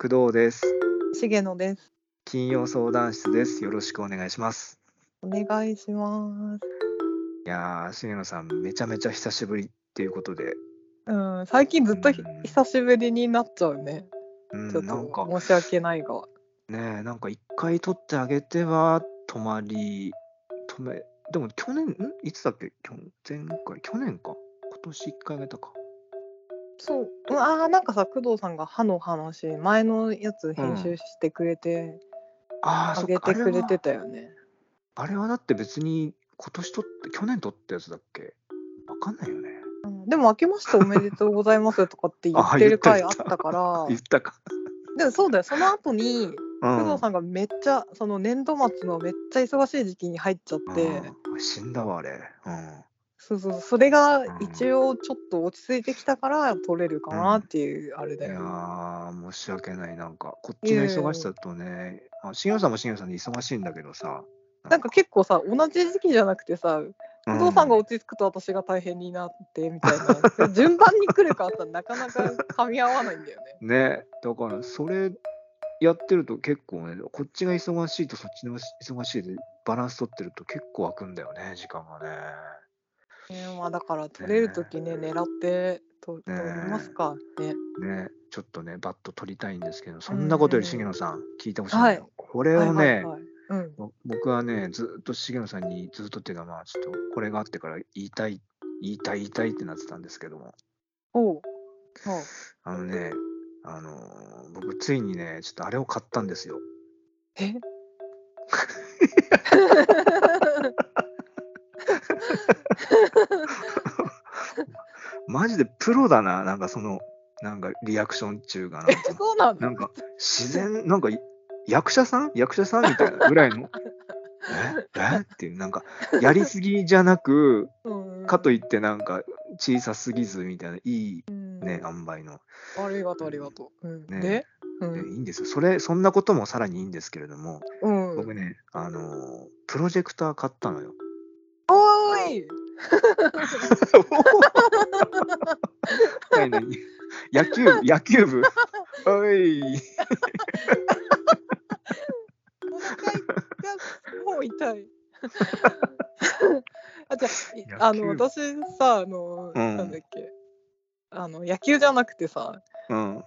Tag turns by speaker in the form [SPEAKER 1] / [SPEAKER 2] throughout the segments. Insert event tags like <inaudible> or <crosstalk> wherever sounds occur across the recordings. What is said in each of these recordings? [SPEAKER 1] 工藤です。
[SPEAKER 2] 重野です。
[SPEAKER 1] 金曜相談室です。よろしくお願いします。
[SPEAKER 2] お願いします。
[SPEAKER 1] いやー、重野さん、めちゃめちゃ久しぶりっていうことで、
[SPEAKER 2] うん、最近ずっとひ
[SPEAKER 1] うん
[SPEAKER 2] 久しぶりになっちゃうね。
[SPEAKER 1] うん、
[SPEAKER 2] ちょっ
[SPEAKER 1] なんか
[SPEAKER 2] と申し訳ないが。
[SPEAKER 1] ねえ、なんか一回取ってあげては止まり、止め、でも去年、んいつだっけ去前回、去年か。今年一回あげたか。
[SPEAKER 2] そう、うんああ、なんかさ、工藤さんが歯の話、前のやつ編集してくれて、
[SPEAKER 1] ああ、
[SPEAKER 2] あ
[SPEAKER 1] そっ
[SPEAKER 2] げ
[SPEAKER 1] か。
[SPEAKER 2] てくれて
[SPEAKER 1] あ
[SPEAKER 2] たよね。
[SPEAKER 1] はあれはだって別に今年取って、去年取ったやつだっけわかんないよね。
[SPEAKER 2] うんでも、明けましておめでとうございますとかって言
[SPEAKER 1] あ
[SPEAKER 2] ってる回
[SPEAKER 1] 言
[SPEAKER 2] あ
[SPEAKER 1] っ
[SPEAKER 2] ったたか
[SPEAKER 1] 言った
[SPEAKER 2] ら、
[SPEAKER 1] か。
[SPEAKER 2] でもそうだよ、その後に、
[SPEAKER 1] う
[SPEAKER 2] 工藤さんがめっちゃ、その年度末のめっちゃ忙しい時期に入っちゃって、
[SPEAKER 1] うん死んだわ、あれ。うん。
[SPEAKER 2] そうそう、それが一応ちょっと落ち着いてきたから取れるかなっていうあれだ
[SPEAKER 1] いや
[SPEAKER 2] よね。
[SPEAKER 1] ー、申し訳ない。なんか、こっちの忙しさとね、あ新庄さんも新庄さんで忙しいんだけどさ、
[SPEAKER 2] なんか結構さ、同じ時期じゃなくてさ、
[SPEAKER 1] う
[SPEAKER 2] 不動産が落ち着くと私が大変になってみたい <laughs> な、順番に来るからさ、なかなか噛み合わないんだよね。
[SPEAKER 1] ね、だから、それやってると結構ね、こっちが忙しいとそっちの忙しいで、バランス取ってると結構空くんだよね、時間がね。
[SPEAKER 2] ねまあ、だから取れるときね、狙ってと取りますかね。
[SPEAKER 1] ね、ちょっとね、バット取りたいんですけど、そんなことより
[SPEAKER 2] うん
[SPEAKER 1] 重野さん、聞いてほしいんだよ。
[SPEAKER 2] は
[SPEAKER 1] これをね、
[SPEAKER 2] はいはいはいうん、
[SPEAKER 1] ぼ僕はね、ずっと重野さんに、ずっとっていうか、まあ、ちょっとこれがあってから言いたい、言いたい、言いたいってなってたんですけども、
[SPEAKER 2] おうおう
[SPEAKER 1] あのね、あのー僕、ついにね、ちょっとあれを買ったんですよ。
[SPEAKER 2] <laughs> え
[SPEAKER 1] マジでプロだな、なんかその、なんかリアクション中がなんか
[SPEAKER 2] <laughs> そうなの
[SPEAKER 1] なんか自然、なんかい役者さん役者さんみたいなぐらい
[SPEAKER 2] <laughs>
[SPEAKER 1] の。ええっていう、なんか、やりすぎじゃなく、
[SPEAKER 2] うん
[SPEAKER 1] かといってなんか、小さすぎずみたいな、いいね、塩梅の。
[SPEAKER 2] ありがとう、ありがとう。うん、
[SPEAKER 1] ね
[SPEAKER 2] で、う
[SPEAKER 1] で
[SPEAKER 2] ん、
[SPEAKER 1] いいんですよ。それ、そんなこともさらにいいんですけれども、
[SPEAKER 2] うん、
[SPEAKER 1] 僕ね、あのープロジェクター買ったのよ。
[SPEAKER 2] おーい、
[SPEAKER 1] <laughs> 何何野球部、野球部。おい。
[SPEAKER 2] お腹がもう痛
[SPEAKER 1] <laughs>
[SPEAKER 2] い。あ、じゃあ
[SPEAKER 1] 野
[SPEAKER 2] い
[SPEAKER 1] 球
[SPEAKER 2] あの、私さ、あの、
[SPEAKER 1] うん
[SPEAKER 2] なんだっけ。あの、野球じゃなくてさ、
[SPEAKER 1] うん。も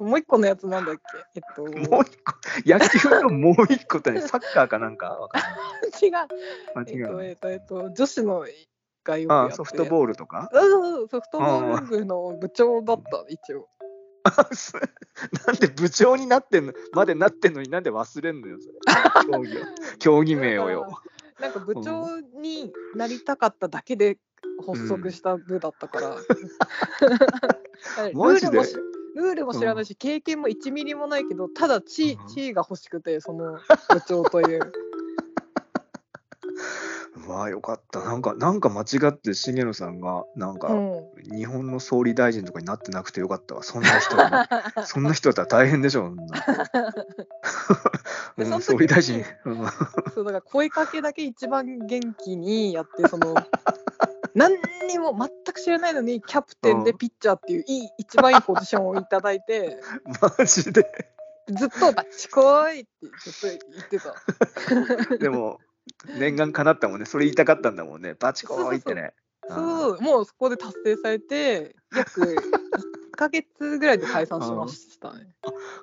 [SPEAKER 2] もう一個のやつなんだっけ。えっと、
[SPEAKER 1] う一個、野球のもう一個って
[SPEAKER 2] <laughs>
[SPEAKER 1] ね、サッカーかなんかわかんない。
[SPEAKER 2] 違う、
[SPEAKER 1] 間
[SPEAKER 2] えっと、え
[SPEAKER 1] 違
[SPEAKER 2] っと、えっと、女子の。がよ
[SPEAKER 1] い
[SPEAKER 2] くや
[SPEAKER 1] な
[SPEAKER 2] っ
[SPEAKER 1] い。あ、
[SPEAKER 2] て
[SPEAKER 1] ソフトボールとか
[SPEAKER 2] ーそうそうそうソフトボール部の部長だった、一応。
[SPEAKER 1] なんで部長になってんのまでなってんのになんで忘れんのよ、それ。競
[SPEAKER 2] <laughs>
[SPEAKER 1] 技を競技名をよ。
[SPEAKER 2] なんか部長になりたかっただけで発足した部だったから。 <laughs>
[SPEAKER 1] マジで
[SPEAKER 2] ルールもしルールも知らないし、経験も1ミリもないけど、ただ地位
[SPEAKER 1] うん
[SPEAKER 2] 地位が欲しくて、その部長という。
[SPEAKER 1] <laughs> うわあ、よかった。なんか、なんか間違って、重野さんが、なんか、
[SPEAKER 2] うん
[SPEAKER 1] 日本の総理大臣とかになってなくてよかったわ。そんな人がそんな人だったら大変でしょ、そんな
[SPEAKER 2] <laughs>
[SPEAKER 1] う
[SPEAKER 2] でそ
[SPEAKER 1] ん
[SPEAKER 2] の時に
[SPEAKER 1] 総理大臣。うん
[SPEAKER 2] <laughs> そうだから声かけだけ一番元気にやって、その
[SPEAKER 1] <laughs>
[SPEAKER 2] 何にも全く知らないのに、キャプテンでピッチャーっていういい一番いいポジションをいただいて、
[SPEAKER 1] マジで。
[SPEAKER 2] ずっとバッチコーイってずっと言ってた。
[SPEAKER 1] でも、念願かなったもんね。それ言いたかったんだもんね。バチコーンってね。う
[SPEAKER 2] そう、もうそこで達成されて、約1ヶ月ぐらいで解散しましたね。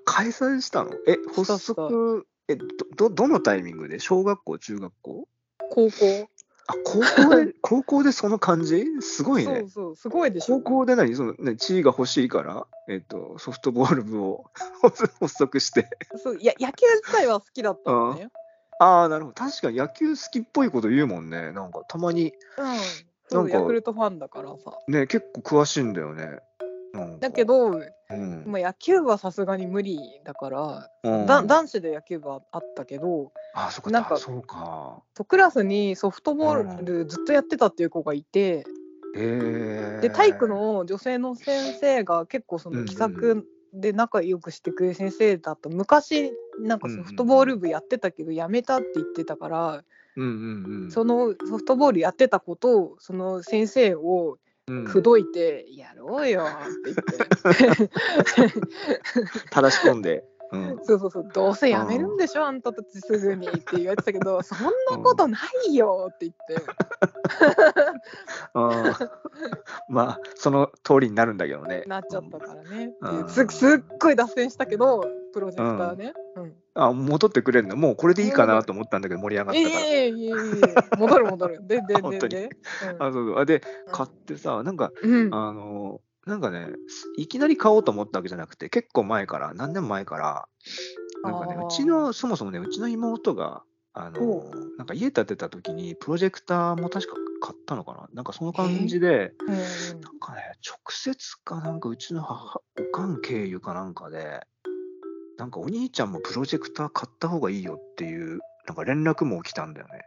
[SPEAKER 1] 解散したのえ、
[SPEAKER 2] そうそう
[SPEAKER 1] 発足、え、ど、どどのタイミングで小学校、中学校
[SPEAKER 2] 高校。
[SPEAKER 1] あ、高校
[SPEAKER 2] <laughs>
[SPEAKER 1] で、高校でその感じすごい
[SPEAKER 2] そ
[SPEAKER 1] ね
[SPEAKER 2] う。そう、すごいでしょ。
[SPEAKER 1] 高校で何その、ね、地位が欲しいから、えっと、ソフトボール部を <laughs> 発足して。
[SPEAKER 2] そういや野球自体は好きだったのね。
[SPEAKER 1] ああ、なるほど。確かに野球好きっぽいこと言うもんね。なんか、たまに、
[SPEAKER 2] うん。そ
[SPEAKER 1] な
[SPEAKER 2] う
[SPEAKER 1] んか
[SPEAKER 2] ヤクルトファンだからさ。
[SPEAKER 1] ね、結構詳しいんだよね。なんか
[SPEAKER 2] だけ、ど、
[SPEAKER 1] うん
[SPEAKER 2] まあ、野球部はさすがに無理だから、
[SPEAKER 1] うん
[SPEAKER 2] だ男子で野球部はあったけど、
[SPEAKER 1] あ、そっか、
[SPEAKER 2] なんか
[SPEAKER 1] そうか。
[SPEAKER 2] とクラスにソフトボールずっとやってたっていう子がいて、
[SPEAKER 1] へえ。
[SPEAKER 2] で体育の女性の先生が結構そ
[SPEAKER 1] うんう
[SPEAKER 2] の
[SPEAKER 1] ん
[SPEAKER 2] 気さくで仲良くしてくれる先生だった昔なんかソフトボール部やってたけどやめたって言ってたから
[SPEAKER 1] うんうんうん。
[SPEAKER 2] そのソフトボールやってた子とその先生を
[SPEAKER 1] うん、
[SPEAKER 2] 口説いて、やろうよって言って。
[SPEAKER 1] たらし込んで。
[SPEAKER 2] <laughs>
[SPEAKER 1] うん、
[SPEAKER 2] そうそうそう、どうせやめるんでしょ、あんたたちすぐにって言われてたけど、そんなことないよって言って。
[SPEAKER 1] あー <laughs> まあ、その通りになるんだけどね。
[SPEAKER 2] なっちゃった
[SPEAKER 1] うん
[SPEAKER 2] からね
[SPEAKER 1] うん
[SPEAKER 2] っていう
[SPEAKER 1] うん
[SPEAKER 2] すすっごい脱線したけどプロジェクターね、うん
[SPEAKER 1] あ、戻ってくれるのもうこれでいいかなと思ったんだけど、盛り上がっ
[SPEAKER 2] いえ
[SPEAKER 1] たから。
[SPEAKER 2] いえいえいえ戻る戻るでで
[SPEAKER 1] 本
[SPEAKER 2] で
[SPEAKER 1] 当に
[SPEAKER 2] で、
[SPEAKER 1] あそうそうあで、買ってさ、なんか、
[SPEAKER 2] うんうん、
[SPEAKER 1] あの、なんかね、いきなり買おうと思ったわけじゃなくて、結構前から、何年前から、なんかね
[SPEAKER 2] あ、ー
[SPEAKER 1] うちの、そもそもね、うちの妹が、あ
[SPEAKER 2] ほ
[SPEAKER 1] の、なんか家建てた時に、プロジェクターも確か買ったのかななんかその感じで、
[SPEAKER 2] うん
[SPEAKER 1] なんかね、直接かなんかうちの母、おかん経由かなんかで、なんかお兄ちゃんもプロジェクター買った方がいいよっていう、なんか連絡も来たんだよね。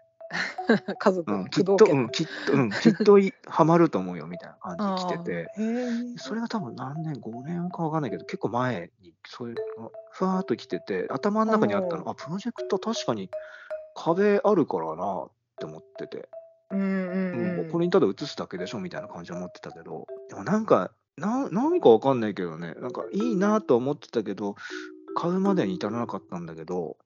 [SPEAKER 2] <laughs> 家族
[SPEAKER 1] うん、
[SPEAKER 2] の
[SPEAKER 1] きっ
[SPEAKER 2] 主
[SPEAKER 1] と
[SPEAKER 2] 導、
[SPEAKER 1] う
[SPEAKER 2] 権
[SPEAKER 1] ん、きっと、うん、きっといハマると思うよみたいな感
[SPEAKER 2] あ
[SPEAKER 1] じで来てて、
[SPEAKER 2] ーへー
[SPEAKER 1] それが多分何年、5年かわかんないけど、結構前に、そういうのが、ふわーっと来てて、頭の中にあったの、あ、プロジェクター確かに壁あるからなって思ってて。
[SPEAKER 2] うんうん
[SPEAKER 1] も
[SPEAKER 2] う
[SPEAKER 1] うんこれにただ映すだけでしょみたいな感じは思ってたけどでもなんかななんかわかんないけどねなんかいいなと思ってたけど買うまでに至らなかったんだけど、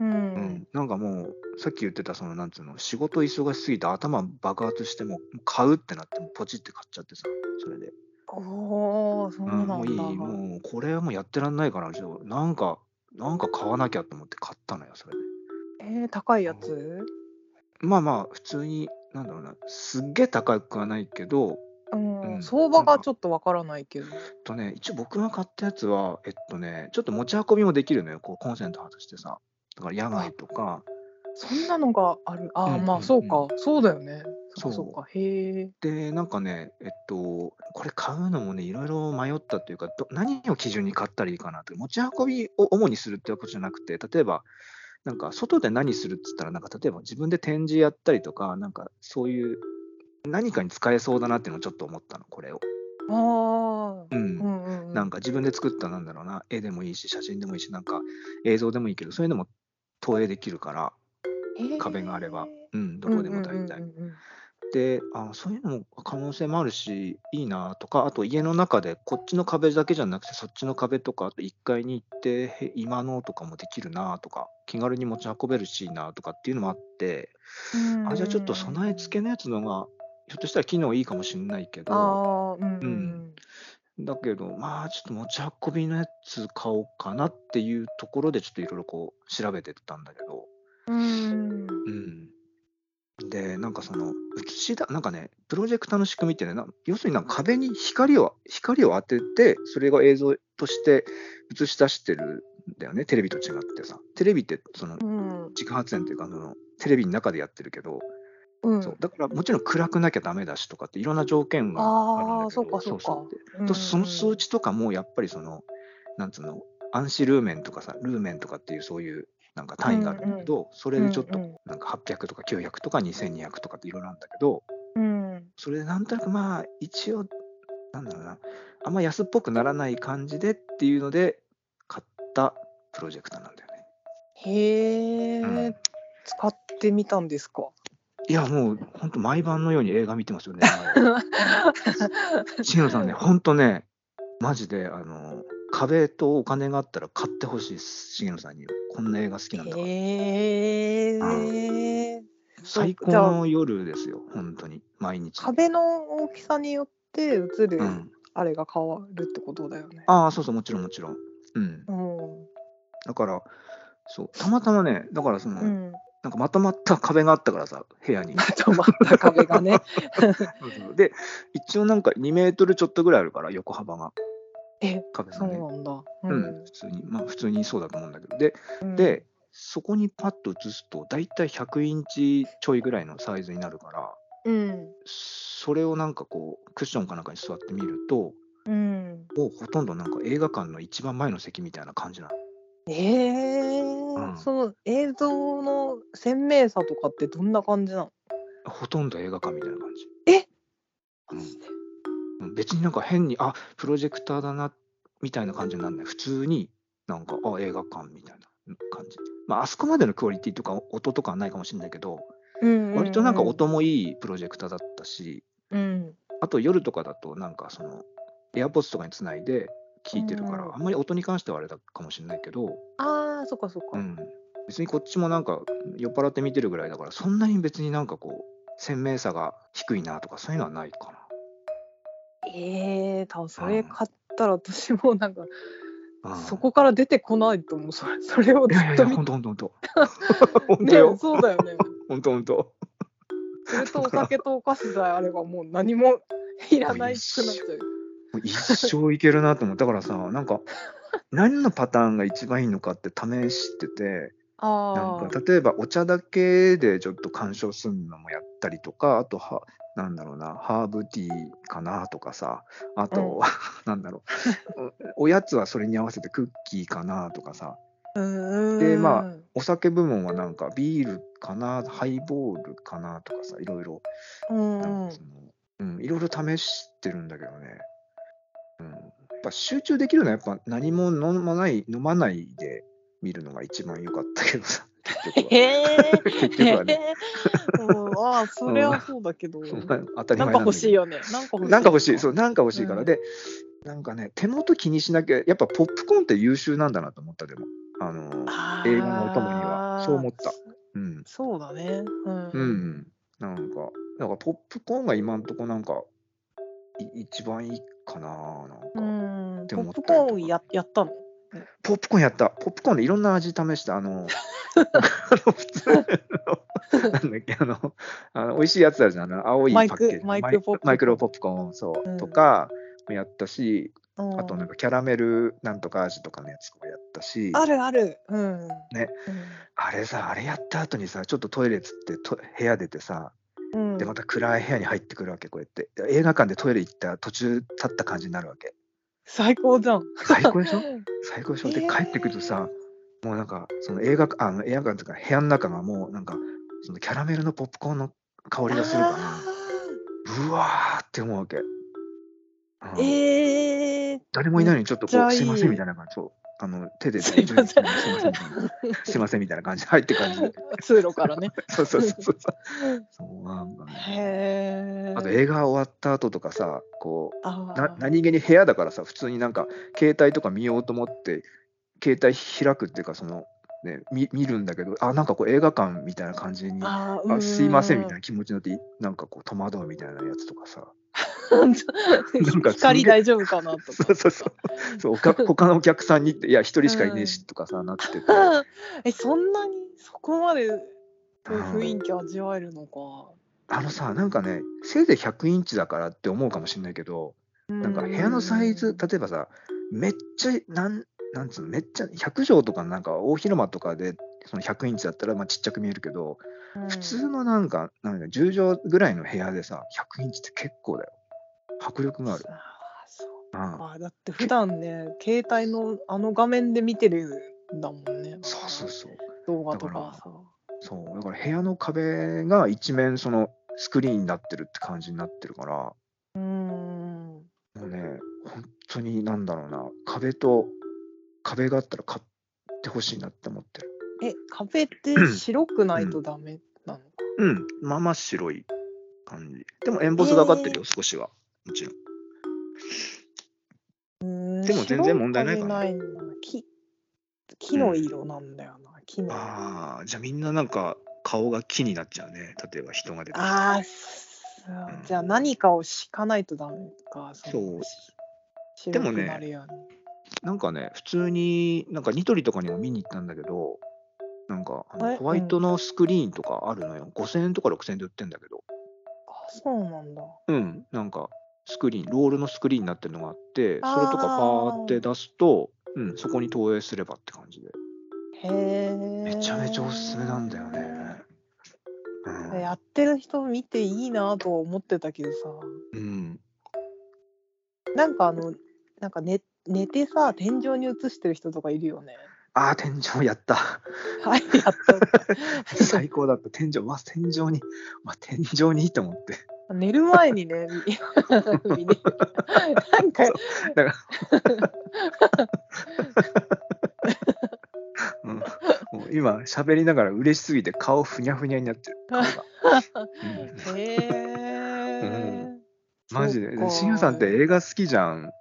[SPEAKER 2] うん
[SPEAKER 1] うんなんかもうさっき言ってたそのなんつうの仕事忙しすぎて頭爆発してもう買うってなってもうポチって買っちゃってさそれで、
[SPEAKER 2] おおそう
[SPEAKER 1] うん
[SPEAKER 2] なんだ、
[SPEAKER 1] もういいもうこれはもうやってらんないからちょっとなんかなんか買わなきゃと思って買ったのよそれで
[SPEAKER 2] えー、高いやつ、
[SPEAKER 1] まあまあ普通になんだろうなすっげえ高くはないけど
[SPEAKER 2] うん
[SPEAKER 1] うん
[SPEAKER 2] 相場がちょっとわからないけど
[SPEAKER 1] えっとね、一応僕が買ったやつは、えっとね、ちょっと持ち運びもできるのよ、こうコンセント外してさ。だから野外とか、
[SPEAKER 2] そんなのがあるあー、
[SPEAKER 1] うん
[SPEAKER 2] ま
[SPEAKER 1] う
[SPEAKER 2] あ
[SPEAKER 1] ん
[SPEAKER 2] そうか、そうだよねそっかそ
[SPEAKER 1] そう
[SPEAKER 2] っかへえ
[SPEAKER 1] で、なんかね、えっと、これ買うのもね、いろいろ迷ったというか、ど何を基準に買ったらいいかなって、持ち運びを主にするってわけじゃなくて、例えば、なんか外で何するっつったら、なんか例えば自分で展示やったりとか、なんかそういう、何かに使えそうだなっていうのをちょっと思ったの、これを。
[SPEAKER 2] ああ
[SPEAKER 1] うん
[SPEAKER 2] うんうんうん
[SPEAKER 1] なんか自分で作ったなんだろうな絵でもいいし写真でもいいしなんか映像でもいいけどそういうのも投影できるから壁があれば、うん、どこでも大体。
[SPEAKER 2] うんうんうんうん
[SPEAKER 1] であそういうのも可能性もあるしいいなとかあと家の中でこっちの壁だけじゃなくてそっちの壁とかあと1階に行ってへ今のとかもできるなとか気軽に持ち運べるしいいなとかっていうのもあってあじゃあちょっと備え付けのやつのがひょっとしたら機能いいかもしれないけど。
[SPEAKER 2] あーうんうん
[SPEAKER 1] うんだけど、まあ、ちょっと持ち運びのやつ買おうかなっていうところで、ちょっといろいろこう、調べてったんだけど、
[SPEAKER 2] うんうん
[SPEAKER 1] うん。で、なんかその、映しだ、なんかね、プロジェクターの仕組みってね、な要するになんか壁に光を、光を当てて、それが映像として映し出してるんだよね、テレビと違ってさ。テレビって、その、
[SPEAKER 2] うん
[SPEAKER 1] 自家発電っていうか、その、テレビの中でやってるけど、
[SPEAKER 2] うん
[SPEAKER 1] そうだからもちろん暗くなきゃダメだしとかっていろんな条件があるんだけど
[SPEAKER 2] あーそうかそうか
[SPEAKER 1] で
[SPEAKER 2] うん
[SPEAKER 1] とその数値とかもやっぱりそのなんつうのアンシルーメンとかさルーメンとかっていうそういうなんか単位があるんだけど、それでちょっ
[SPEAKER 2] う
[SPEAKER 1] と
[SPEAKER 2] ん
[SPEAKER 1] なんか800とか900とか2200とかっていろいろなんだけど
[SPEAKER 2] うんうん
[SPEAKER 1] それでなんとなくまあ一応なんだろうなあんま安っぽくならない感じでっていうので買ったプロジェクターなんだよね。
[SPEAKER 2] へえ、
[SPEAKER 1] うん
[SPEAKER 2] 使ってみたんですか
[SPEAKER 1] いやもう本当毎晩のように映画見てますよ
[SPEAKER 2] <laughs>
[SPEAKER 1] ね。しのさんね、ほんとね、マジで、あの、壁とお金があったら買ってほしいです、しげのさんに。こんな映画好きなんだから。
[SPEAKER 2] へえ
[SPEAKER 1] 最高の夜ですよ、本当に、毎日。
[SPEAKER 2] 壁の大きさによって映る
[SPEAKER 1] うん、
[SPEAKER 2] あれが変わるってことだよね。
[SPEAKER 1] ああ、そうそう、もちろん、もちろん。うん。
[SPEAKER 2] うん
[SPEAKER 1] だから、そう、たまたまね、だからその、 <laughs>
[SPEAKER 2] うん、
[SPEAKER 1] なんかまとまった壁があったからさ、部屋に
[SPEAKER 2] ま。とまった壁がね。
[SPEAKER 1] そうそうで、一応なんか2メートルちょっとぐらいあるから、横幅が、
[SPEAKER 2] え、
[SPEAKER 1] 壁が
[SPEAKER 2] そう
[SPEAKER 1] ね。
[SPEAKER 2] なんだ。
[SPEAKER 1] <laughs> う、
[SPEAKER 2] うん
[SPEAKER 1] 普通に、まあ普通にそうだと思うんだけど。で、
[SPEAKER 2] ん、
[SPEAKER 1] で、そこにパッと映すと、だいたい100インチちょいぐらいのサイズになるから、
[SPEAKER 2] うん、
[SPEAKER 1] それをなんかこう、クッションかなんかに座ってみると、
[SPEAKER 2] うん、
[SPEAKER 1] もうほとんどなんか映画館の一番前の席みたいな感じなの。
[SPEAKER 2] え
[SPEAKER 1] うん
[SPEAKER 2] ー、その映像の鮮明さとかってどんな感じなの
[SPEAKER 1] ほとんど映画館みたいな感じ。うん
[SPEAKER 2] マジで
[SPEAKER 1] うん別になんか変に、あプロジェクターだな、みたいな感じにならない。普通になんか、あ映画館みたいな感じ。まあ、あそこまでのクオリティとか音とかはないかもしれないけど、
[SPEAKER 2] うんうんうん
[SPEAKER 1] 割となんか音もいいプロジェクターだったし、
[SPEAKER 2] うん
[SPEAKER 1] あと夜とかだと、なんかその、AirPods とかにつないで聞いてるから、
[SPEAKER 2] うん
[SPEAKER 1] あんまり音に関してはあれだかもしれないけど、
[SPEAKER 2] ああそっかそっか、
[SPEAKER 1] うん、別にこっちもなんか酔っ払って見てるぐらいだから、そんなに別になんかこう、鮮明さが低いなとか、そういうのはないか
[SPEAKER 2] ええー、多分それ買ったら私もなんか、
[SPEAKER 1] な。うん
[SPEAKER 2] そこから出てこないと思うそれそれを
[SPEAKER 1] い
[SPEAKER 2] ず
[SPEAKER 1] やいや
[SPEAKER 2] っ
[SPEAKER 1] い
[SPEAKER 2] と
[SPEAKER 1] や、
[SPEAKER 2] 見
[SPEAKER 1] ほ
[SPEAKER 2] て
[SPEAKER 1] んとほんとほんと。ほんとよ。
[SPEAKER 2] そうだよね
[SPEAKER 1] ほんとほんと。
[SPEAKER 2] それとお酒とお菓子さえあればもう何もいらないくなっちゃう
[SPEAKER 1] もう一生いけるなと思う。だからさ、なんか、何のパターンが一番いいのかって試してて、な
[SPEAKER 2] あ
[SPEAKER 1] んか例えばお茶だけでちょっと鑑賞するのもやったりとか、あとは、なんだろうな、ハーブティーかなとかさ、あと、 <laughs> なんだろう、おやつはそれに合わせてクッキーかなとかさ、
[SPEAKER 2] あうん
[SPEAKER 1] でまお酒部門はなんかビールかな、ハイボールかなとかさ、いろいろ
[SPEAKER 2] あう
[SPEAKER 1] なん
[SPEAKER 2] ん
[SPEAKER 1] かその、うん、いろいろ試してるんだけどね、うん、やっぱ集中できるのはやっぱ何も飲まない飲まないで見るのが一番良かったけどさ <laughs> 結局
[SPEAKER 2] へ
[SPEAKER 1] は
[SPEAKER 2] え
[SPEAKER 1] 結
[SPEAKER 2] へ
[SPEAKER 1] 局はね、
[SPEAKER 2] えああそれはそうだけど、
[SPEAKER 1] ま
[SPEAKER 2] <laughs>
[SPEAKER 1] あ当たり
[SPEAKER 2] な
[SPEAKER 1] 前
[SPEAKER 2] ん
[SPEAKER 1] な
[SPEAKER 2] か
[SPEAKER 1] ん
[SPEAKER 2] 欲
[SPEAKER 1] だ
[SPEAKER 2] し
[SPEAKER 1] け
[SPEAKER 2] い
[SPEAKER 1] ど
[SPEAKER 2] よねなんか欲しい
[SPEAKER 1] なんか欲しいそうなんか欲しいから、
[SPEAKER 2] うん
[SPEAKER 1] でなんかね手元気にしなきゃやっぱポップコーンって優秀なんだなと思ったでもあのー映画のお供にはそう思った
[SPEAKER 2] あー
[SPEAKER 1] うん
[SPEAKER 2] そうだねうん、
[SPEAKER 1] うん、なんかなんかポップコーンが今んとこなんかい一番いいかななんか、
[SPEAKER 2] うん
[SPEAKER 1] って
[SPEAKER 2] ポ
[SPEAKER 1] 思
[SPEAKER 2] ッ
[SPEAKER 1] ったりと
[SPEAKER 2] プ
[SPEAKER 1] か
[SPEAKER 2] コーンややったの
[SPEAKER 1] ポップコーンやった。ポップコーンでいろんな味試した。あ
[SPEAKER 2] <laughs>
[SPEAKER 1] の、あの普通の、なんだっけ、あの、あの美味しいやつあるじゃん。あの青いパ
[SPEAKER 2] マイ
[SPEAKER 1] ッ
[SPEAKER 2] ク
[SPEAKER 1] ケージの
[SPEAKER 2] マイクポップコーン
[SPEAKER 1] マイクロポップコーン、そう、
[SPEAKER 2] うん
[SPEAKER 1] とかもやったし、
[SPEAKER 2] うん
[SPEAKER 1] あとなんかキャラメルなんとか味とかのやつもやったし、
[SPEAKER 2] あるあるうん
[SPEAKER 1] ねあれさ、あれやった後にさ、ちょっとトイレつってと部屋出てさ、
[SPEAKER 2] うん、うん
[SPEAKER 1] で、また暗い部屋に入ってくるわけ、こうやって。映画館でトイレ行った途中立った感じになるわけ。
[SPEAKER 2] 最高じゃん
[SPEAKER 1] 最高で
[SPEAKER 2] <laughs>
[SPEAKER 1] しょ最高でしょで
[SPEAKER 2] えー
[SPEAKER 1] 帰ってくるとさ、もうなんかその映画あの映画館とか部屋の中がもうなんかそのキャラメルのポップコーンの香りがするか
[SPEAKER 2] あ
[SPEAKER 1] らうわーって思うわけ、うん
[SPEAKER 2] ーえー、
[SPEAKER 1] 誰もいないのにちょっとこ
[SPEAKER 2] めっ
[SPEAKER 1] う
[SPEAKER 2] ち
[SPEAKER 1] す
[SPEAKER 2] ゃいい
[SPEAKER 1] いませんみたいな感じそうあの手です
[SPEAKER 2] いませ
[SPEAKER 1] すい
[SPEAKER 2] ん
[SPEAKER 1] ませんみたいなすいませんみたいな感じで入ってく感
[SPEAKER 2] <laughs>
[SPEAKER 1] じで
[SPEAKER 2] 通路からね。
[SPEAKER 1] そうそうそうそう <laughs> そうなんかね
[SPEAKER 2] へえ。
[SPEAKER 1] あと映画終わった後とかさこう
[SPEAKER 2] あー
[SPEAKER 1] な何気に部屋だからさ普通になんか携帯とか見ようと思って携帯開くっていうかその、ね、見見るんだけどあなんかこう映画館みたいな感じにあ
[SPEAKER 2] あー
[SPEAKER 1] すいませんみたい
[SPEAKER 2] な <laughs>
[SPEAKER 1] な。気持ちになっていなんかこう戸惑うみたいなやつとかさ
[SPEAKER 2] なんか光大丈夫かなと
[SPEAKER 1] そう
[SPEAKER 2] か。
[SPEAKER 1] そうそうそうおか他のお客さんにっていや一人しかいねえしとかさ、なってて
[SPEAKER 2] <laughs> え、そんなにそこまで雰囲気味わえるのか。
[SPEAKER 1] あのさなんかねせいぜい100インチだからって思うかもしれないけどなんか部屋のサイズ例えばさめっちゃなんなんつうのめっちゃ100畳とかのなんか大広間とかでその100インチだったらまあちっちゃく見えるけど、
[SPEAKER 2] うん
[SPEAKER 1] 普通のなんかなんだ10畳ぐらいの部屋でさ100インチって結構だよ迫力がある
[SPEAKER 2] さ、あそう
[SPEAKER 1] うん、
[SPEAKER 2] か。だって普段ね、携帯のあの画面で見てるんだもんね。
[SPEAKER 1] そうそうそう
[SPEAKER 2] 動画とかさ。
[SPEAKER 1] そうだから部屋の壁が一面そのスクリーンになってるって感じになってるからも
[SPEAKER 2] うー
[SPEAKER 1] う
[SPEAKER 2] ん。
[SPEAKER 1] ね本当になんだろうな壁と壁があったら買ってほしいなって思ってる
[SPEAKER 2] え、壁って白くないとダメなのか。
[SPEAKER 1] うん、まあまあ白い感じ。でもエンボスがかってるよ、少しは。もちろん。で
[SPEAKER 2] で
[SPEAKER 1] も全然問題ないかな
[SPEAKER 2] ないんだ木木の色なんだよな、木の。あ
[SPEAKER 1] ああ、じゃあみんななんか顔が木になっちゃうね。例えば人が出てきた
[SPEAKER 2] あー、そう
[SPEAKER 1] うん
[SPEAKER 2] じゃあ何かを敷かないとダメか。の
[SPEAKER 1] そう
[SPEAKER 2] し
[SPEAKER 1] でもね
[SPEAKER 2] 白くなるように
[SPEAKER 1] なんかね、普通になんかニトリとかにも見に行ったんだけど、なんかあの
[SPEAKER 2] え
[SPEAKER 1] ホワイトのスクリーンとかあるのよ。5000円とか6000円で売ってんだけど。
[SPEAKER 2] あそうなんだ。
[SPEAKER 1] うん、なんかスクリーン、ロールのスクリーンになってるのがあって、それとかパーって
[SPEAKER 2] あー
[SPEAKER 1] 出すと、うん、そこに投影すればって感じで。
[SPEAKER 2] へえ。
[SPEAKER 1] めちゃめちゃおすすめなんだよね。うん
[SPEAKER 2] やってる人見ていいなとは思ってたけどさ、
[SPEAKER 1] うん、
[SPEAKER 2] なんかあの、なんか寝寝てさ、天井に映してる人とかいるよね。 <laughs>
[SPEAKER 1] ああ、天井やった。
[SPEAKER 2] はい、やった。 <laughs>
[SPEAKER 1] 最高だった。天井、わ、天井に、わ、天井にと思って。
[SPEAKER 2] 寝る前にね、み見に <laughs> なんか、
[SPEAKER 1] だからうん、もう今、喋りながら嬉しすぎて顔ふにゃふにゃになってる。顔がうん
[SPEAKER 2] へえ、
[SPEAKER 1] マジで。
[SPEAKER 2] そう
[SPEAKER 1] で
[SPEAKER 2] か
[SPEAKER 1] シンさんって映画好きじゃんっ
[SPEAKER 2] い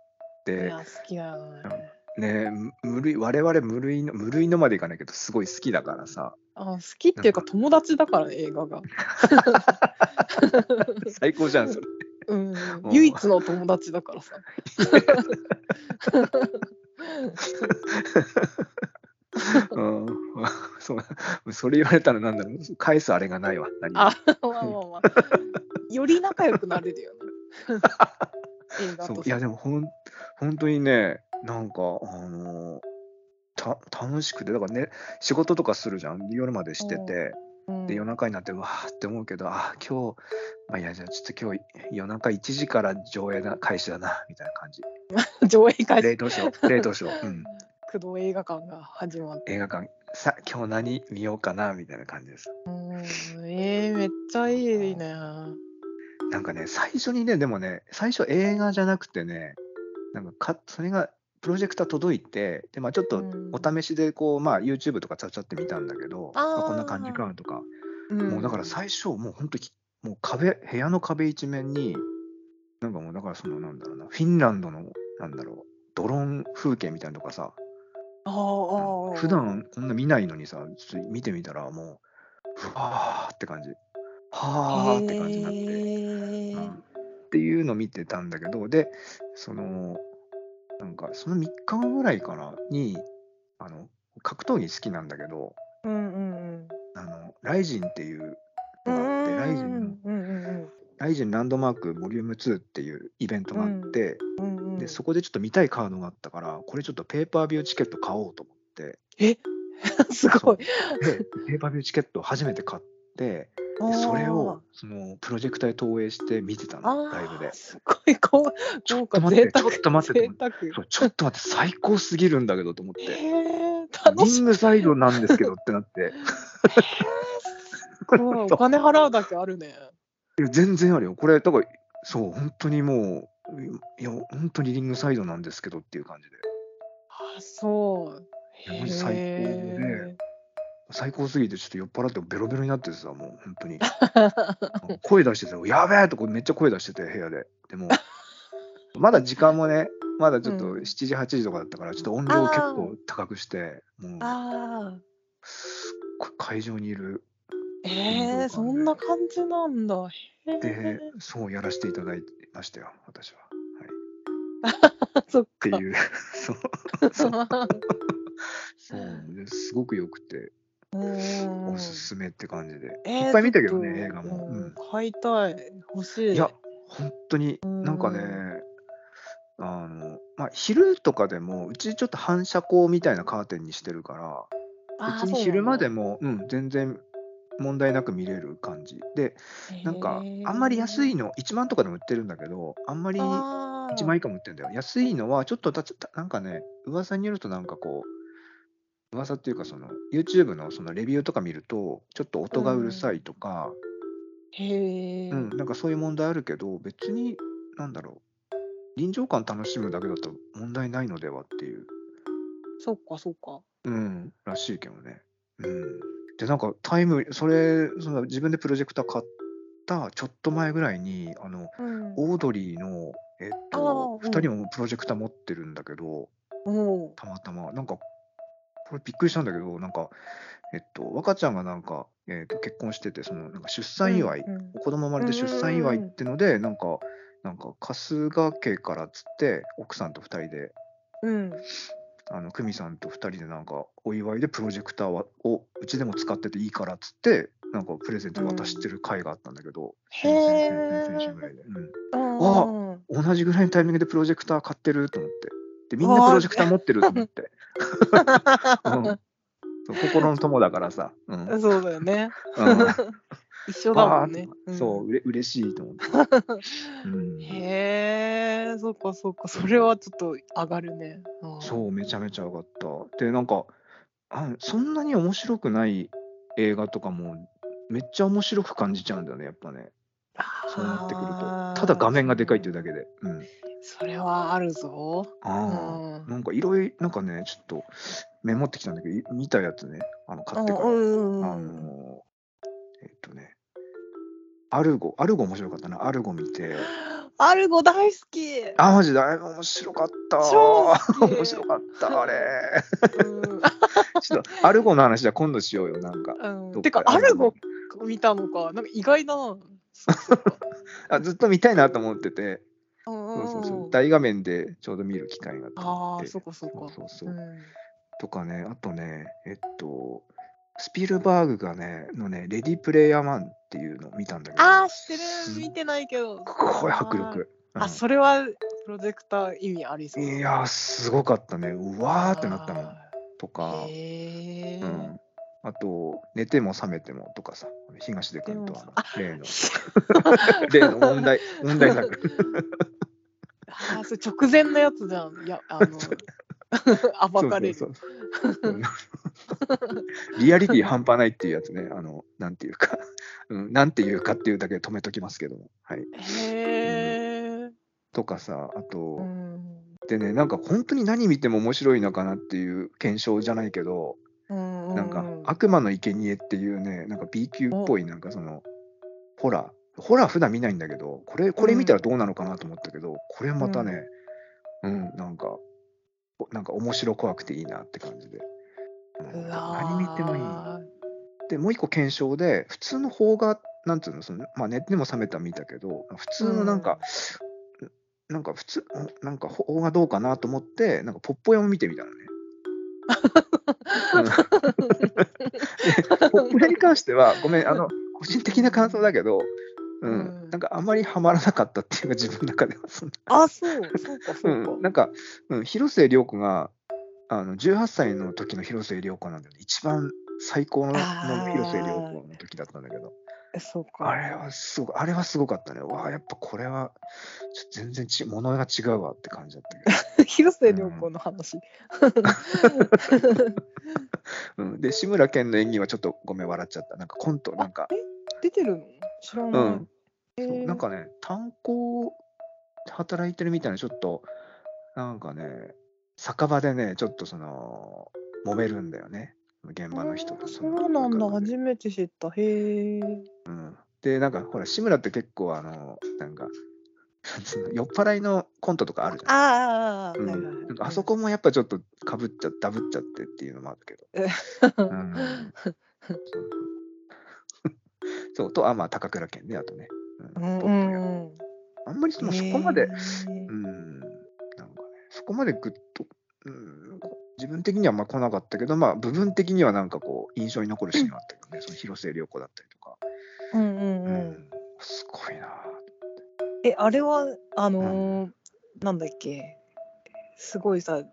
[SPEAKER 1] て
[SPEAKER 2] や、好きだよね。
[SPEAKER 1] ねむ無類我々無類の無類のまでいかないけどすごい好きだから
[SPEAKER 2] <laughs>
[SPEAKER 1] さ
[SPEAKER 2] あ好きっていうか友達だからね映画が、
[SPEAKER 1] 最高じゃんそれ。
[SPEAKER 2] うん、唯一の友達だからさ
[SPEAKER 1] うん、 <laughs> そうそれ言われたらなんだろう返すあれがないわ何
[SPEAKER 2] あ <laughs> まあまあまあより仲良くなれる <laughs> よね映画
[SPEAKER 1] そう
[SPEAKER 2] と
[SPEAKER 1] いやでもほん本当にねなんかあのた楽しくてだからね仕事とかするじゃん夜までしてて、
[SPEAKER 2] うん
[SPEAKER 1] で夜中になってわーって思うけどあー今日まあいやじゃあちょっと今日夜中1時から上映だ開始だなみたいな感じ
[SPEAKER 2] 上映会
[SPEAKER 1] 冷凍
[SPEAKER 2] <laughs>
[SPEAKER 1] しよう冷凍しよう、うん、
[SPEAKER 2] 工藤映画館が始まって
[SPEAKER 1] 映画館さ今日何見ようかなみたいな感じです
[SPEAKER 2] うんえー、めっちゃいいね
[SPEAKER 1] なんかね最初にねでもね最初映画じゃなくてねなんかかそれがプロジェクター届いてでまあちょっとお試しでこう、まあ、YouTube とかちゃちゃって見たんだけど
[SPEAKER 2] あー
[SPEAKER 1] まこんな感じかとか、
[SPEAKER 2] うん
[SPEAKER 1] もうだから最初もう本当にもう壁部屋の壁一面になんかもうだからそのなんだろうなフィンランドのなんだろうドローン風景みたいなのとかさ
[SPEAKER 2] あーあー
[SPEAKER 1] 普段こんな見ないのにさちょっと見てみたらもうふわーって感じはーって感じになって。
[SPEAKER 2] へ
[SPEAKER 1] うん
[SPEAKER 2] ー
[SPEAKER 1] っていうのを見てたんだけどでそのなんかその3日後ぐらいからにあの格闘技好きなんだけど
[SPEAKER 2] うんうん
[SPEAKER 1] あのライジンっていう
[SPEAKER 2] う
[SPEAKER 1] の
[SPEAKER 2] ん
[SPEAKER 1] があってライジ
[SPEAKER 2] う
[SPEAKER 1] ン
[SPEAKER 2] んうんうん
[SPEAKER 1] ライジンランドマークボリューム2っていうイベントがあって、
[SPEAKER 2] うんうん
[SPEAKER 1] でそこでちょっと見たいカードがあったからこれちょっとペーパービューチケット買おうと思って
[SPEAKER 2] え <laughs> すごい
[SPEAKER 1] そうでペーパービューチケットを初めて買ってでそれをそのプロジェクターで投影して見てた
[SPEAKER 2] あ
[SPEAKER 1] の
[SPEAKER 2] ー
[SPEAKER 1] ライブで。
[SPEAKER 2] すごいこう
[SPEAKER 1] ちょっと
[SPEAKER 2] なんか
[SPEAKER 1] 待って
[SPEAKER 2] 贅
[SPEAKER 1] ちょ
[SPEAKER 2] 沢
[SPEAKER 1] っと待ってと思って
[SPEAKER 2] 贅沢
[SPEAKER 1] そうちょっと待って、最高すぎるんだけどと思って、
[SPEAKER 2] へえ楽
[SPEAKER 1] リ
[SPEAKER 2] し
[SPEAKER 1] ン
[SPEAKER 2] い
[SPEAKER 1] グサイドなんですけどってなって、
[SPEAKER 2] すごいお金払うだけあるね
[SPEAKER 1] いや全然あるよ、これ、だから、そう、本当にもう、いや、本当にリングサイドなんですけどっていう感じで、
[SPEAKER 2] あそう
[SPEAKER 1] いやマジ最高で
[SPEAKER 2] へえ
[SPEAKER 1] 最高すぎて、ちょっと酔っ払って、ベロベロになっててさ、もう、本当
[SPEAKER 2] <laughs>
[SPEAKER 1] に、 <laughs> 声出してて、やべえとこめっちゃ声出してて、部屋で。でも、まだ時間もね、まだちょっと
[SPEAKER 2] うん
[SPEAKER 1] 7時、8時とかだったから、ちょっと音量を結構高くして、もう、
[SPEAKER 2] あ
[SPEAKER 1] すっごい会場にいる
[SPEAKER 2] ーえー、そんな感じなんだへ
[SPEAKER 1] で
[SPEAKER 2] え、
[SPEAKER 1] そうやらせていただいてましたよ、私は。はい、っ
[SPEAKER 2] そってか <laughs>
[SPEAKER 1] いう、 <laughs> そう、 <laughs> そうですごく良くて、
[SPEAKER 2] うん
[SPEAKER 1] おすすめって感じで。
[SPEAKER 2] えー
[SPEAKER 1] いっぱい見たけど
[SPEAKER 2] ちょっ
[SPEAKER 1] ね、
[SPEAKER 2] と
[SPEAKER 1] 映画も。
[SPEAKER 2] う
[SPEAKER 1] うん
[SPEAKER 2] ん買いたい欲しい
[SPEAKER 1] いや、本当になんかね、あのまあ、昼とかでも、うちちょっと反射光みたいなカーテンにしてるか
[SPEAKER 2] あ
[SPEAKER 1] ら、
[SPEAKER 2] ー
[SPEAKER 1] 別に昼までも、うん、全然問題なく見れる感じ。で、なんか、あんまり安いの、1万とかでも売ってるんだけど、あんまり1
[SPEAKER 2] 1
[SPEAKER 1] 万以下も売ってんだよ。安いのは、ちょっとたちたなんかね、噂によると、なんかこう、噂っていうか、その、YouTube のそのレビューとか見ると、ちょっと音がうるさいとか、
[SPEAKER 2] へえ、
[SPEAKER 1] うん、なんかそういう問題あるけど、別に、なんだろう、臨場感楽しむだけだと問題ないのではっていう、
[SPEAKER 2] そっかそっか
[SPEAKER 1] うん、らしいけどね。うん。で、なんかタイム、それ、その自分でプロジェクター買ったちょっと前ぐらいに、あの、
[SPEAKER 2] うん
[SPEAKER 1] オードリーの、えっ
[SPEAKER 2] あ
[SPEAKER 1] と、
[SPEAKER 2] ーうん
[SPEAKER 1] 2人もプロジェクター持ってるんだけど、
[SPEAKER 2] おう
[SPEAKER 1] たまたまなんかこれびっくりしたんだけどなんかえっと若ちゃんがなんか、えっと結婚しててそのなんか出産祝い、
[SPEAKER 2] うんうん
[SPEAKER 1] 子供生まれて出産祝いってので、なんかなんか春日家からっつって奥さんと2人で
[SPEAKER 2] うん、
[SPEAKER 1] あの久美さんと2人でなんかお祝いでプロジェクターはをうちでも使ってていいからっつってなんかプレゼント渡してる回があったんだけど、
[SPEAKER 2] へ
[SPEAKER 1] 先々
[SPEAKER 2] え。
[SPEAKER 1] 先々週ぐらいで、うん
[SPEAKER 2] うんうん
[SPEAKER 1] 同じぐらいのタイミングでプロジェクター買ってると思ってでみんなプロジェクター持ってると思ってうん
[SPEAKER 2] <laughs>
[SPEAKER 1] そう心の友だからさ、うんうん
[SPEAKER 2] そうだよね。一緒だも
[SPEAKER 1] バ
[SPEAKER 2] ん
[SPEAKER 1] ー
[SPEAKER 2] ね
[SPEAKER 1] ッ。と
[SPEAKER 2] ん
[SPEAKER 1] そううれ嬉しいと思
[SPEAKER 2] <laughs>
[SPEAKER 1] って、うん
[SPEAKER 2] へえ、そっかそっか、それはちょっと上がるね。あー
[SPEAKER 1] そうめちゃめちゃ上がったでなんかあそんなに面白くない映画とかもめっちゃ面白く感じちゃうんだよねやっぱねそうなってくると
[SPEAKER 2] あー
[SPEAKER 1] ただ画面がでかいっていうだけで、うん、
[SPEAKER 2] それはあるぞ。う
[SPEAKER 1] あ
[SPEAKER 2] ん
[SPEAKER 1] あ。なんかいろいろなんかねちょっとメモってきたんだけどい見たやつねあの買ってから、
[SPEAKER 2] うん
[SPEAKER 1] あのーえっとねアルゴアルゴ面白かったなアルゴ見て
[SPEAKER 2] アルゴ大好
[SPEAKER 1] <laughs>
[SPEAKER 2] き、
[SPEAKER 1] あ、マジだいぶ面白かった。
[SPEAKER 2] 超好き
[SPEAKER 1] 面白かった、あれ。
[SPEAKER 2] うん
[SPEAKER 1] ちょっと、アルゴの話じゃ今度しようよ、なんか。
[SPEAKER 2] うん、てかアルゴ見たのかなんか意外だなそうそう
[SPEAKER 1] あずっと見たいなと思ってて、
[SPEAKER 2] うん
[SPEAKER 1] そうそう
[SPEAKER 2] うん
[SPEAKER 1] そううん大画面でちょうど見る機会があ
[SPEAKER 2] あ
[SPEAKER 1] っ
[SPEAKER 2] あ
[SPEAKER 1] て。
[SPEAKER 2] そうかそうか
[SPEAKER 1] そうそうう。
[SPEAKER 2] ん
[SPEAKER 1] とかね、あとね、えっと、スピルバーグがね、のね、レディープレイヤーマンっていうのを見たんだけど、
[SPEAKER 2] ああ知ってる見てないけど
[SPEAKER 1] すごい迫力。うん
[SPEAKER 2] あそれはプロジェクター意味ありそう
[SPEAKER 1] いやー、すごかったね。うわーってなったもん。とか、
[SPEAKER 2] へえ、
[SPEAKER 1] うん。あと、寝ても覚めてもとかさ、東出君とは例の、例の問題、問題作。
[SPEAKER 2] <laughs> <laughs> ああそれ直前のやつじゃんいや
[SPEAKER 1] <laughs>
[SPEAKER 2] あの <laughs> 暴かれる
[SPEAKER 1] そうそうそうリアリティ半端ないっていうやつね、あの、なんていうか、うん、なんていうかっていうだけで止めときますけども、はい。
[SPEAKER 2] へえ、
[SPEAKER 1] とかさ、あと、
[SPEAKER 2] うん
[SPEAKER 1] でね、なんか本当に何見ても面白いのかなっていう検証じゃないけど、
[SPEAKER 2] うん、
[SPEAKER 1] なんか、悪魔の生贄っていうね、なんか B 級っぽい、なんかその、ホラー、ホラー普段見ないんだけど、これ、これ見たらどうなのかなと思ったけど、これまたね、うん、なんか、おなんか面白怖くていいなって感じで。うん
[SPEAKER 2] うわ
[SPEAKER 1] 何
[SPEAKER 2] ー
[SPEAKER 1] 見てもいい。で、もう一個検証で、普通の邦画、なんていうの、そのまあ、寝ても覚めた見たけど、普通のなんか、なんか普通、おなんか邦画どうかなと思って、なんかポッポ屋も見てみたのね。
[SPEAKER 2] <laughs>
[SPEAKER 1] うんポップ屋に関しては、ごめん、あの、個人的な感想だけど、う
[SPEAKER 2] うん
[SPEAKER 1] ん、なんかあまりハマらなかったっていうか、自分の中ではそんな。
[SPEAKER 2] あそうそうかそうか、
[SPEAKER 1] うん、なんか、うん、広末涼子が、あの、18歳の時の広末涼子なんだよね。一番最高のの
[SPEAKER 2] あー
[SPEAKER 1] 広末涼子の時だったんだけど、
[SPEAKER 2] えそうか
[SPEAKER 1] あれはすごい、あれはすごかったね。わあ、やっぱこれは、ちょっと全然ち、物が違うわって感じだったけど。
[SPEAKER 2] <laughs> 広末涼子の話、 <laughs>
[SPEAKER 1] うん、で、志村けんの演技はちょっとごめん、笑っちゃった。なんかコント、なんか、
[SPEAKER 2] 出てるの知ら
[SPEAKER 1] う
[SPEAKER 2] ない、
[SPEAKER 1] ん、そう
[SPEAKER 2] へー
[SPEAKER 1] なんかね、炭鉱で働いてるみたいな、ちょっと、なんかね、酒場でね、ちょっとその、揉めるんだよね、現場の人
[SPEAKER 2] あー
[SPEAKER 1] と
[SPEAKER 2] そ
[SPEAKER 1] の
[SPEAKER 2] うなんだ
[SPEAKER 1] 空間で
[SPEAKER 2] 初めて知ったへえ
[SPEAKER 1] で、なんか、ほら、志村って結構、あの、なんか、 <laughs> その酔っ払いのコントとかあるじゃん。
[SPEAKER 2] あーあーあー、
[SPEAKER 1] うん
[SPEAKER 2] はいはいはい
[SPEAKER 1] なんかあそこもやっぱちょっとかぶっちゃダブっちゃってっていうのもあるけど。うんそう <laughs> そうそうと、あ、まあ、高倉健で、あとね。
[SPEAKER 2] う
[SPEAKER 1] うんポッ
[SPEAKER 2] んう
[SPEAKER 1] プや
[SPEAKER 2] んうん
[SPEAKER 1] あんまりでもそこまで
[SPEAKER 2] へー
[SPEAKER 1] うん、なんかね、そこまでぐっと、うん、自分的にはあんま来なかったけど、まあ、部分的にはなんかこう、印象に残るシーンがあったけどね、その広末涼子だったりとか、
[SPEAKER 2] うんうん
[SPEAKER 1] う
[SPEAKER 2] うん
[SPEAKER 1] ん、すごいなぁ。
[SPEAKER 2] えあれはあのーなんだっけすごいさ
[SPEAKER 1] う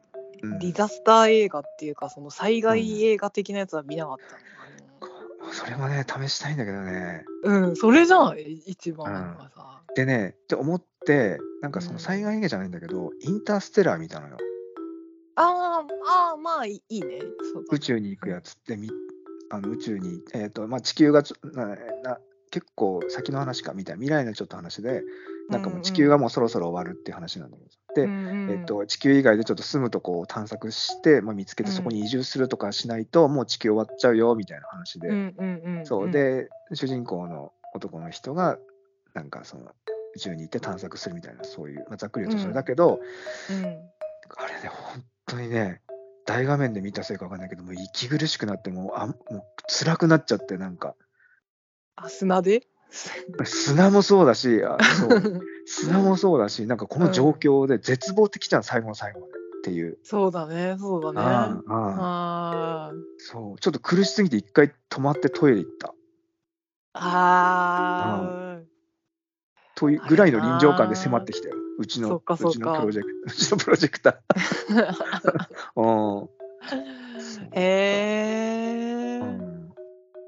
[SPEAKER 1] ん
[SPEAKER 2] ディザスター映画っていうかその災害映画的なやつは見なかった
[SPEAKER 1] それもね、試したいんだけどね。
[SPEAKER 2] の、うん、それじゃん一番
[SPEAKER 1] うん
[SPEAKER 2] なんかさ、
[SPEAKER 1] でね、って思って、なんかそうの
[SPEAKER 2] ん
[SPEAKER 1] 災害映画じゃないんだけど、インターステラー見たのよ。
[SPEAKER 2] あーあーまあいいいいねそうだね
[SPEAKER 1] 宇宙に行くやつってみ、あの宇宙に、えっ、と、まあ、地球がちょなな、結構先の話かみたいな、未来のちょっと話で、なんかもう地球がもうそろそろ終わるっていう話なんだけど。で、
[SPEAKER 2] うんうん
[SPEAKER 1] えっと、地球以外でちょっと住むとこを探索して、まあ、見つけて
[SPEAKER 2] うん
[SPEAKER 1] そこに移住するとかしないともう地球終わっちゃうよみたいな話で、
[SPEAKER 2] うんうんうんうん
[SPEAKER 1] そうで主人公の男の人がなんかその宇宙に行って探索するみたいなそういう、まあ、ざっくり言うとそれだけど、
[SPEAKER 2] うん
[SPEAKER 1] あれね本当にね大画面で見たせいかわかんないけどもう息苦しくなってもうあもう辛くなっちゃってなんか
[SPEAKER 2] あ砂で <laughs>
[SPEAKER 1] 砂もそうだしあそう砂もそうだしなんかこの状
[SPEAKER 2] うん
[SPEAKER 1] 況で絶望的じゃん最後の最後までっていう。
[SPEAKER 2] そうだねそう
[SPEAKER 1] あ
[SPEAKER 2] だね
[SPEAKER 1] あああ
[SPEAKER 2] あー
[SPEAKER 1] そう、ちょっと苦しすぎて一回止まってトイレ行った
[SPEAKER 2] あ <laughs> ー
[SPEAKER 1] というぐらいの臨場感で迫ってきたよ。うち
[SPEAKER 2] そ
[SPEAKER 1] の
[SPEAKER 2] っかそっか
[SPEAKER 1] うちのプロジェクター、うちのプロジェクター。うん
[SPEAKER 2] へえ
[SPEAKER 1] う
[SPEAKER 2] ー
[SPEAKER 1] ん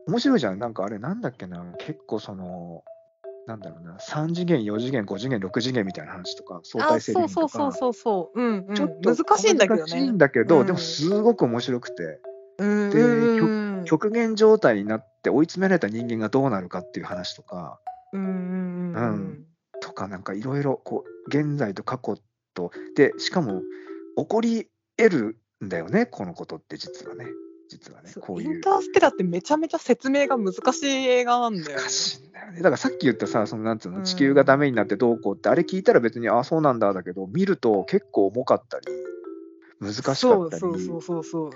[SPEAKER 1] 面白いじゃん。なんかあれなんだっけな、結構その。なんだろうな3次元、4次元、5次元、6次元みたいな話とか、相
[SPEAKER 2] あ
[SPEAKER 1] 対性理
[SPEAKER 2] そう
[SPEAKER 1] 論
[SPEAKER 2] そ
[SPEAKER 1] と
[SPEAKER 2] うそう
[SPEAKER 1] か、
[SPEAKER 2] そうそう、うんうん、
[SPEAKER 1] ちょっと
[SPEAKER 2] 難しいんだけど
[SPEAKER 1] 難しい
[SPEAKER 2] ね
[SPEAKER 1] ん。だけど、
[SPEAKER 2] うん
[SPEAKER 1] でもすごく面白くて、
[SPEAKER 2] うん
[SPEAKER 1] で
[SPEAKER 2] うんうん
[SPEAKER 1] 極限状態になって追い詰められた人間がどうなるかっていう話とか、
[SPEAKER 2] うんうんうんうん
[SPEAKER 1] とかなんかいろいろこう現在と過去とでしかも起こり得るんだよねこのことって実はね実はね
[SPEAKER 2] そう
[SPEAKER 1] こう
[SPEAKER 2] イ
[SPEAKER 1] い
[SPEAKER 2] ン
[SPEAKER 1] う
[SPEAKER 2] ターステラーってめちゃめちゃ説明が難しい映画なんだよね
[SPEAKER 1] 難。しいんだよよね。だからさっき言ったさ、そのなんつう
[SPEAKER 2] う
[SPEAKER 1] の、
[SPEAKER 2] ん
[SPEAKER 1] 地球がダメになってどうこうって、あれ聞いたら別に、ああ、そうなんだだけど、見ると結構重かったり、難しかったり、
[SPEAKER 2] そうそうそうそうそう。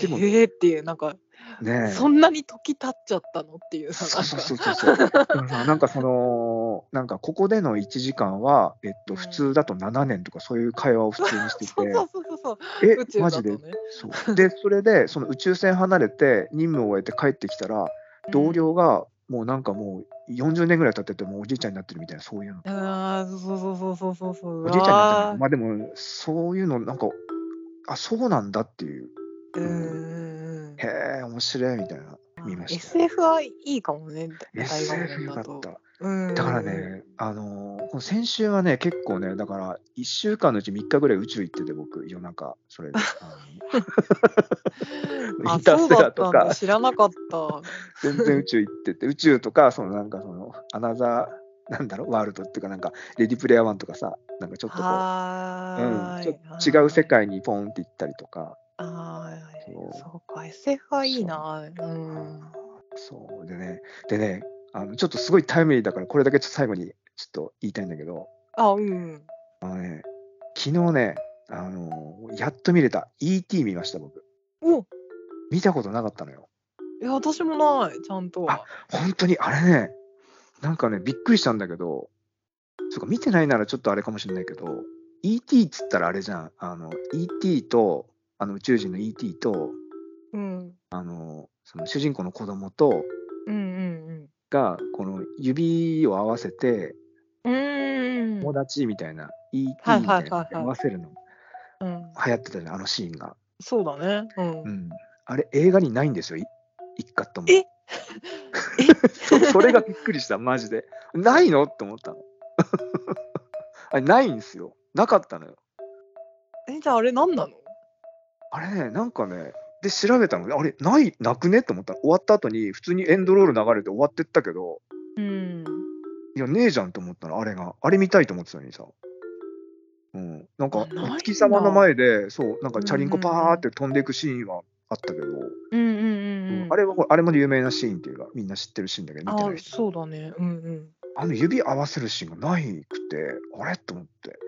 [SPEAKER 1] でも
[SPEAKER 2] へえっていうなんか、
[SPEAKER 1] ねえ
[SPEAKER 2] そんなに時経っちゃったのっていう
[SPEAKER 1] そうそう
[SPEAKER 2] う
[SPEAKER 1] そうそうそう。だからさなんかその、なんかここでの1時間は、えっと、
[SPEAKER 2] うん
[SPEAKER 1] 普通だと7年とかそういう会話を普通にして
[SPEAKER 2] そうそうそうそう
[SPEAKER 1] て、
[SPEAKER 2] 宇宙
[SPEAKER 1] え、
[SPEAKER 2] だ
[SPEAKER 1] マ
[SPEAKER 2] と
[SPEAKER 1] ジで
[SPEAKER 2] ね
[SPEAKER 1] そう。で、それで、その宇宙船離れて任務を終えて帰ってきたら、同僚がもうなんかもう40年ぐらい経ってて、もうおじいちゃんになってるみたいな、そういうの。
[SPEAKER 2] ああそうそうそうそうそうそう
[SPEAKER 1] おじいちゃんになってる
[SPEAKER 2] う
[SPEAKER 1] のまあでも、そういうの、なんか、あ、そうなんだっていう、
[SPEAKER 2] わーうんうん
[SPEAKER 1] へえ、面白いみたいな、
[SPEAKER 2] うん
[SPEAKER 1] 見ました。
[SPEAKER 2] SF はいいかもね大学
[SPEAKER 1] SF よか
[SPEAKER 2] だ
[SPEAKER 1] っ
[SPEAKER 2] と
[SPEAKER 1] た。
[SPEAKER 2] うん
[SPEAKER 1] だからね、あのーこの先週はね、結構ね、だから1週間のうち3日ぐらい宇宙行ってて、僕、夜中、それで。あのイ
[SPEAKER 2] あ
[SPEAKER 1] ンター
[SPEAKER 2] そ
[SPEAKER 1] ス
[SPEAKER 2] う
[SPEAKER 1] テ
[SPEAKER 2] だ
[SPEAKER 1] ラー
[SPEAKER 2] った
[SPEAKER 1] と
[SPEAKER 2] んだ
[SPEAKER 1] か、
[SPEAKER 2] 知らなかった
[SPEAKER 1] 全然宇宙行ってて、宇宙とか、そのなんかその、アナザー、なんだろう、ワールドっていうか、なんか、レディプレイヤー1とかさ、なんかちょっとこう、
[SPEAKER 2] は
[SPEAKER 1] うん、
[SPEAKER 2] ー
[SPEAKER 1] ち
[SPEAKER 2] い
[SPEAKER 1] ょっと違う世界にポンって行ったりとか、
[SPEAKER 2] はーい
[SPEAKER 1] そう
[SPEAKER 2] そうか SF はいいなうん
[SPEAKER 1] そうでね、でね、あのちょっとすごいタイムリーだから、これだけちょっと最後にちょっと言いたいんだけど、
[SPEAKER 2] あうん
[SPEAKER 1] あのね、昨日ね、あのーやっと見れた ET 見ました、僕。
[SPEAKER 2] おい
[SPEAKER 1] 見たことなかったのよ。
[SPEAKER 2] や私もないちゃんとは
[SPEAKER 1] 本当に、あれね、なんかね、びっくりしたんだけど、そうか、見てないならちょっとあれかもしれないけど、ET っつったらあれじゃん。あの、ET と、あの宇宙人の ET と、
[SPEAKER 2] うん
[SPEAKER 1] あの、その主人公の子供と、
[SPEAKER 2] うんうん
[SPEAKER 1] が、この指を合わせて、
[SPEAKER 2] うんうん
[SPEAKER 1] 友達みたいな、ET み
[SPEAKER 2] は
[SPEAKER 1] た
[SPEAKER 2] い
[SPEAKER 1] いな
[SPEAKER 2] はいはいはい
[SPEAKER 1] 合わせるの、
[SPEAKER 2] うん
[SPEAKER 1] 流行ってたじゃん、あのシーンが。
[SPEAKER 2] そうだねうん
[SPEAKER 1] うん、あれ映画にないんですよ、い一カットも。
[SPEAKER 2] え
[SPEAKER 1] <laughs> そそれがびっくりした、マジで。ないのって思ったの。 <laughs> あれないんですよ。なかったのよ。
[SPEAKER 2] えじゃああれ何なの
[SPEAKER 1] あれね、なんかね、で調べたのね、あれ、ない、なくねって思ったの。終わった後に、普通にエンドロール流れて終わってったけど、
[SPEAKER 2] うん
[SPEAKER 1] いや、ねえじゃんと思ったの、あれが。あれ見たいと思ってたのにさ。うん、なんか
[SPEAKER 2] あないんだ
[SPEAKER 1] お月様の前で、そう、なんかチャリンコ
[SPEAKER 2] うんうんうん
[SPEAKER 1] パーって飛んでいくシーンはあったけど、
[SPEAKER 2] うんうんうんうん
[SPEAKER 1] あれはほらあれも有名なシーンっていうかみんな知ってるシーンだけど見て
[SPEAKER 2] あ
[SPEAKER 1] ない人
[SPEAKER 2] そうだねうんうん
[SPEAKER 1] あの指合わせるシーンがないくてあれと思って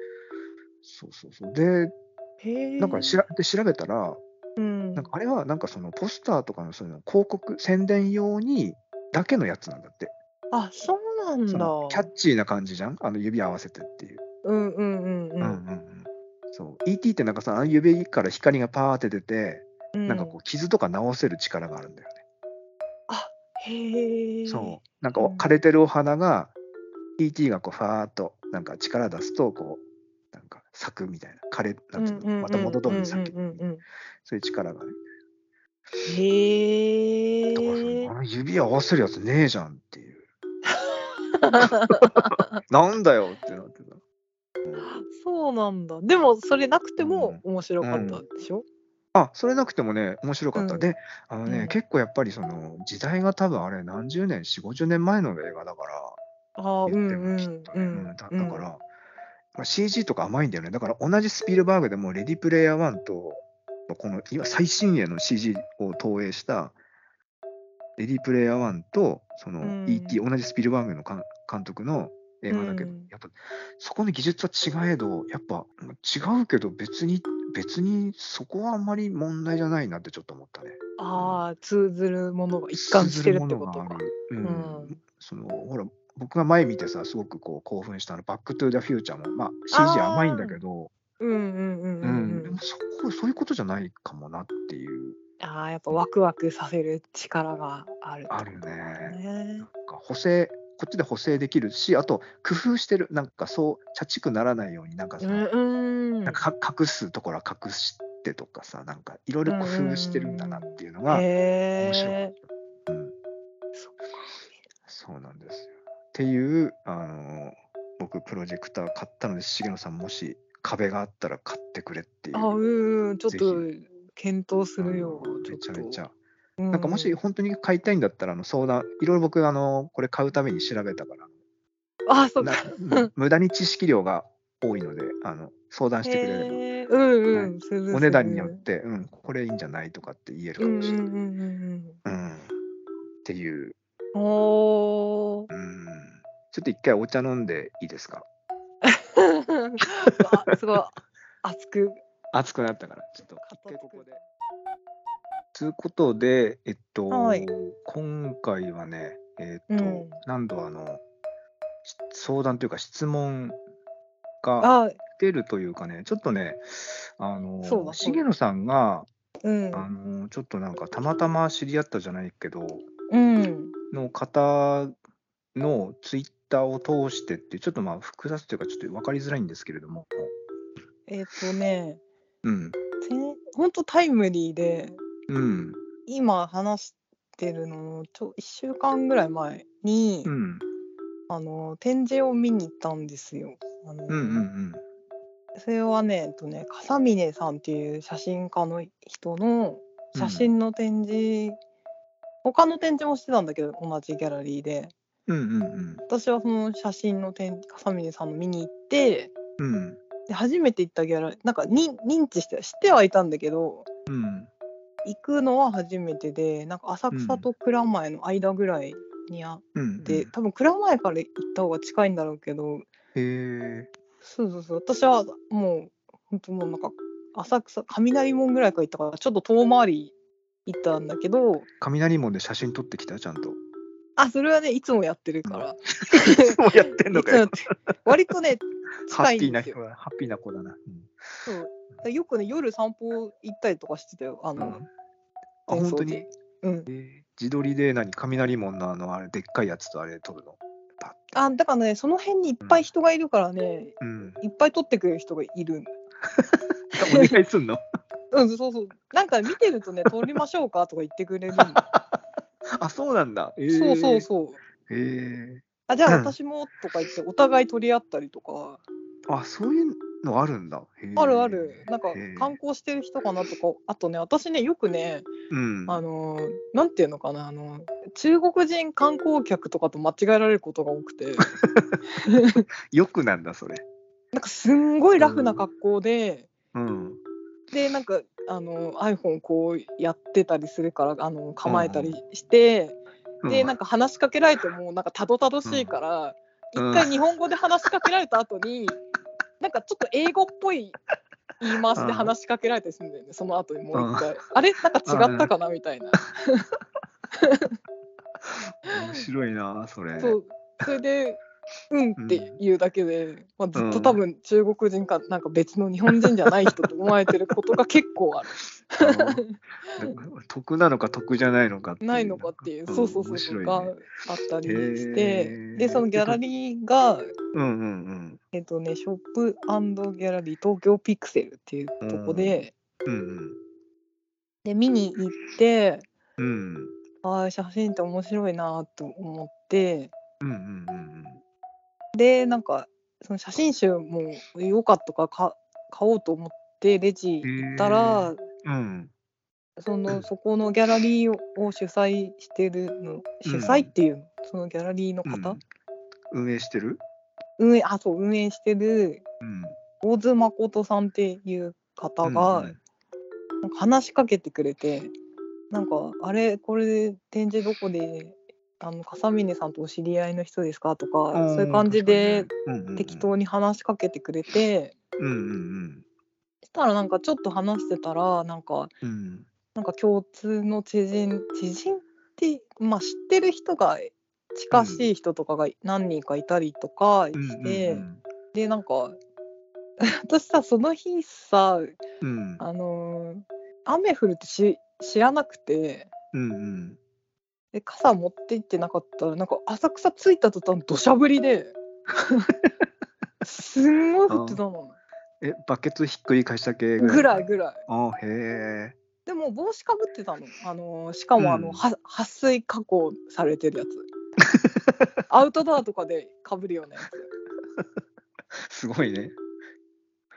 [SPEAKER 1] そうそうそうで
[SPEAKER 2] へえ
[SPEAKER 1] なんかしらで調べたら
[SPEAKER 2] うん
[SPEAKER 1] なんかあれはなんかそのポスターとかのそういうの広告宣伝用にだけのやつなんだって
[SPEAKER 2] あそうなんだ
[SPEAKER 1] そのキャッチーな感じじゃんあの指合わせてっていう、
[SPEAKER 2] うんうんうんう
[SPEAKER 1] うん
[SPEAKER 2] ん
[SPEAKER 1] うんうんそう ET ってなんかさあの指から光がパーって出て、
[SPEAKER 2] う
[SPEAKER 1] なんかこう傷とか治せる力があるんだよね
[SPEAKER 2] へえ
[SPEAKER 1] そうなんか
[SPEAKER 2] うん
[SPEAKER 1] 枯れてるお花が ET がこうファーっとなんか力出すとこうなんか咲くみたいな枯れなんていうのまた元通りに咲く
[SPEAKER 2] うんうんうんうん
[SPEAKER 1] そういう力がね
[SPEAKER 2] へえ
[SPEAKER 1] だからそのあの指合わせるやつねえじゃんって <laughs> いうなんだよってなってた
[SPEAKER 2] そうなんだでもそれなくても面白かったでしょ、
[SPEAKER 1] あそれなくてもね面白かった、
[SPEAKER 2] うん
[SPEAKER 1] であのね、
[SPEAKER 2] うん
[SPEAKER 1] 結構やっぱりその時代が多分あれ何十年4 5 0年前の映画だから
[SPEAKER 2] ああう
[SPEAKER 1] 言
[SPEAKER 2] ん
[SPEAKER 1] って
[SPEAKER 2] う
[SPEAKER 1] もきっ
[SPEAKER 2] ん
[SPEAKER 1] と
[SPEAKER 2] う
[SPEAKER 1] ね
[SPEAKER 2] ん
[SPEAKER 1] うんだだから、まあ CG とか甘いんだよねだから同じスピルバーグでも「レディプレイヤー1と」まあこの今最新鋭の CG を投影した「レディプレイヤー1」とその
[SPEAKER 2] うん
[SPEAKER 1] ET、同じスピルバーグのかん監督の映画だけど、
[SPEAKER 2] うん
[SPEAKER 1] やっぱそこの技術は違えどやっぱ違うけど別に別にそこはあんまり問題じゃないなってちょっと思ったね。
[SPEAKER 2] ああ通ずるものが一貫してるってこ
[SPEAKER 1] 通ず
[SPEAKER 2] と
[SPEAKER 1] るもの
[SPEAKER 2] か
[SPEAKER 1] があるうん
[SPEAKER 2] うん
[SPEAKER 1] そのほら僕が前見てさすごくこう興奮したあの「バック・トゥ・ザ・フューチャーも」まあ、CG
[SPEAKER 2] あー
[SPEAKER 1] 甘いんだけど、
[SPEAKER 2] うんうんう
[SPEAKER 1] う
[SPEAKER 2] んう
[SPEAKER 1] ん
[SPEAKER 2] ん、
[SPEAKER 1] で
[SPEAKER 2] うん
[SPEAKER 1] も、そこそういうことじゃないかもなっていう
[SPEAKER 2] ああやっぱワクワクさせる力があるってこと
[SPEAKER 1] ある
[SPEAKER 2] だ
[SPEAKER 1] ね
[SPEAKER 2] ね
[SPEAKER 1] なんか補正こっちで補正できるしあと工夫してるなんかそうチャチくならないようになんかさ、
[SPEAKER 2] うんうん
[SPEAKER 1] なんかか隠すところは隠してとかさなんかいろいろ工夫してるんだなっていうのが
[SPEAKER 2] へ
[SPEAKER 1] 面白か
[SPEAKER 2] え
[SPEAKER 1] った。うん
[SPEAKER 2] そっか
[SPEAKER 1] そうなんですよ。っていう、あの僕、プロジェクター買ったので、重野さん、もし壁があったら買ってくれっていう。
[SPEAKER 2] あうんうんちょっと
[SPEAKER 1] ぜ
[SPEAKER 2] 検討するよ
[SPEAKER 1] あのめちゃめち
[SPEAKER 2] ょっ
[SPEAKER 1] ゃ。
[SPEAKER 2] と
[SPEAKER 1] なんかもし
[SPEAKER 2] う
[SPEAKER 1] 本当に買いたいんだったら、あの相談、いろいろ僕、あのこれ買うために調べたから、
[SPEAKER 2] ああそっ <laughs>
[SPEAKER 1] な
[SPEAKER 2] か
[SPEAKER 1] む無駄に知識量が多いので、あの相談してくれれば。
[SPEAKER 2] へーうんうんするする
[SPEAKER 1] お値段によって、うん、これいいんじゃないとかって言える
[SPEAKER 2] う
[SPEAKER 1] か
[SPEAKER 2] ん
[SPEAKER 1] も
[SPEAKER 2] うん
[SPEAKER 1] しれない。
[SPEAKER 2] うんうん
[SPEAKER 1] うん。っていう。
[SPEAKER 2] うんお
[SPEAKER 1] う
[SPEAKER 2] ー
[SPEAKER 1] ん。ちょっと一回お茶飲んでいいですか
[SPEAKER 2] わすごい熱く
[SPEAKER 1] 暑くなったから、ちょっと一
[SPEAKER 2] 片付
[SPEAKER 1] 回
[SPEAKER 2] く
[SPEAKER 1] ここで。ということで、えっと、
[SPEAKER 2] はい
[SPEAKER 1] 今回はね、えっと、
[SPEAKER 2] うん
[SPEAKER 1] 何度あの、し相談というか質問が
[SPEAKER 2] あ
[SPEAKER 1] 来てるというかね、ちょっとね、あの、
[SPEAKER 2] そうだそうだ
[SPEAKER 1] 重野さんが、
[SPEAKER 2] うん
[SPEAKER 1] あの、ちょっとなんかたまたま知り合ったじゃないけど、
[SPEAKER 2] うん
[SPEAKER 1] の方のツイッターを通してって、ちょっとまあ複雑というか、ちょっと分かりづらいんですけれども、
[SPEAKER 2] えっ、とね
[SPEAKER 1] うん、
[SPEAKER 2] てほんとタイムリーで
[SPEAKER 1] うん、
[SPEAKER 2] 今話してるののちょ1週間ぐらい前に、
[SPEAKER 1] うん、
[SPEAKER 2] あの展示を見に行ったんですよ。あ
[SPEAKER 1] う
[SPEAKER 2] の
[SPEAKER 1] ん、うん、うん。
[SPEAKER 2] それはね,、えっと、ね笠峰さんっていう写真家の人の
[SPEAKER 1] うん
[SPEAKER 2] 写真の展示、他の展示もしてたんだけど同じギャラリーで
[SPEAKER 1] うんうん
[SPEAKER 2] 私はその写真の展示笠峰さんの見に行って
[SPEAKER 1] うんうん
[SPEAKER 2] で初めて行ったギャラリーなんかに認知して知ってはいたんだけど
[SPEAKER 1] うん
[SPEAKER 2] 行くのは初めてでなんか浅草と蔵前の間ぐらいにあっ
[SPEAKER 1] うん
[SPEAKER 2] て、多分蔵前から行った方が近いんだろうけど
[SPEAKER 1] へえ
[SPEAKER 2] そうそうそう私はもう本当もうなんか浅草雷門ぐらいから行ったからちょっと遠回り行ったんだけど
[SPEAKER 1] 雷門で写真撮ってきたちゃん
[SPEAKER 2] <laughs>
[SPEAKER 1] と
[SPEAKER 2] あそれはねいつもやってるから
[SPEAKER 1] もやってん
[SPEAKER 2] いつもやって割とね
[SPEAKER 1] ハ
[SPEAKER 2] 近い
[SPEAKER 1] ッピー
[SPEAKER 2] ん
[SPEAKER 1] な
[SPEAKER 2] です
[SPEAKER 1] 人
[SPEAKER 2] よ
[SPEAKER 1] はハッピーな子だな、
[SPEAKER 2] そうだからよくね夜散歩行ったりとかしてたよあ
[SPEAKER 1] うんうん、
[SPEAKER 2] の
[SPEAKER 1] あ、本当に
[SPEAKER 2] 前奏でうん
[SPEAKER 1] 自撮りで何雷門のあのあれでっかいやつとあれ撮るのパッて
[SPEAKER 2] あだからねその辺にいっぱい人がいるからね、 <laughs>
[SPEAKER 1] うん
[SPEAKER 2] いっぱい撮ってくれる人がいる
[SPEAKER 1] お願いすんの
[SPEAKER 2] うんそうそうなんか見てるとね撮りましょうかとか言ってくれるの
[SPEAKER 1] <laughs> <laughs> あそうなんだ、え
[SPEAKER 2] そうそうそう
[SPEAKER 1] うへえ
[SPEAKER 2] あじゃあ
[SPEAKER 1] うん
[SPEAKER 2] 私もとか言ってお互い取り合ったりとか、
[SPEAKER 1] あそういうのあるんだへえ
[SPEAKER 2] あるあるなんか
[SPEAKER 1] へえ
[SPEAKER 2] 観光してる人かなとかあとね私ねよくね
[SPEAKER 1] うん
[SPEAKER 2] あのーなんていうのかなあの中国人観光客とかと間違えられることが多
[SPEAKER 1] <laughs>
[SPEAKER 2] くて
[SPEAKER 1] よくなんだそれ
[SPEAKER 2] なんかすんごいラフな格好で、
[SPEAKER 1] うん
[SPEAKER 2] でなんかあの iPhone こうやってたりするからあの構えたりして、でなん
[SPEAKER 1] か
[SPEAKER 2] か話しかけられてもなんかたどたどしいから、
[SPEAKER 1] うん
[SPEAKER 2] 一回日本語で話しかけられた後に、なんかちょっと英語っぽい言い回しで話しかけられてすんだよね、その後にもう一回、あれなんか違ったかなみたいな、
[SPEAKER 1] 面白いなそれ
[SPEAKER 2] そうそれで「うん」って言うだけで、まあ、ずっと多分中国人かなんか別の日本人じゃない人と思われてることが結構ある
[SPEAKER 1] あの得なのか得じゃないのかっていう
[SPEAKER 2] ないのかってい
[SPEAKER 1] な
[SPEAKER 2] う、
[SPEAKER 1] んか
[SPEAKER 2] そうそうそう
[SPEAKER 1] 面白い
[SPEAKER 2] と
[SPEAKER 1] ね
[SPEAKER 2] かあったりして、
[SPEAKER 1] へー
[SPEAKER 2] でそのギャラリーが
[SPEAKER 1] うんうん
[SPEAKER 2] えっとね、ショップギャラリー東京ピクセルっていうとこで,、
[SPEAKER 1] うんうん
[SPEAKER 2] で見に行って
[SPEAKER 1] うんうん
[SPEAKER 2] ああ写真って面白いなと思って
[SPEAKER 1] うんうんうん
[SPEAKER 2] でなんかその写真集もよかったからか買おうと思ってレジ行ったら、
[SPEAKER 1] うんうん
[SPEAKER 2] そうの
[SPEAKER 1] ん
[SPEAKER 2] そこのギャラリーを主催してるの主催っていうの、そのギャラリーの方、
[SPEAKER 1] うん運営してる
[SPEAKER 2] 運営あそう運営してる
[SPEAKER 1] うん
[SPEAKER 2] 大津誠さんっていう方が、
[SPEAKER 1] うん
[SPEAKER 2] なんか話しかけてくれてなんか「あれこれ展示どこであの笠峰さんとお知り合いの人ですか?」とか
[SPEAKER 1] うん
[SPEAKER 2] そういう感じで
[SPEAKER 1] 確かにねうんうんうん
[SPEAKER 2] 適当に話しかけてくれて
[SPEAKER 1] うんうん
[SPEAKER 2] したらなんかちょっと話してたらなんか
[SPEAKER 1] うんうん
[SPEAKER 2] なんか共通の知人知人って、まあ、知ってる人が近しい人とかが何人かいたりとかして、
[SPEAKER 1] うんうん
[SPEAKER 2] でなんか <laughs> 私さその日さ
[SPEAKER 1] うん
[SPEAKER 2] あのー雨降るってし知らなくて。
[SPEAKER 1] うんうん
[SPEAKER 2] で傘持って行ってなかったらなんか浅草着いた途端土砂降りですんごい降ってたの
[SPEAKER 1] えバケツひっくり返した系
[SPEAKER 2] ぐら
[SPEAKER 1] い
[SPEAKER 2] いぐらい
[SPEAKER 1] あへえ
[SPEAKER 2] でも帽子かぶってたの、あのーしかもあの、
[SPEAKER 1] うん
[SPEAKER 2] は撥水加工され
[SPEAKER 1] <laughs>
[SPEAKER 2] てるやつアウトドアとかでかぶるようなや
[SPEAKER 1] すごいね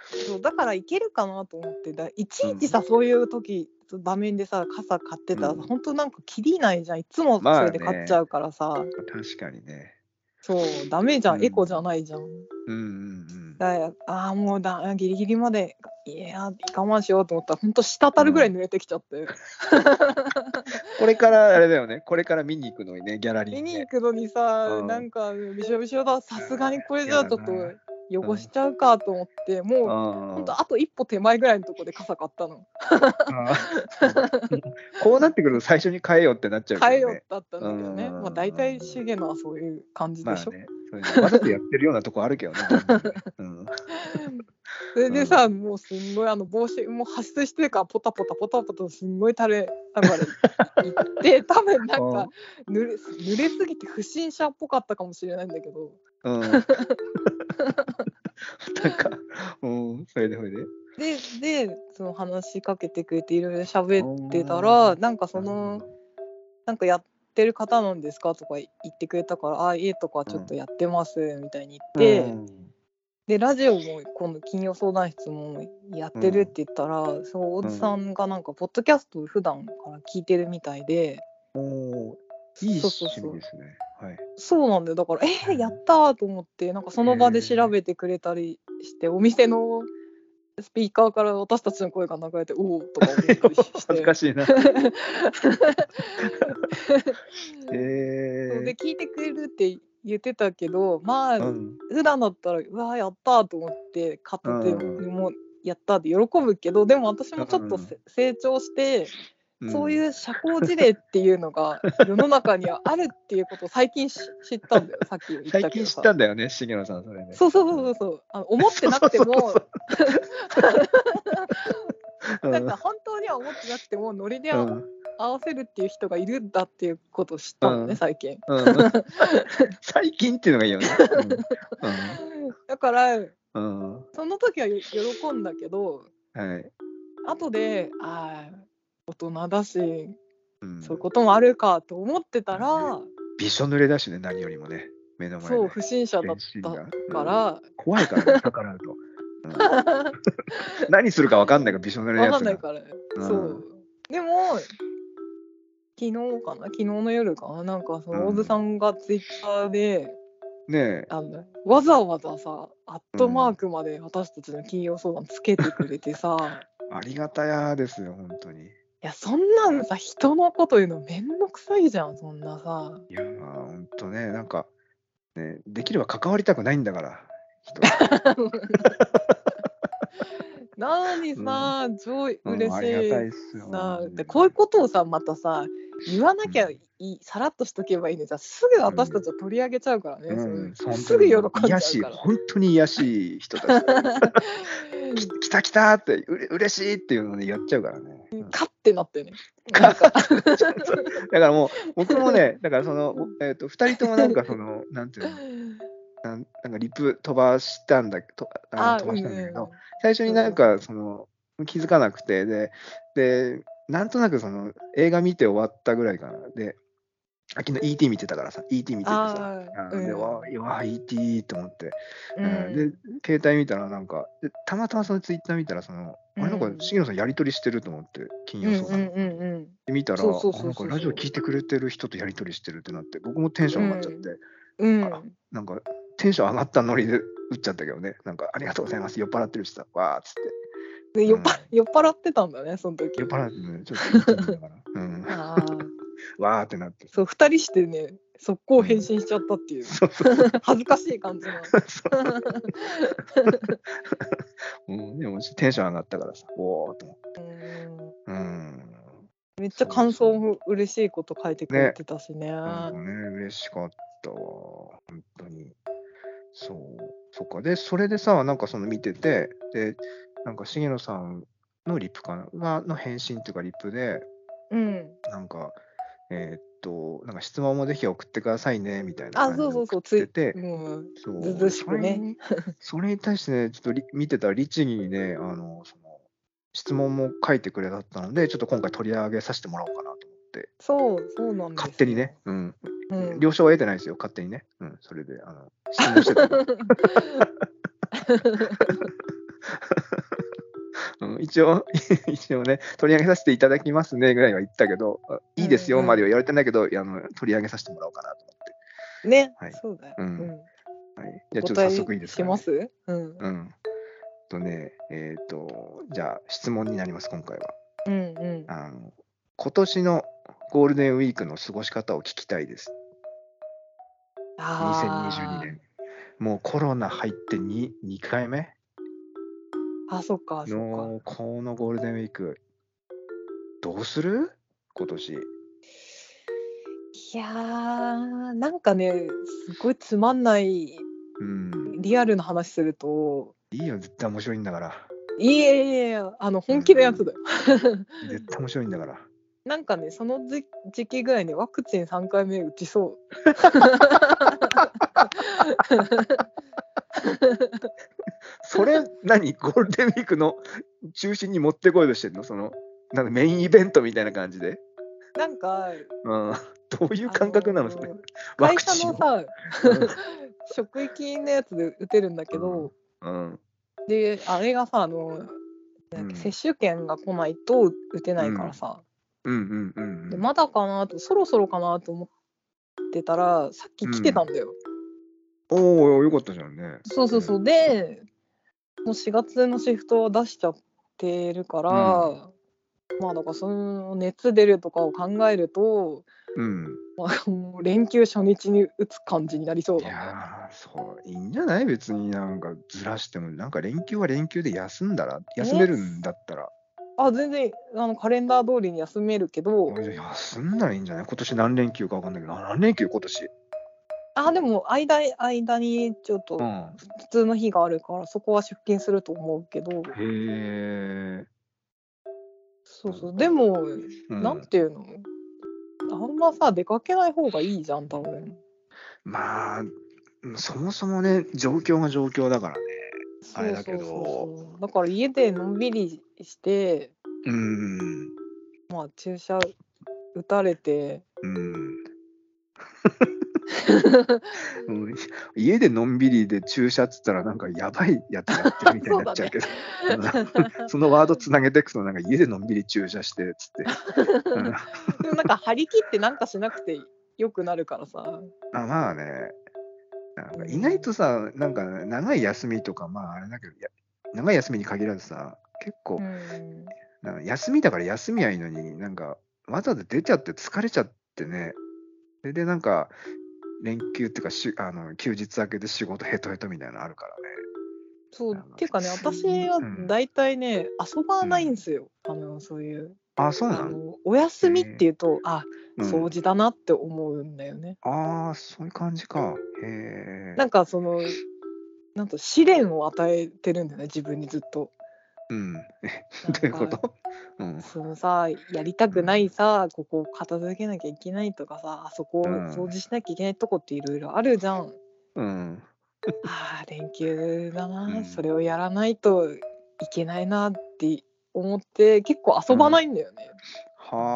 [SPEAKER 2] つそうだからいけるかなと思ってだいちいちさ、そういう時場面でさ傘買ってたら、
[SPEAKER 1] うん
[SPEAKER 2] 本当なんかきりないじゃんいつも
[SPEAKER 1] まあね
[SPEAKER 2] それで買っちゃうからさ、
[SPEAKER 1] 確かにね
[SPEAKER 2] そうダメじゃ
[SPEAKER 1] うんん
[SPEAKER 2] エコじゃないじゃん、
[SPEAKER 1] うんうん
[SPEAKER 2] だからああもうだギリギリまでいや我慢しようと思ったらほんと滴るぐらい濡れてきちゃって、
[SPEAKER 1] これからあれだよねこれから見に行くのにねギャラリー
[SPEAKER 2] <laughs> 見
[SPEAKER 1] に
[SPEAKER 2] に
[SPEAKER 1] ね
[SPEAKER 2] 行くのにさ、
[SPEAKER 1] うん
[SPEAKER 2] なんかびしょびしょださすがにこれじゃちょっと
[SPEAKER 1] いやね
[SPEAKER 2] 汚しちゃうかと思って、もう
[SPEAKER 1] あ
[SPEAKER 2] ほん
[SPEAKER 1] ー
[SPEAKER 2] とあと一歩手前ぐらいのとこで傘買ったの
[SPEAKER 1] あーこうなってくると最初に変えようってなっちゃうけど
[SPEAKER 2] 変
[SPEAKER 1] ね
[SPEAKER 2] えようだったんだけどね、
[SPEAKER 1] うん
[SPEAKER 2] まあ大体シゲのはそういう感じ
[SPEAKER 1] まあ
[SPEAKER 2] でしょ、
[SPEAKER 1] ねそういうのわざとやってるようなとこある
[SPEAKER 2] <laughs>
[SPEAKER 1] けどね全然ねうん
[SPEAKER 2] それでさ、もうすんごいあの帽子もう発生してるからポタポタポタポタすんごい垂れ流れ行って多分なんか濡れ濡れすぎて不審者っぽかったかもしれないんだけど
[SPEAKER 1] うん <laughs> なんか、うん、それでそれで。
[SPEAKER 2] ででその話しかけてくれていろいろ喋ってたら
[SPEAKER 1] おー
[SPEAKER 2] なんかそのなんかやってる方なんですかとか言ってくれたから「あ家とかちょっとやってます」みたいに
[SPEAKER 1] うん、
[SPEAKER 2] 言って、
[SPEAKER 1] うん
[SPEAKER 2] でラジオも今度金曜相談室もやってるって言ったら、そうおじさんがなんかポッドキャストを普段から聞いてるみたいで、
[SPEAKER 1] おーいい
[SPEAKER 2] そうそう
[SPEAKER 1] 趣味
[SPEAKER 2] そう
[SPEAKER 1] ですね。はい。
[SPEAKER 2] そうなんだよだからえー、やったーと思ってなんかその場で調べてくれたりして、お店のスピーカーから私たちの声が流れておおとか思ったり
[SPEAKER 1] 恥ずかしい
[SPEAKER 2] して。
[SPEAKER 1] な。
[SPEAKER 2] そう
[SPEAKER 1] <laughs> え
[SPEAKER 2] で聞いてくれるって言ってたけどまあ、
[SPEAKER 1] ー。うん。
[SPEAKER 2] 普段だったらうわーやったーと思って買ってて
[SPEAKER 1] うん
[SPEAKER 2] もうやったーって喜ぶけどでも私もちょっとせ、成長して、そう
[SPEAKER 1] う
[SPEAKER 2] いう社交辞令っていう
[SPEAKER 1] <laughs>
[SPEAKER 2] のが世の中にはあるっていうことを最近し知ったんだよさっき言
[SPEAKER 1] ん。
[SPEAKER 2] った
[SPEAKER 1] 最
[SPEAKER 2] け
[SPEAKER 1] 近
[SPEAKER 2] ど
[SPEAKER 1] 知
[SPEAKER 2] さ
[SPEAKER 1] っ。たんだよね、重野さん、それね。
[SPEAKER 2] そうそうそうそうそうあの思ってな
[SPEAKER 1] <laughs>
[SPEAKER 2] くても
[SPEAKER 1] うん。
[SPEAKER 2] なんか本当には思ってなくてもノリで
[SPEAKER 1] う
[SPEAKER 2] 合
[SPEAKER 1] ん
[SPEAKER 2] わせるっていう人がいるんだっていうことを知ったの
[SPEAKER 1] うん
[SPEAKER 2] ね最近。
[SPEAKER 1] うん <laughs> 最近っていうのがいいよね。
[SPEAKER 2] だから
[SPEAKER 1] うん。うん。うん
[SPEAKER 2] その時はよ喜んだけど
[SPEAKER 1] はい。
[SPEAKER 2] 後でああ大人だし
[SPEAKER 1] うん
[SPEAKER 2] そういうこともあるかと思ってたら、
[SPEAKER 1] びしょ濡れだしね、何よりもね。目の前で
[SPEAKER 2] そう不審者だっ
[SPEAKER 1] 全身
[SPEAKER 2] た
[SPEAKER 1] が
[SPEAKER 2] か
[SPEAKER 1] うん
[SPEAKER 2] ら、
[SPEAKER 1] 怖いからね、逆らうと。うん
[SPEAKER 2] <laughs>
[SPEAKER 1] 何するか分かんないから、びしょ濡れの
[SPEAKER 2] 分
[SPEAKER 1] や
[SPEAKER 2] か
[SPEAKER 1] つ
[SPEAKER 2] んな
[SPEAKER 1] が
[SPEAKER 2] い。から、
[SPEAKER 1] うん
[SPEAKER 2] そうでも昨日かな昨日の夜かななんかその
[SPEAKER 1] うん
[SPEAKER 2] 大津さんがツイッターで、
[SPEAKER 1] ねえ。
[SPEAKER 2] あのわざわざさアットマークまで私たちの金曜相談つけてくれてさ、い
[SPEAKER 1] ありがたやですよ、本当に。い
[SPEAKER 2] やそんなんさ人のこと言うのめんどくさいじゃんそんなさ。
[SPEAKER 1] やー、本当ね、なんか、ね、できれば関わりたくないんだから、人
[SPEAKER 2] <laughs> なのにさ、超
[SPEAKER 1] うん
[SPEAKER 2] 嬉
[SPEAKER 1] あ
[SPEAKER 2] し
[SPEAKER 1] りが
[SPEAKER 2] い
[SPEAKER 1] たいっすよ。
[SPEAKER 2] なあで
[SPEAKER 1] ん
[SPEAKER 2] こういうことをさまたさ言わなきゃいい、さらっとしとけばいいのにさすぐ私たちは取り上げちゃうからね、
[SPEAKER 1] うん、
[SPEAKER 2] そういうすぐ喜んじゃう
[SPEAKER 1] い
[SPEAKER 2] か
[SPEAKER 1] や
[SPEAKER 2] ら
[SPEAKER 1] しい、本当に癒やしい人た
[SPEAKER 2] <laughs>
[SPEAKER 1] ち。き来た来たって、うれ嬉しいっていうのでやっちゃうからね。 <laughs> うん
[SPEAKER 2] カッてなってねなんか
[SPEAKER 1] だからもう、僕もね、だからその、えっ、と、二人ともなんかその、なんていうの、なんなんかリプ飛ばしたんだとあの飛ばしたんだけど、最初になんかその気づかなくてででなんとなくその映画見て終わったぐらいかなであ昨日 ET 見てたからさ ET 見ててさ
[SPEAKER 2] あ
[SPEAKER 1] あ
[SPEAKER 2] ーうん
[SPEAKER 1] でわあいや ET と思って、
[SPEAKER 2] うん
[SPEAKER 1] うんで携帯見たらなんかでたまたまそのツイッター見たらその、あれなんか
[SPEAKER 2] うん
[SPEAKER 1] 杉野さんやり取りしてると思って金
[SPEAKER 2] うんうん
[SPEAKER 1] 曜さん、
[SPEAKER 2] うんうん
[SPEAKER 1] で見たらあ
[SPEAKER 2] そうそうそう
[SPEAKER 1] なん
[SPEAKER 2] そ
[SPEAKER 1] か
[SPEAKER 2] う
[SPEAKER 1] ラジオ聞いてくれてる人とやり取りしてるってなって僕もテンション上がっちゃって、
[SPEAKER 2] うんうん
[SPEAKER 1] あなんかテンション上がったノリで打っちゃったけどね、なんかありがとうございます、酔っ払ってるしさ、わーっつって。
[SPEAKER 2] で酔っぱ
[SPEAKER 1] う
[SPEAKER 2] 酔っ払ってたんだねその時
[SPEAKER 1] 酔っ払ってね、ちょっと酔っ払ってたから、うん、
[SPEAKER 2] あー
[SPEAKER 1] わーってなって。 <laughs>
[SPEAKER 2] そう2人してね速攻返信しちゃったっていう
[SPEAKER 1] そうそうそう
[SPEAKER 2] 恥ずかしい感じの
[SPEAKER 1] そう。 <laughs> うん、でもテンション上がったからさ、おーっと思って。う
[SPEAKER 2] うん
[SPEAKER 1] ん。
[SPEAKER 2] めっちゃ感想も嬉しいこと書いてくれてたしね。
[SPEAKER 1] なんかね、嬉しかったわ、本当に。そう、そっか。で、それでさ、なんかその見てて、で、なんか重野さんのリプかな、がの返信っていうか、リプで、
[SPEAKER 2] うん。
[SPEAKER 1] なんか、えーっと、なんか質問もぜひ送ってくださいね、みたいな
[SPEAKER 2] あ、
[SPEAKER 1] 感じ
[SPEAKER 2] そ
[SPEAKER 1] で
[SPEAKER 2] うそう
[SPEAKER 1] 送
[SPEAKER 2] そう、
[SPEAKER 1] っ
[SPEAKER 2] つ
[SPEAKER 1] て
[SPEAKER 2] い。
[SPEAKER 1] て、
[SPEAKER 2] うん。
[SPEAKER 1] そう
[SPEAKER 2] ずうずうしく
[SPEAKER 1] そ
[SPEAKER 2] ね
[SPEAKER 1] れに。それに対してね、ちょっとり見てたら、律儀にね、あの、その、質問も書いてくれだったので、ちょっと今回取り上げさせてもらおうかなと思って、
[SPEAKER 2] そう、そうなんですよ。
[SPEAKER 1] 勝手にね、うん、
[SPEAKER 2] うん。
[SPEAKER 1] 了承は得てないですよ、勝手にね、うん、それで、あの、質問してた
[SPEAKER 2] <laughs>
[SPEAKER 1] の、うん、一応、 <laughs> 一応ね、取り上げさせていただきますねぐらいは言ったけど、あいいです
[SPEAKER 2] うん
[SPEAKER 1] よ
[SPEAKER 2] うん
[SPEAKER 1] までは言われてないけど、いやあの取り上げさせてもらおうかなと思って。
[SPEAKER 2] ね、
[SPEAKER 1] はい
[SPEAKER 2] そうだよ。
[SPEAKER 1] うん
[SPEAKER 2] ん
[SPEAKER 1] はい、じゃあちょ
[SPEAKER 2] お
[SPEAKER 1] っと
[SPEAKER 2] 答え
[SPEAKER 1] 早速いいですか、
[SPEAKER 2] しますうん。
[SPEAKER 1] うん。とね、えっ、と、じゃあ質問になります、今回は。
[SPEAKER 2] うんうん。
[SPEAKER 1] あの今年のゴールデンウィークの過ごし方を聞きたいです。
[SPEAKER 2] あー
[SPEAKER 1] 2022。年。もうコロナ入って 2, 2回目
[SPEAKER 2] あ、そっか、そっか。
[SPEAKER 1] のこのゴールデンウィーク。どうする今年。
[SPEAKER 2] いやー、なんかね、すごいつまんない
[SPEAKER 1] うん。
[SPEAKER 2] リアルな話すると、
[SPEAKER 1] いいよ、絶対面白いんだから。
[SPEAKER 2] いやいやいやいや、あの本気のやつだよ。
[SPEAKER 1] 絶対面白いんだから。
[SPEAKER 2] <laughs> なんかね、その時時期ぐらいにワクチン3回目打ちそう。
[SPEAKER 1] それ、何ゴールデンウィークの中心に持ってこようとしてんのその、なんかメインイベントみたいな感じで。
[SPEAKER 2] なんか、
[SPEAKER 1] うん。どういう感覚なの
[SPEAKER 2] あ
[SPEAKER 1] そ
[SPEAKER 2] ー
[SPEAKER 1] れ。ワ
[SPEAKER 2] 会
[SPEAKER 1] ク
[SPEAKER 2] 社
[SPEAKER 1] チン
[SPEAKER 2] の
[SPEAKER 1] を。
[SPEAKER 2] さ、 <laughs> 職域のやつで打てるんだけど、
[SPEAKER 1] うん。
[SPEAKER 2] で、あれがさ、あの、なん
[SPEAKER 1] う
[SPEAKER 2] だっ
[SPEAKER 1] ん
[SPEAKER 2] け接種券が来ないと打てないからさ、
[SPEAKER 1] うんうんうんう
[SPEAKER 2] で
[SPEAKER 1] ん。
[SPEAKER 2] まだかなと、そろそろかなと思ってたら、さっき来てたんだよ。
[SPEAKER 1] おお、よかったじゃんね。
[SPEAKER 2] そうそうそう。で、もう4月のシフトは出しちゃってるから、まあだからその熱出るとかを考えると、
[SPEAKER 1] うん。
[SPEAKER 2] まあ、もう連休初日に打つ感じになりそう
[SPEAKER 1] い
[SPEAKER 2] だね
[SPEAKER 1] やー、そう、いいんじゃない別になんかずらしても、なんか連休は連休で休んだら、休めるんだったら、
[SPEAKER 2] あ全然あのカレンダー通りに休めるけど、
[SPEAKER 1] 休んだらいいんじゃない今年何連休か分かんないけど、あ何連休今年。
[SPEAKER 2] あでも間間にちょっと
[SPEAKER 1] うん。
[SPEAKER 2] 普通の日があるからそこは出勤すると思うけど、
[SPEAKER 1] へえ。
[SPEAKER 2] そうそうでも、
[SPEAKER 1] うん
[SPEAKER 2] なんていうのあんまさ出かけない方がいいじゃん多分。
[SPEAKER 1] まあ、うんそもそもね、状況が状況だからね。あれだけど
[SPEAKER 2] そうそうそうそうだから家でのんびりして
[SPEAKER 1] うん。
[SPEAKER 2] まあ注射打た
[SPEAKER 1] <laughs>
[SPEAKER 2] れて <laughs>
[SPEAKER 1] うん。うん家でのんびりで注射っつったらなんかやばいやつやってるみたいになっちゃうけ
[SPEAKER 2] <laughs>
[SPEAKER 1] どそ,、のワードつなげていくとなんか家でのんびり注射してっつって、
[SPEAKER 2] <laughs>
[SPEAKER 1] うんあ
[SPEAKER 2] でもなんか張り切ってなんかしなくてよくなるからさ
[SPEAKER 1] まあねなんか意外とさなんか長い休みとかまああれだけどや長い休みに限らずさ結構
[SPEAKER 2] うん
[SPEAKER 1] なんか休みだから休みはいいのになんかわざわざ出ちゃって疲れちゃってねそれでなんか連休っていうかしあの休日明けで仕事ヘトヘトみたいなのあるからね
[SPEAKER 2] そう
[SPEAKER 1] あの
[SPEAKER 2] っていうかね
[SPEAKER 1] 普
[SPEAKER 2] 私
[SPEAKER 1] 通に
[SPEAKER 2] は
[SPEAKER 1] うん
[SPEAKER 2] 大体ね、遊ばないんですよ、あのそういう
[SPEAKER 1] あそうな
[SPEAKER 2] あ
[SPEAKER 1] の、
[SPEAKER 2] のお休みっていうと、あ
[SPEAKER 1] うん
[SPEAKER 2] 掃除だなって思うんだよね、
[SPEAKER 1] ああそういう感じかへえ
[SPEAKER 2] なんかそのなんと試練を与えてるんだよね自分にずっと。
[SPEAKER 1] うんえどういうこ
[SPEAKER 2] なんか
[SPEAKER 1] とうん
[SPEAKER 2] そのさやりたくないさここを片付けなきゃいけないとかさあそこを
[SPEAKER 1] うん
[SPEAKER 2] 掃除しなきゃいけないとこっていろいろあるじゃん、
[SPEAKER 1] うん
[SPEAKER 2] あー連休だな、
[SPEAKER 1] うん
[SPEAKER 2] それをやらないといけないなって思って結構遊ばないんだよね、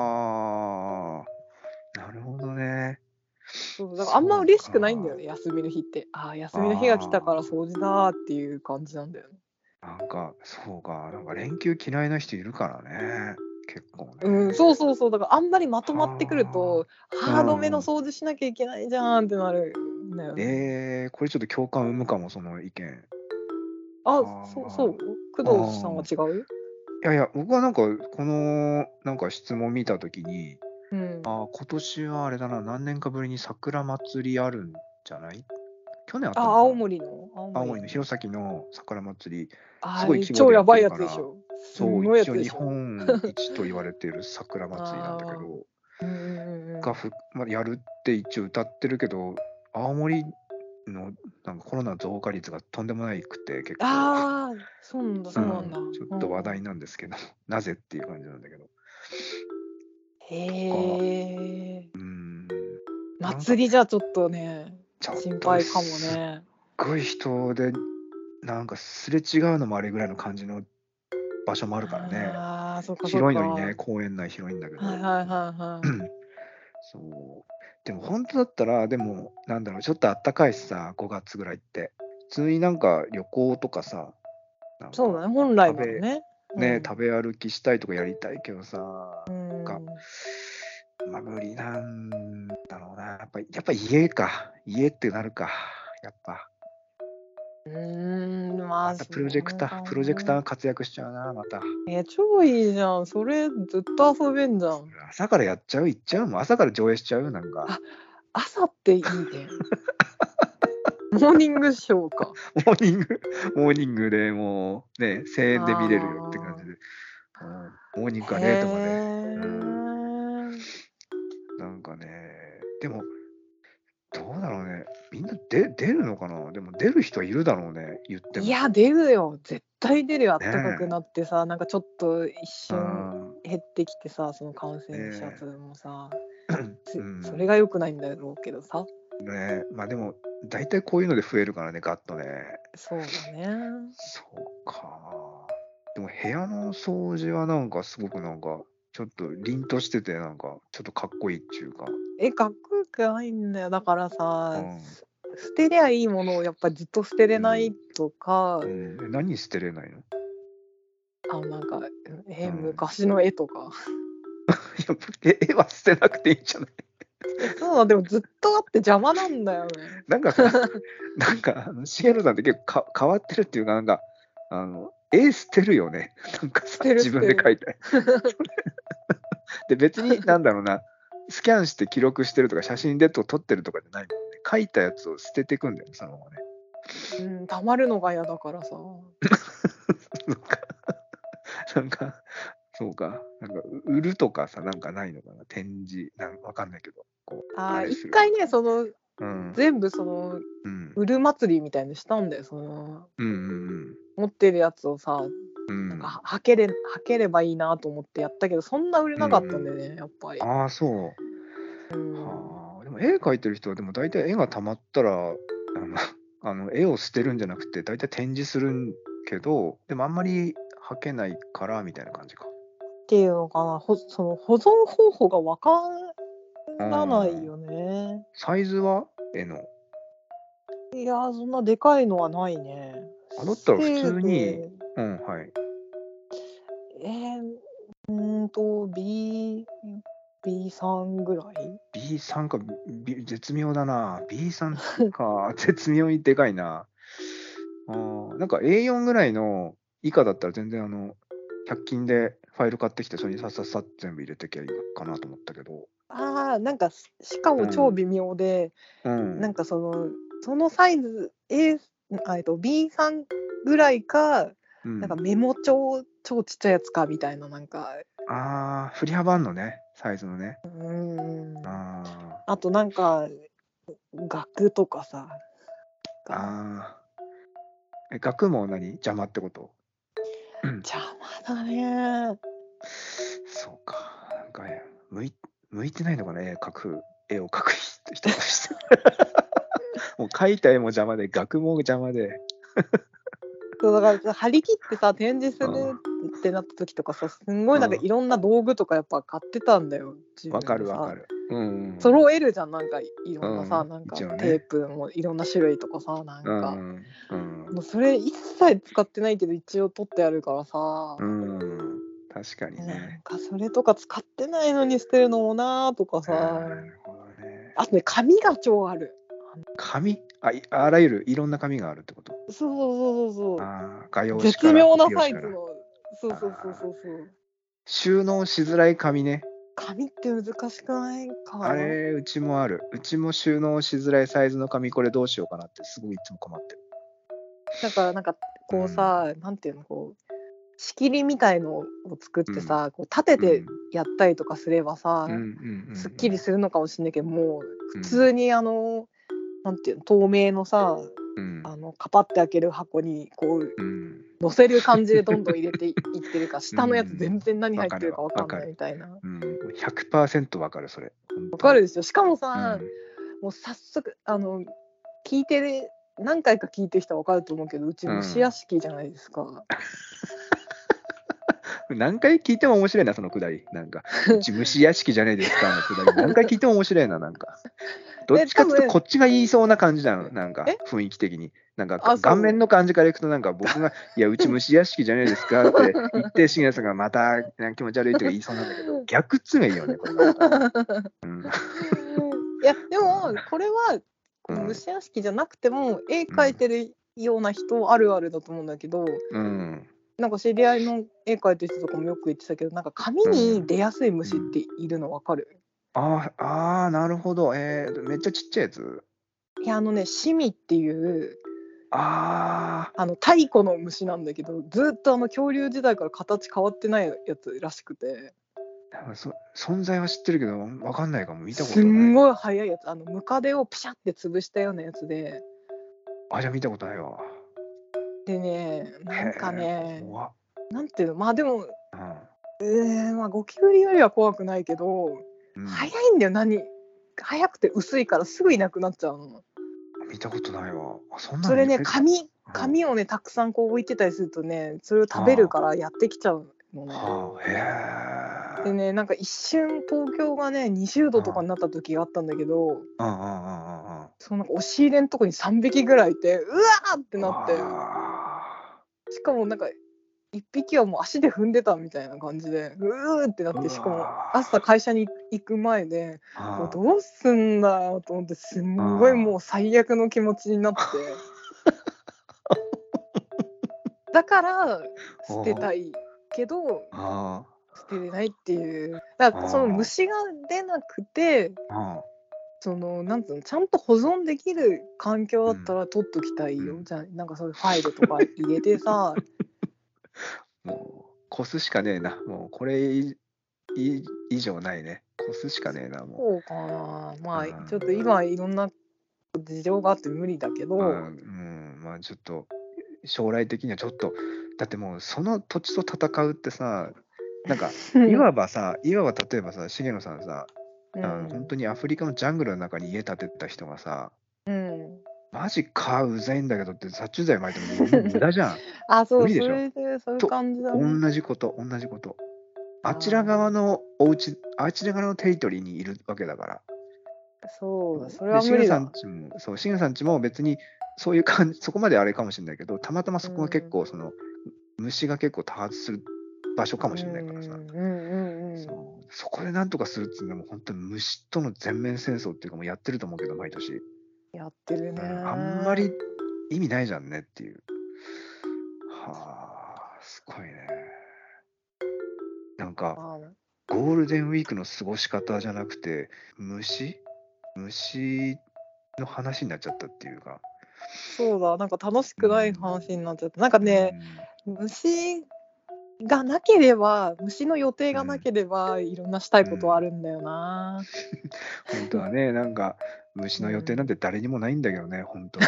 [SPEAKER 1] はあなるほどね
[SPEAKER 2] そうだからあんま嬉しくないんだよね休みの日ってああ休みの日が来たから
[SPEAKER 1] あー
[SPEAKER 2] 掃除だーっていう感じなんだよね
[SPEAKER 1] なんかそうかなんか連休嫌いな人いるからね結構ね
[SPEAKER 2] うんそうそうそうだからあんまりまとまってくると
[SPEAKER 1] あー
[SPEAKER 2] ハードめの掃除しなきゃいけないじゃんってなるんだよね、
[SPEAKER 1] えー、これちょっと共感を生むかも、その意見。い
[SPEAKER 2] あ
[SPEAKER 1] あー
[SPEAKER 2] そうそう工藤さんは違う
[SPEAKER 1] やいや、僕はなんか、このなんか質問見たときに、
[SPEAKER 2] うん、
[SPEAKER 1] あー今年はあれだな、何年かぶりに桜祭りあるんじゃない去年あった
[SPEAKER 2] あ
[SPEAKER 1] のかな
[SPEAKER 2] 青森の青
[SPEAKER 1] 青森の弘前の桜祭り、
[SPEAKER 2] あ
[SPEAKER 1] すごい
[SPEAKER 2] れ
[SPEAKER 1] 規模
[SPEAKER 2] 超
[SPEAKER 1] でや
[SPEAKER 2] や
[SPEAKER 1] って
[SPEAKER 2] ばい
[SPEAKER 1] る
[SPEAKER 2] や
[SPEAKER 1] か
[SPEAKER 2] つ
[SPEAKER 1] ら
[SPEAKER 2] でしょす
[SPEAKER 1] そ、
[SPEAKER 2] んごいうや
[SPEAKER 1] 一
[SPEAKER 2] つ
[SPEAKER 1] 応
[SPEAKER 2] で
[SPEAKER 1] 日
[SPEAKER 2] しょ
[SPEAKER 1] 本一と言われてる桜祭りなん
[SPEAKER 2] <laughs>
[SPEAKER 1] だけど、
[SPEAKER 2] うんうんうんうん
[SPEAKER 1] がふ、まあ、やるって一応歌ってるけど、青森のなんかコロナ増加率がとんでもないくて、結構。
[SPEAKER 2] ああそうなんだそうなんだ、
[SPEAKER 1] うんちょっと話題
[SPEAKER 2] うん
[SPEAKER 1] なんですけど、 <laughs> なぜっていう感じなんだけど。
[SPEAKER 2] へえ
[SPEAKER 1] うん。
[SPEAKER 2] 祭りじゃちょっとね
[SPEAKER 1] ちょっと
[SPEAKER 2] 心配かも
[SPEAKER 1] すっ
[SPEAKER 2] ね
[SPEAKER 1] ごい人で、なんかすれ違うのもあれぐらいの感じの場所もあるからね。
[SPEAKER 2] ああそっかそっか
[SPEAKER 1] 広いのにね、公園内広いんだけど。
[SPEAKER 2] はいはいはいは
[SPEAKER 1] うんそう。でも本当だったら、でも、なんだろう、ちょっとあったかいしさ、5月ぐらいって。普通になんか旅行とかさ、なん
[SPEAKER 2] い
[SPEAKER 1] か
[SPEAKER 2] そうだね本来はね
[SPEAKER 1] ね、
[SPEAKER 2] うん
[SPEAKER 1] 食べ歩きしたいとかやりたいけどさ、
[SPEAKER 2] うん
[SPEAKER 1] かまあ無理なんだろうな。やっぱやっぱ家か。家ってなるか、やっぱ。
[SPEAKER 2] うーん、ま
[SPEAKER 1] ま
[SPEAKER 2] あ、
[SPEAKER 1] たプロジェクタ
[SPEAKER 2] そう
[SPEAKER 1] ー、
[SPEAKER 2] ね
[SPEAKER 1] プロジェクターが活躍しちゃうな、また。
[SPEAKER 2] え、超いいじゃん。それ、ずっと遊べんじゃん。
[SPEAKER 1] 朝からやっちゃう、行っちゃうもん、朝から上映しちゃうよ、なんか
[SPEAKER 2] あ。朝っ
[SPEAKER 1] <laughs>
[SPEAKER 2] ていいね。モーニングショーか。
[SPEAKER 1] モーニング、モーニングでもう、ね、1000円で見れるよって感じで。うんモーニングかね、とか
[SPEAKER 2] へ
[SPEAKER 1] ね。
[SPEAKER 2] ー
[SPEAKER 1] なんかね、でも、どうだろうね、みんなで出るのかな、でも出る人はいるだろうね、言っても。
[SPEAKER 2] いや、出るよ。絶対出るよ。あったかくなってさ、なんかちょっと一
[SPEAKER 1] う
[SPEAKER 2] 瞬
[SPEAKER 1] ん、
[SPEAKER 2] 減ってきてさ、その感染者数もさ、つ
[SPEAKER 1] うん
[SPEAKER 2] それが良くないんだろうけどさ。
[SPEAKER 1] ね、まあでも、大体こういうので増えるからね、ガッとね。
[SPEAKER 2] そうだね。
[SPEAKER 1] そうか。でも、部屋の掃除はなんか、すごくなんか、ちょっと凛としてて、なんか、ちょっとかっこいいっていうか。
[SPEAKER 2] え、かっこよくないんだよ。だからさ、
[SPEAKER 1] うん
[SPEAKER 2] 捨てりゃいいものをやっぱずっと捨てれないとか、
[SPEAKER 1] うん、え何捨てれないのい
[SPEAKER 2] あなんかえ、
[SPEAKER 1] うん
[SPEAKER 2] 昔の絵とか
[SPEAKER 1] やえ絵は捨てなくていいんじゃない
[SPEAKER 2] えそうだでもずっとあって邪魔なんだよね
[SPEAKER 1] なんかさ、なんか、あのシエルさんって結構か変わってるっていうか、なんか、あの、絵捨てるよね。なんかさ、
[SPEAKER 2] てる
[SPEAKER 1] 自分で
[SPEAKER 2] 捨て
[SPEAKER 1] 書いて。それで、別に、なんだろうな、スキャンして記録してるとか、写真でと撮ってるとかじゃないもんね。書いたやつを捨ててくんだよね、そのままね。
[SPEAKER 2] うんたまるのが嫌だからさ
[SPEAKER 1] なんか、なんか、そうか、なんか、う売るとかさ、なんかないのかな、展示、なんわかんないけど。こう
[SPEAKER 2] あ
[SPEAKER 1] あれす
[SPEAKER 2] 一
[SPEAKER 1] る
[SPEAKER 2] 回ねその
[SPEAKER 1] うん。
[SPEAKER 2] 全部その
[SPEAKER 1] うん。
[SPEAKER 2] 売る祭りみたいのしたんだよその
[SPEAKER 1] うんうん
[SPEAKER 2] 持ってるやつをさ
[SPEAKER 1] うん。う
[SPEAKER 2] なん
[SPEAKER 1] ん。
[SPEAKER 2] かははけれはければいいなと思ってやったけどそんな売れなかったんだよね、やっぱり、
[SPEAKER 1] ああ、そう。
[SPEAKER 2] うん
[SPEAKER 1] はあ、でも絵描いてる人はでも大体絵がたまったらあの <laughs> あの絵を捨てるんじゃなくて大体展示するんけどでもあんまり履けないからみたいな感じか。
[SPEAKER 2] っていうのかなほその保存方法がわからない
[SPEAKER 1] うん
[SPEAKER 2] よね、
[SPEAKER 1] サイズは絵の。
[SPEAKER 2] いやーそんなでかいのはないね。
[SPEAKER 1] あだったら普通に
[SPEAKER 2] せいぜ
[SPEAKER 1] うんはい。
[SPEAKER 2] い。えー、うーんと B B3 ぐらい
[SPEAKER 1] B3 か、B、絶妙だな。B3
[SPEAKER 2] <laughs>
[SPEAKER 1] か絶妙にでかいな。あーなんか A4 ぐらいの以下だったら全然あの100均でファイル買ってきてそれにさっさっさって全部入れてきゃいいかなと思ったけど。
[SPEAKER 2] あーなんかししかも超微妙で、
[SPEAKER 1] うん、
[SPEAKER 2] なんかそのそのサイズ A あえっと B3 ぐらいか、
[SPEAKER 1] うん
[SPEAKER 2] なんかメモ帳超ちっちゃいやつかみたいななんか
[SPEAKER 1] ああ、振り幅あんのね、サイズのね。
[SPEAKER 2] うーん
[SPEAKER 1] あ
[SPEAKER 2] あとなんか額とかさ
[SPEAKER 1] あ、ああ。え、額も何邪魔ってこと
[SPEAKER 2] 邪魔だね
[SPEAKER 1] そうか。なんか、向い向いてないのかね、絵描く、絵を描く人として。
[SPEAKER 2] <laughs>
[SPEAKER 1] もう描いた絵も邪魔で、額も邪魔で。
[SPEAKER 2] そうだから張り切ってさ展示するってなった時とかさすんごいなんか
[SPEAKER 1] うん
[SPEAKER 2] いろんな道具とかやっぱ買ってたんだよ自分
[SPEAKER 1] わ
[SPEAKER 2] でさ
[SPEAKER 1] かるわかる。うん、うん。
[SPEAKER 2] 揃えるじゃんなんかいろんなさ、
[SPEAKER 1] うん
[SPEAKER 2] なんか
[SPEAKER 1] 一
[SPEAKER 2] テ
[SPEAKER 1] 応ね
[SPEAKER 2] ープもいろんな種類とかさなん
[SPEAKER 1] うん
[SPEAKER 2] か、
[SPEAKER 1] うん。
[SPEAKER 2] もうそれ一切使ってないけど一応取ってあるからさ、
[SPEAKER 1] うん。うん。確かに
[SPEAKER 2] なん
[SPEAKER 1] ね。
[SPEAKER 2] かそれとか使ってないのに捨てるのもなーとかさ、
[SPEAKER 1] なるほどね。
[SPEAKER 2] あとね紙が超ある
[SPEAKER 1] 紙あいあらゆるいろんな紙があるってこと
[SPEAKER 2] そうそうそうそう
[SPEAKER 1] ああ、画用
[SPEAKER 2] そう
[SPEAKER 1] 紙か
[SPEAKER 2] 絶
[SPEAKER 1] ら
[SPEAKER 2] 妙な
[SPEAKER 1] コピー用
[SPEAKER 2] サイ
[SPEAKER 1] 紙か
[SPEAKER 2] ズの
[SPEAKER 1] ら
[SPEAKER 2] そうそうそうそうそう
[SPEAKER 1] 収納しづらい紙ね。
[SPEAKER 2] 紙って難しくないか
[SPEAKER 1] あれ、うちもある。うちも収納しづらいサイズの紙、これどうしようかなって、すごいいつも困ってる。
[SPEAKER 2] だからなんかこうさ、なんていうのこう仕切りみたいのを作ってさ、こう立ててやったりとかすればさ、
[SPEAKER 1] うんうんうん
[SPEAKER 2] すっきり
[SPEAKER 1] す
[SPEAKER 2] するのかもしれないけどもう普通にあの、なんていうの透明のさ
[SPEAKER 1] うん
[SPEAKER 2] あのカパって開ける箱にこう
[SPEAKER 1] うん
[SPEAKER 2] 乗せる感じでどんどん入れていいってるから下のや
[SPEAKER 1] う
[SPEAKER 2] つ
[SPEAKER 1] ん
[SPEAKER 2] 全然何入ってるか
[SPEAKER 1] わ
[SPEAKER 2] わ
[SPEAKER 1] かる
[SPEAKER 2] か
[SPEAKER 1] わ
[SPEAKER 2] んないみたいな。
[SPEAKER 1] うん、100%わかる、それ。
[SPEAKER 2] わかるでしょしかも
[SPEAKER 1] う
[SPEAKER 2] さ、
[SPEAKER 1] ん
[SPEAKER 2] もう早速あの聞いてる何回か聞いてる人はわかると思うけどうち
[SPEAKER 1] うん
[SPEAKER 2] 虫屋敷じゃないですか。
[SPEAKER 1] <laughs> 何回聞いても面白いな、そのくだり。なん
[SPEAKER 2] <laughs>
[SPEAKER 1] か、うち虫屋敷じゃねえですか、のくだり。何回聞いても面白いな、なんか。どっちかっていうと、こっちが言いそうな感じなの、なんか
[SPEAKER 2] え、
[SPEAKER 1] 雰囲気的に。なんか、
[SPEAKER 2] あそう
[SPEAKER 1] 顔面の感じからいくと、なんか、僕が、いや、うち虫屋敷じゃねえです
[SPEAKER 2] <laughs>
[SPEAKER 1] かって言って、信也さんがまた、なんか気持ち悪いとか言いそうなんだけど、
[SPEAKER 2] <laughs>
[SPEAKER 1] 逆っつがいいよね、これが。うん
[SPEAKER 2] いやでもこれは
[SPEAKER 1] うん
[SPEAKER 2] 虫屋敷じゃなくても絵描いてるような人あるあるだと思うんだけど、
[SPEAKER 1] うん。
[SPEAKER 2] なんか知り合いの絵描いてる人とかもよく言ってたけどなんか紙に出やすい虫っているのわかる、
[SPEAKER 1] あーあー、なるほど。えー、めっちゃちっちゃいやつ。
[SPEAKER 2] いやあのねシミっていう
[SPEAKER 1] あ
[SPEAKER 2] あの太古の虫なんだけどずっとあの恐竜時代から形変わってないやつらしくて
[SPEAKER 1] あ、なんかそ存在は知ってるけど、わかんないかも。見たこと
[SPEAKER 2] す
[SPEAKER 1] ない。
[SPEAKER 2] んごい速いやつあのムカデをピシャって潰したようなやつで
[SPEAKER 1] あ、じゃあ見たことないわ。
[SPEAKER 2] でねなんか
[SPEAKER 1] へ
[SPEAKER 2] ね
[SPEAKER 1] ー怖っ
[SPEAKER 2] なんていうのまあで
[SPEAKER 1] う
[SPEAKER 2] も
[SPEAKER 1] ん
[SPEAKER 2] えー、まあゴキブリよりは怖くないけど、
[SPEAKER 1] うん
[SPEAKER 2] 早いんだよ何早くて薄いからすぐいなくなっちゃうの
[SPEAKER 1] 見たことないわ。あそんなの
[SPEAKER 2] それ
[SPEAKER 1] い
[SPEAKER 2] ね
[SPEAKER 1] る
[SPEAKER 2] 紙
[SPEAKER 1] うん
[SPEAKER 2] 紙をねたくさんこう置いてたりするとねそれを食べるからやってきちゃうのね
[SPEAKER 1] はあ、へえ。
[SPEAKER 2] でねなんか一瞬東京がね20度とかになった時があったんだけど
[SPEAKER 1] うんうんうんうんうん。
[SPEAKER 2] そのなんか押し入れのとこに3匹ぐらいいてうわーってなって
[SPEAKER 1] あ
[SPEAKER 2] しかもなんか1匹はもう足で踏んでたみたいな感じでうーってなってしか
[SPEAKER 1] う
[SPEAKER 2] も
[SPEAKER 1] わー
[SPEAKER 2] 朝会社に行く前で
[SPEAKER 1] ーあ
[SPEAKER 2] もう
[SPEAKER 1] ー
[SPEAKER 2] どうすんだよと思ってすんごいもう最悪の気持ち
[SPEAKER 1] <laughs>
[SPEAKER 2] になってだから捨てたいけど
[SPEAKER 1] あ
[SPEAKER 2] 捨てれないっていうだからその虫が出なくて
[SPEAKER 1] ーうん
[SPEAKER 2] そのなんつうのちゃんと保存できる環境だったら取っときたいよ、
[SPEAKER 1] うん
[SPEAKER 2] じゃあなんかそういうファイルとか入れてさ
[SPEAKER 1] もう、こすしかねえな。もう、これいい以上ないね。こすしかねえな、も
[SPEAKER 2] そうかなまあ
[SPEAKER 1] うん
[SPEAKER 2] ちょっと今いろんな事情があって無理だけど、
[SPEAKER 1] う。うん、うんまあちょっと、将来的にはちょっと、だってもう、その土地と戦うってさ、なん
[SPEAKER 2] <laughs>
[SPEAKER 1] か、いわばさ、いわば例えばさ、重野さんさ、あ
[SPEAKER 2] う
[SPEAKER 1] の本
[SPEAKER 2] ん、
[SPEAKER 1] 当にアフリカのジャングルの中に家建てた人がさ、
[SPEAKER 2] うん
[SPEAKER 1] マジか、うざいんだけどって殺虫剤巻いて
[SPEAKER 2] <laughs>
[SPEAKER 1] も無駄じゃん。
[SPEAKER 2] あそう
[SPEAKER 1] 無理
[SPEAKER 2] そ
[SPEAKER 1] でしょ
[SPEAKER 2] れでそういう
[SPEAKER 1] と
[SPEAKER 2] 感じだね。
[SPEAKER 1] 同じこと、同じこと。
[SPEAKER 2] あー
[SPEAKER 1] あちら側のお家、あちら側のテリトリーにいるわけだから。
[SPEAKER 2] そうだ、
[SPEAKER 1] で
[SPEAKER 2] それは無理
[SPEAKER 1] シゲさ
[SPEAKER 2] だ。
[SPEAKER 1] んちも、そう、シゲさんちも別に、そういう感じ、そこまであれかもしれないけど、たまたまそこが結構、その、虫が結構多発する場所かもしれないからさ。
[SPEAKER 2] うんうんうんうん。
[SPEAKER 1] そうそこでなんとかするっていうのはもう本当に虫との全面戦争っていうかもうやってると思うけど毎年、
[SPEAKER 2] やってる
[SPEAKER 1] う
[SPEAKER 2] ね。
[SPEAKER 1] ん、あんまり意味ないじゃんねっていうはあすごいねなんか
[SPEAKER 2] あ。
[SPEAKER 1] ゴールデンウィークの過ごし方じゃなくて虫虫の話になっちゃったっていうか
[SPEAKER 2] そうだ、なんか楽しくない話になっちゃった。なんかね、虫がなければ、虫の予定がなければ、いろんなしたいことはあるんだよな。
[SPEAKER 1] うん本当はねなんか虫の予定なんて誰にもないんだけどね本
[SPEAKER 2] <laughs>
[SPEAKER 1] 当う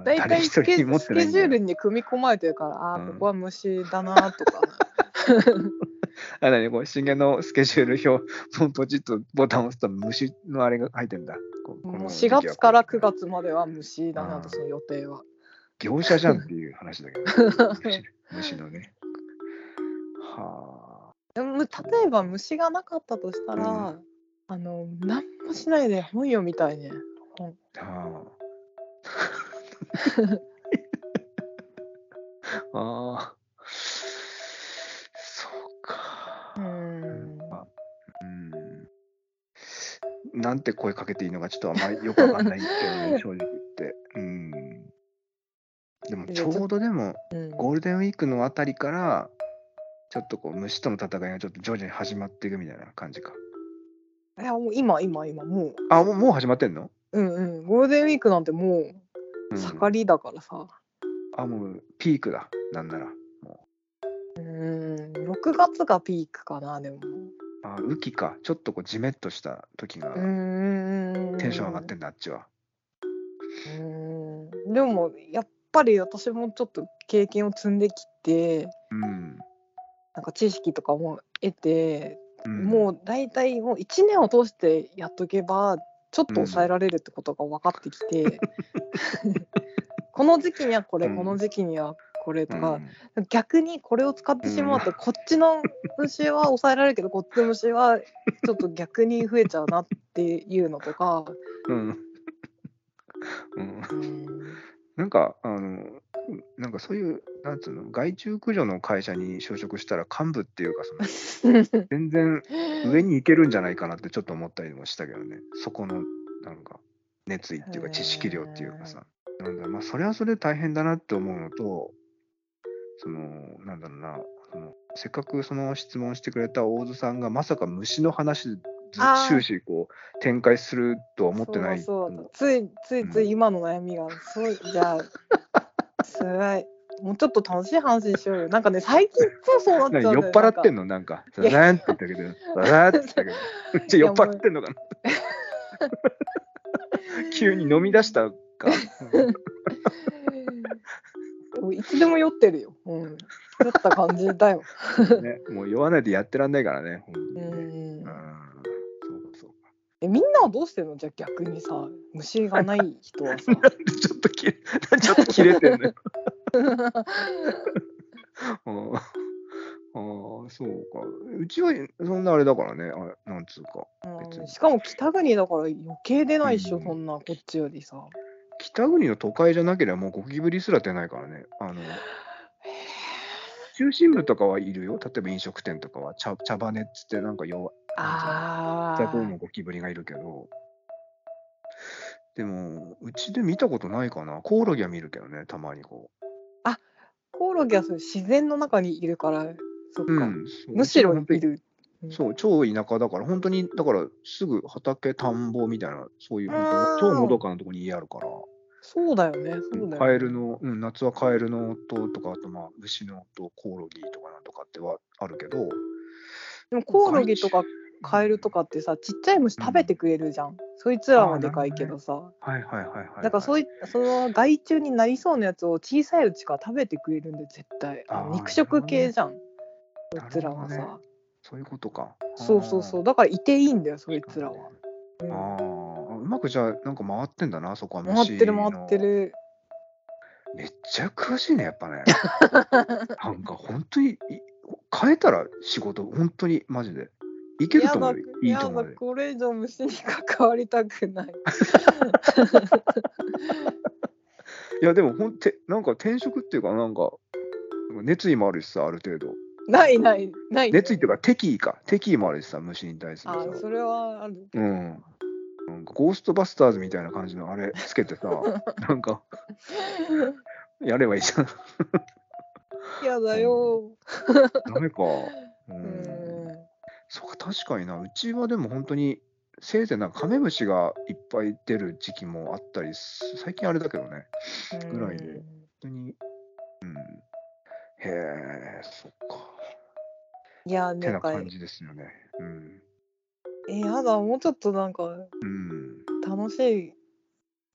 [SPEAKER 1] ん
[SPEAKER 2] 大
[SPEAKER 1] 誰
[SPEAKER 2] 体
[SPEAKER 1] 一
[SPEAKER 2] ス
[SPEAKER 1] 人
[SPEAKER 2] ケスケジ
[SPEAKER 1] 持ってないんだ
[SPEAKER 2] ュー
[SPEAKER 1] よ
[SPEAKER 2] ルに組み込まれてるから、あ
[SPEAKER 1] う
[SPEAKER 2] ー
[SPEAKER 1] ん
[SPEAKER 2] ここは虫だなとか。
[SPEAKER 1] あれだね、これ、信玄のスケジュール表、もうポチッとボタンを押すと虫のあれが入ってんだ。ここ
[SPEAKER 2] もう
[SPEAKER 1] の
[SPEAKER 2] 4
[SPEAKER 1] 時期は
[SPEAKER 2] 月から9。月までは虫だな
[SPEAKER 1] うん
[SPEAKER 2] と、その予定は。
[SPEAKER 1] 業者じゃんっていう話だけど、虫虫のね。は
[SPEAKER 2] でも例えば虫がなかったとしたら、
[SPEAKER 1] う
[SPEAKER 2] あの何もしないで本読みたいね。本
[SPEAKER 1] あ。はあ。ああ。そう
[SPEAKER 2] う
[SPEAKER 1] か。
[SPEAKER 2] ん
[SPEAKER 1] うん。なんて声かけていいのかちょっとあんまりよくわかんないんですけどね、正直言って。うん。でも
[SPEAKER 2] いや
[SPEAKER 1] ちょうどでも
[SPEAKER 2] うん
[SPEAKER 1] ゴールデンウィークのあたりからちょっとこう虫との戦いがちょっと徐々に始まっていくみたいな感じか。
[SPEAKER 2] いやもう今今今もう
[SPEAKER 1] あもうもう始まってんの、
[SPEAKER 2] うんうんゴールデンウィークなんても
[SPEAKER 1] う
[SPEAKER 2] うん盛りだからさ、
[SPEAKER 1] あもうピークだなんなら。も
[SPEAKER 2] うん、6月がピークかなでも。
[SPEAKER 1] うあ雨季かちょっとこうジメッとした時が
[SPEAKER 2] うん
[SPEAKER 1] テンション上がってんだ、あっちは。
[SPEAKER 2] うんでもやっぱり私もちょっと経験を積んできて
[SPEAKER 1] うん。
[SPEAKER 2] なんか知識とかも得て
[SPEAKER 1] うん、
[SPEAKER 2] もう大体もう1年を通してやっとけばちょっと抑えられるってことが分かってきて、 <laughs> この時期にはこれ、
[SPEAKER 1] うん
[SPEAKER 2] この時期にはこれと
[SPEAKER 1] う
[SPEAKER 2] か、
[SPEAKER 1] ん
[SPEAKER 2] 逆にこれを使ってしまうと、こっちの虫は抑えられるけどこっちの虫はちょっと逆に増えちゃうなっていうのとか、
[SPEAKER 1] うん。 <laughs> うん
[SPEAKER 2] <laughs> うん
[SPEAKER 1] なんか、あの、なんかそういう、なんつうの、害虫駆除の会社に就職したら幹部っていうか、そ
[SPEAKER 2] <laughs>
[SPEAKER 1] の全然上に行けるんじゃないかなってちょっと思ったりもしたけどね、そこの、なんか、熱意っていうか知識量っていうかさなんだまあそれはそれで大変だなって思うのとそのなんだろうなそのせっかくその質問してくれた大津さんがまさか虫の話ず
[SPEAKER 2] あー
[SPEAKER 1] 終始こう展開するとは思ってない
[SPEAKER 2] そう
[SPEAKER 1] の
[SPEAKER 2] そうついついつい今の悩みが、そうじゃあつらいもうちょっと楽しい話にしようよなんかね最近そうそうなっちゃ
[SPEAKER 1] な
[SPEAKER 2] うんだ
[SPEAKER 1] か
[SPEAKER 2] よ
[SPEAKER 1] 酔っ払ってん
[SPEAKER 2] の
[SPEAKER 1] のなんか、ザ
[SPEAKER 2] いや
[SPEAKER 1] ザーンって言ったけど、ザザーンって言ったけど、めっちゃ <laughs> 酔っ払ってんのかな。急に飲み出したか。 <laughs>
[SPEAKER 2] いつでも酔ってるよ、うん、酔った感じだよ、
[SPEAKER 1] ね、もう酔わないでやってらんないからね。ほんと
[SPEAKER 2] う
[SPEAKER 1] にね
[SPEAKER 2] ん
[SPEAKER 1] うん、そうか
[SPEAKER 2] えみんなはどうしてんのじゃあ逆にさ虫がない人
[SPEAKER 1] <laughs>
[SPEAKER 2] はさ
[SPEAKER 1] そうか。ちょっときれ、ちょっと切れてんのよ。ああ、そうか。うちはそんなあれだからね、あれなんつうか。別に
[SPEAKER 2] しかも北国だから余計出ないっしょ、
[SPEAKER 1] うん
[SPEAKER 2] そんなこっちよりさ
[SPEAKER 1] 北国の都会じゃなければもうゴキブリすら出ないからね。あの中心部とかはいるよ。例えば飲食店とかは茶茶羽っつってなんか弱い
[SPEAKER 2] あ
[SPEAKER 1] ザブー
[SPEAKER 2] あ
[SPEAKER 1] のゴキブリがいるけど。でも、うちで見たことないかな。コオロギは見るけどね、たまにこ
[SPEAKER 2] コオロギはそう自然の中にいるからそっ
[SPEAKER 1] う。う
[SPEAKER 2] か、
[SPEAKER 1] ん、そう
[SPEAKER 2] むしろ
[SPEAKER 1] うちは本
[SPEAKER 2] い
[SPEAKER 1] 当に
[SPEAKER 2] る
[SPEAKER 1] そう、超田舎だから、本当に、だから、すぐ畑、田んぼみたいな、そういう、
[SPEAKER 2] あ
[SPEAKER 1] 本
[SPEAKER 2] ー
[SPEAKER 1] 当超のどかなところに家あるから、
[SPEAKER 2] そうだよねそうだよね
[SPEAKER 1] カエルの、うん、夏はカエルの音とか、あと、まあ、牛の音、コオロギとかなんとかってはあるけど、
[SPEAKER 2] でもコオロギとかカエルと
[SPEAKER 1] か。
[SPEAKER 2] かってさちっちゃい虫食べてくれるじゃん、そいつらはでかいけどさ
[SPEAKER 1] はいはいはいはい。
[SPEAKER 2] だからそう
[SPEAKER 1] いう
[SPEAKER 2] いその害虫になりそうなやつを小さいうちから食べてくれるんで絶対あの
[SPEAKER 1] あー
[SPEAKER 2] 肉食系じゃんそいつらは
[SPEAKER 1] なる
[SPEAKER 2] さ、
[SPEAKER 1] ほどそういうことか。
[SPEAKER 2] そうそうそう
[SPEAKER 1] あ
[SPEAKER 2] だからいていいんだよそ
[SPEAKER 1] ー
[SPEAKER 2] いつらは、うん
[SPEAKER 1] ああ、うまくじゃあ、なんか回ってんだな、そこは。
[SPEAKER 2] 回ってる回って。る
[SPEAKER 1] めっちゃ詳しいね、やっ
[SPEAKER 2] <laughs>
[SPEAKER 1] ぱね。なんか本当に、い変えたら仕事、本当にマジで。いけると思うよ。いい
[SPEAKER 2] や
[SPEAKER 1] と
[SPEAKER 2] だ
[SPEAKER 1] 思
[SPEAKER 2] や
[SPEAKER 1] う
[SPEAKER 2] だ
[SPEAKER 1] よ。
[SPEAKER 2] これ以上虫に関わりたくない
[SPEAKER 1] いや、でも本当、なんか転職っていうか、なんか、熱意もあるしさ、ある程度。
[SPEAKER 2] ないないな
[SPEAKER 1] <laughs>
[SPEAKER 2] い
[SPEAKER 1] 熱意っていうか、敵意か。敵意もあるしさ、虫に対する
[SPEAKER 2] あ
[SPEAKER 1] さ。
[SPEAKER 2] それはある <laughs>
[SPEAKER 1] うん。なんかゴーストバスターズみたいな感じのあれつけて
[SPEAKER 2] <laughs>
[SPEAKER 1] さ、なんか、やればいいじゃ
[SPEAKER 2] <laughs>
[SPEAKER 1] ん。
[SPEAKER 2] 嫌だよ
[SPEAKER 1] ダ
[SPEAKER 2] <laughs>
[SPEAKER 1] メか。う。
[SPEAKER 2] うんん
[SPEAKER 1] そうか、確かにな。うちはでも本当に、せいぜいなんかカメムシがいっぱい出る時期もあったりす、最近あれだけどね。ぐらいで本当に。うん。へえ、そっか。
[SPEAKER 2] いや
[SPEAKER 1] て
[SPEAKER 2] な
[SPEAKER 1] なん
[SPEAKER 2] か
[SPEAKER 1] 感じですよね。うん。
[SPEAKER 2] えやだもうちょっとなんか
[SPEAKER 1] うん。
[SPEAKER 2] 楽しい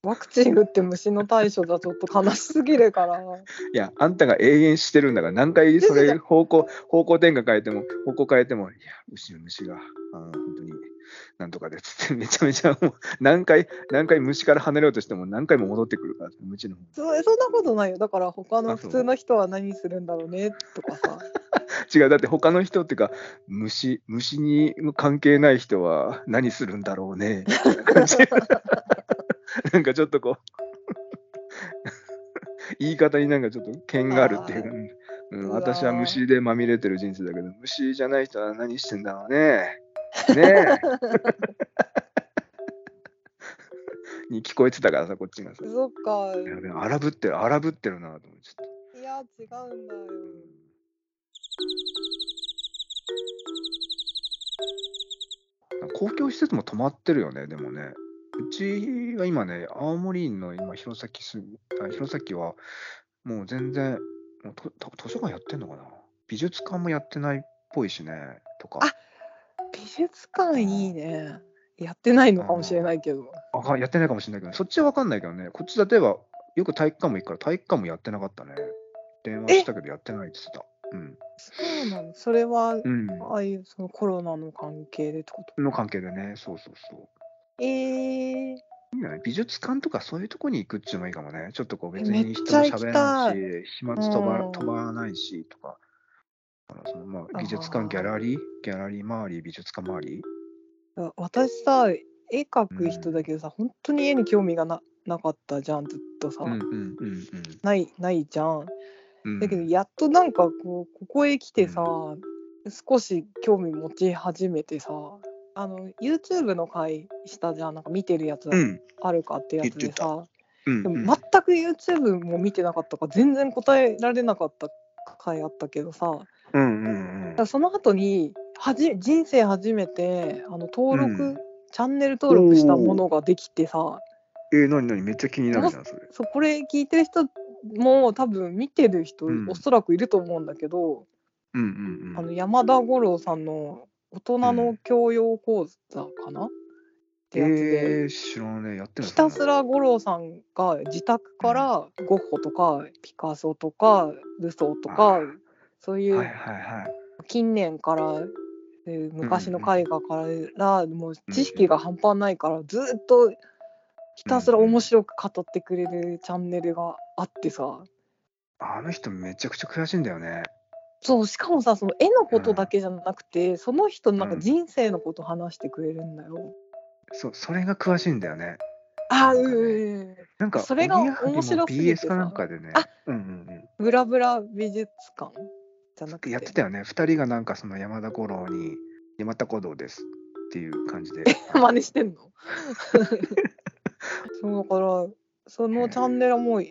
[SPEAKER 2] ワクチン打って虫の対処じゃちょっと悲しすぎるから
[SPEAKER 1] いや、あんたが永遠してるんだから、何回それ方向、方向転換変えても、方向変えても、いや、虫の虫が、あの、本当に、なんとかでっつって、めちゃめちゃもう、何回、何回虫から離れようとしても、何回も戻ってくるから、虫の方に。
[SPEAKER 2] そ <laughs> そんなことないよだから他の
[SPEAKER 1] あそ
[SPEAKER 2] 普
[SPEAKER 1] う
[SPEAKER 2] 通の人は何するんだろうねとかさ
[SPEAKER 1] 違う、だって他の人っていうか、虫、虫に関係ない人は何するんだろうね、みたいな感じなんかちょっとこう、言い方になんかちょっと剣があるっていうか、うん、
[SPEAKER 2] うわー
[SPEAKER 1] 私は虫でまみれてる人生だけど、虫じゃない人は何してんだろうね。
[SPEAKER 2] <laughs>
[SPEAKER 1] ねえ。に聞こえてたからさ、こっちがさ。
[SPEAKER 2] <laughs> そっか
[SPEAKER 1] やべえ荒ぶってる、荒ぶってるなと思って。ちょっ
[SPEAKER 2] いや違うんだよ
[SPEAKER 1] と公共施設も止まってるよね、でもね。うちは今ね、青森の今、弘前すあ弘前は、もう全然もうとと、図書館やってんのかな美術館もやってないっぽいしね、とか。
[SPEAKER 2] 美術館いいねやってないのかもしれないけど
[SPEAKER 1] あかんやってないかもしれないけど、そっちは分かんないけどね、こっち例えば、よく体育館も行くから、体育館もやってなかったね。電話したけどやってないって言ってた。うん。
[SPEAKER 2] そうなのそれは
[SPEAKER 1] うん。
[SPEAKER 2] ああいうそのコロナの関係でってこと
[SPEAKER 1] の関係でね、そうそうそう。
[SPEAKER 2] えー、
[SPEAKER 1] いいんじゃない美術館とかそういうとこに行くっちゅうのもいいかもね。ちょっとこう
[SPEAKER 2] え
[SPEAKER 1] 別に
[SPEAKER 2] めっ
[SPEAKER 1] 人
[SPEAKER 2] ち
[SPEAKER 1] も
[SPEAKER 2] ゃ行きたい
[SPEAKER 1] 喋らないし、飛沫飛ば
[SPEAKER 2] うん
[SPEAKER 1] 飛ばないしとか。だからそのまあ、美術
[SPEAKER 2] あ
[SPEAKER 1] 館、
[SPEAKER 2] ー
[SPEAKER 1] ギャラリー、ギャラリー周り、美術館周り。
[SPEAKER 2] あ私さ絵描く人だけどさ、本当に絵に興味がななかったじゃんずっとさ、
[SPEAKER 1] うんうんうん
[SPEAKER 2] ないないじゃん
[SPEAKER 1] うん。
[SPEAKER 2] だけど
[SPEAKER 1] うん
[SPEAKER 2] やっとなんかこうここへ来てさ、
[SPEAKER 1] う
[SPEAKER 2] 少し興味持ち始めてさあの YouTube の回したじゃんなんか見てるやつ
[SPEAKER 1] うん。
[SPEAKER 2] あるかってやつ
[SPEAKER 1] 言っ
[SPEAKER 2] で
[SPEAKER 1] てた
[SPEAKER 2] さ、
[SPEAKER 1] うん、
[SPEAKER 2] で
[SPEAKER 1] うん
[SPEAKER 2] も全く YouTube も見てなかったから全然答えられなかった回あったけどさ
[SPEAKER 1] うんうんうん
[SPEAKER 2] だからその後にはじ人生初めてあの登録、
[SPEAKER 1] うん
[SPEAKER 2] チャンネル登録したものができてさ
[SPEAKER 1] えー、なになにめっちゃ気になるじゃん、それ。
[SPEAKER 2] そうこれ聞いてる人も多分見てる人、
[SPEAKER 1] うん
[SPEAKER 2] おそらくいると思うんだけど、
[SPEAKER 1] うんう
[SPEAKER 2] あ
[SPEAKER 1] んう
[SPEAKER 2] の
[SPEAKER 1] ん。
[SPEAKER 2] 山田五郎さんの「大人の教養講座」かな、ってやつで。
[SPEAKER 1] えー、知らねえ、やってない。
[SPEAKER 2] ひたすら五郎さんが自宅からゴッホとかピカソとかルソーと
[SPEAKER 1] あ
[SPEAKER 2] か
[SPEAKER 1] ー
[SPEAKER 2] そう
[SPEAKER 1] そ
[SPEAKER 2] い
[SPEAKER 1] んな。はいうはいはい。
[SPEAKER 2] 近年からえー昔の絵画からもう知識が半端ないからずーっとひたすら面白く語ってくれるチャンネルがあってさ
[SPEAKER 1] あの人めちゃくちゃ悔しいんだよね。
[SPEAKER 2] そうしかもさその絵のことだけじゃなくてその人のなん
[SPEAKER 1] う
[SPEAKER 2] か
[SPEAKER 1] ん
[SPEAKER 2] 人生のこと話してくれるんだよ。
[SPEAKER 1] そう、それが詳しいんだよね。
[SPEAKER 2] あー
[SPEAKER 1] なんかね
[SPEAKER 2] うんうん
[SPEAKER 1] なんか、
[SPEAKER 2] それが
[SPEAKER 1] おぎやはぎの
[SPEAKER 2] 面白すぎてさ
[SPEAKER 1] BS かなんかでね。
[SPEAKER 2] あ
[SPEAKER 1] うんうんうん。
[SPEAKER 2] うんブラブラ美術館じゃなくて
[SPEAKER 1] やってたよね2人がなんかその山田五郎に「山田五郎です」っていう感
[SPEAKER 2] <laughs>
[SPEAKER 1] じで
[SPEAKER 2] 真似してんのそうだからそのチャンネルはもう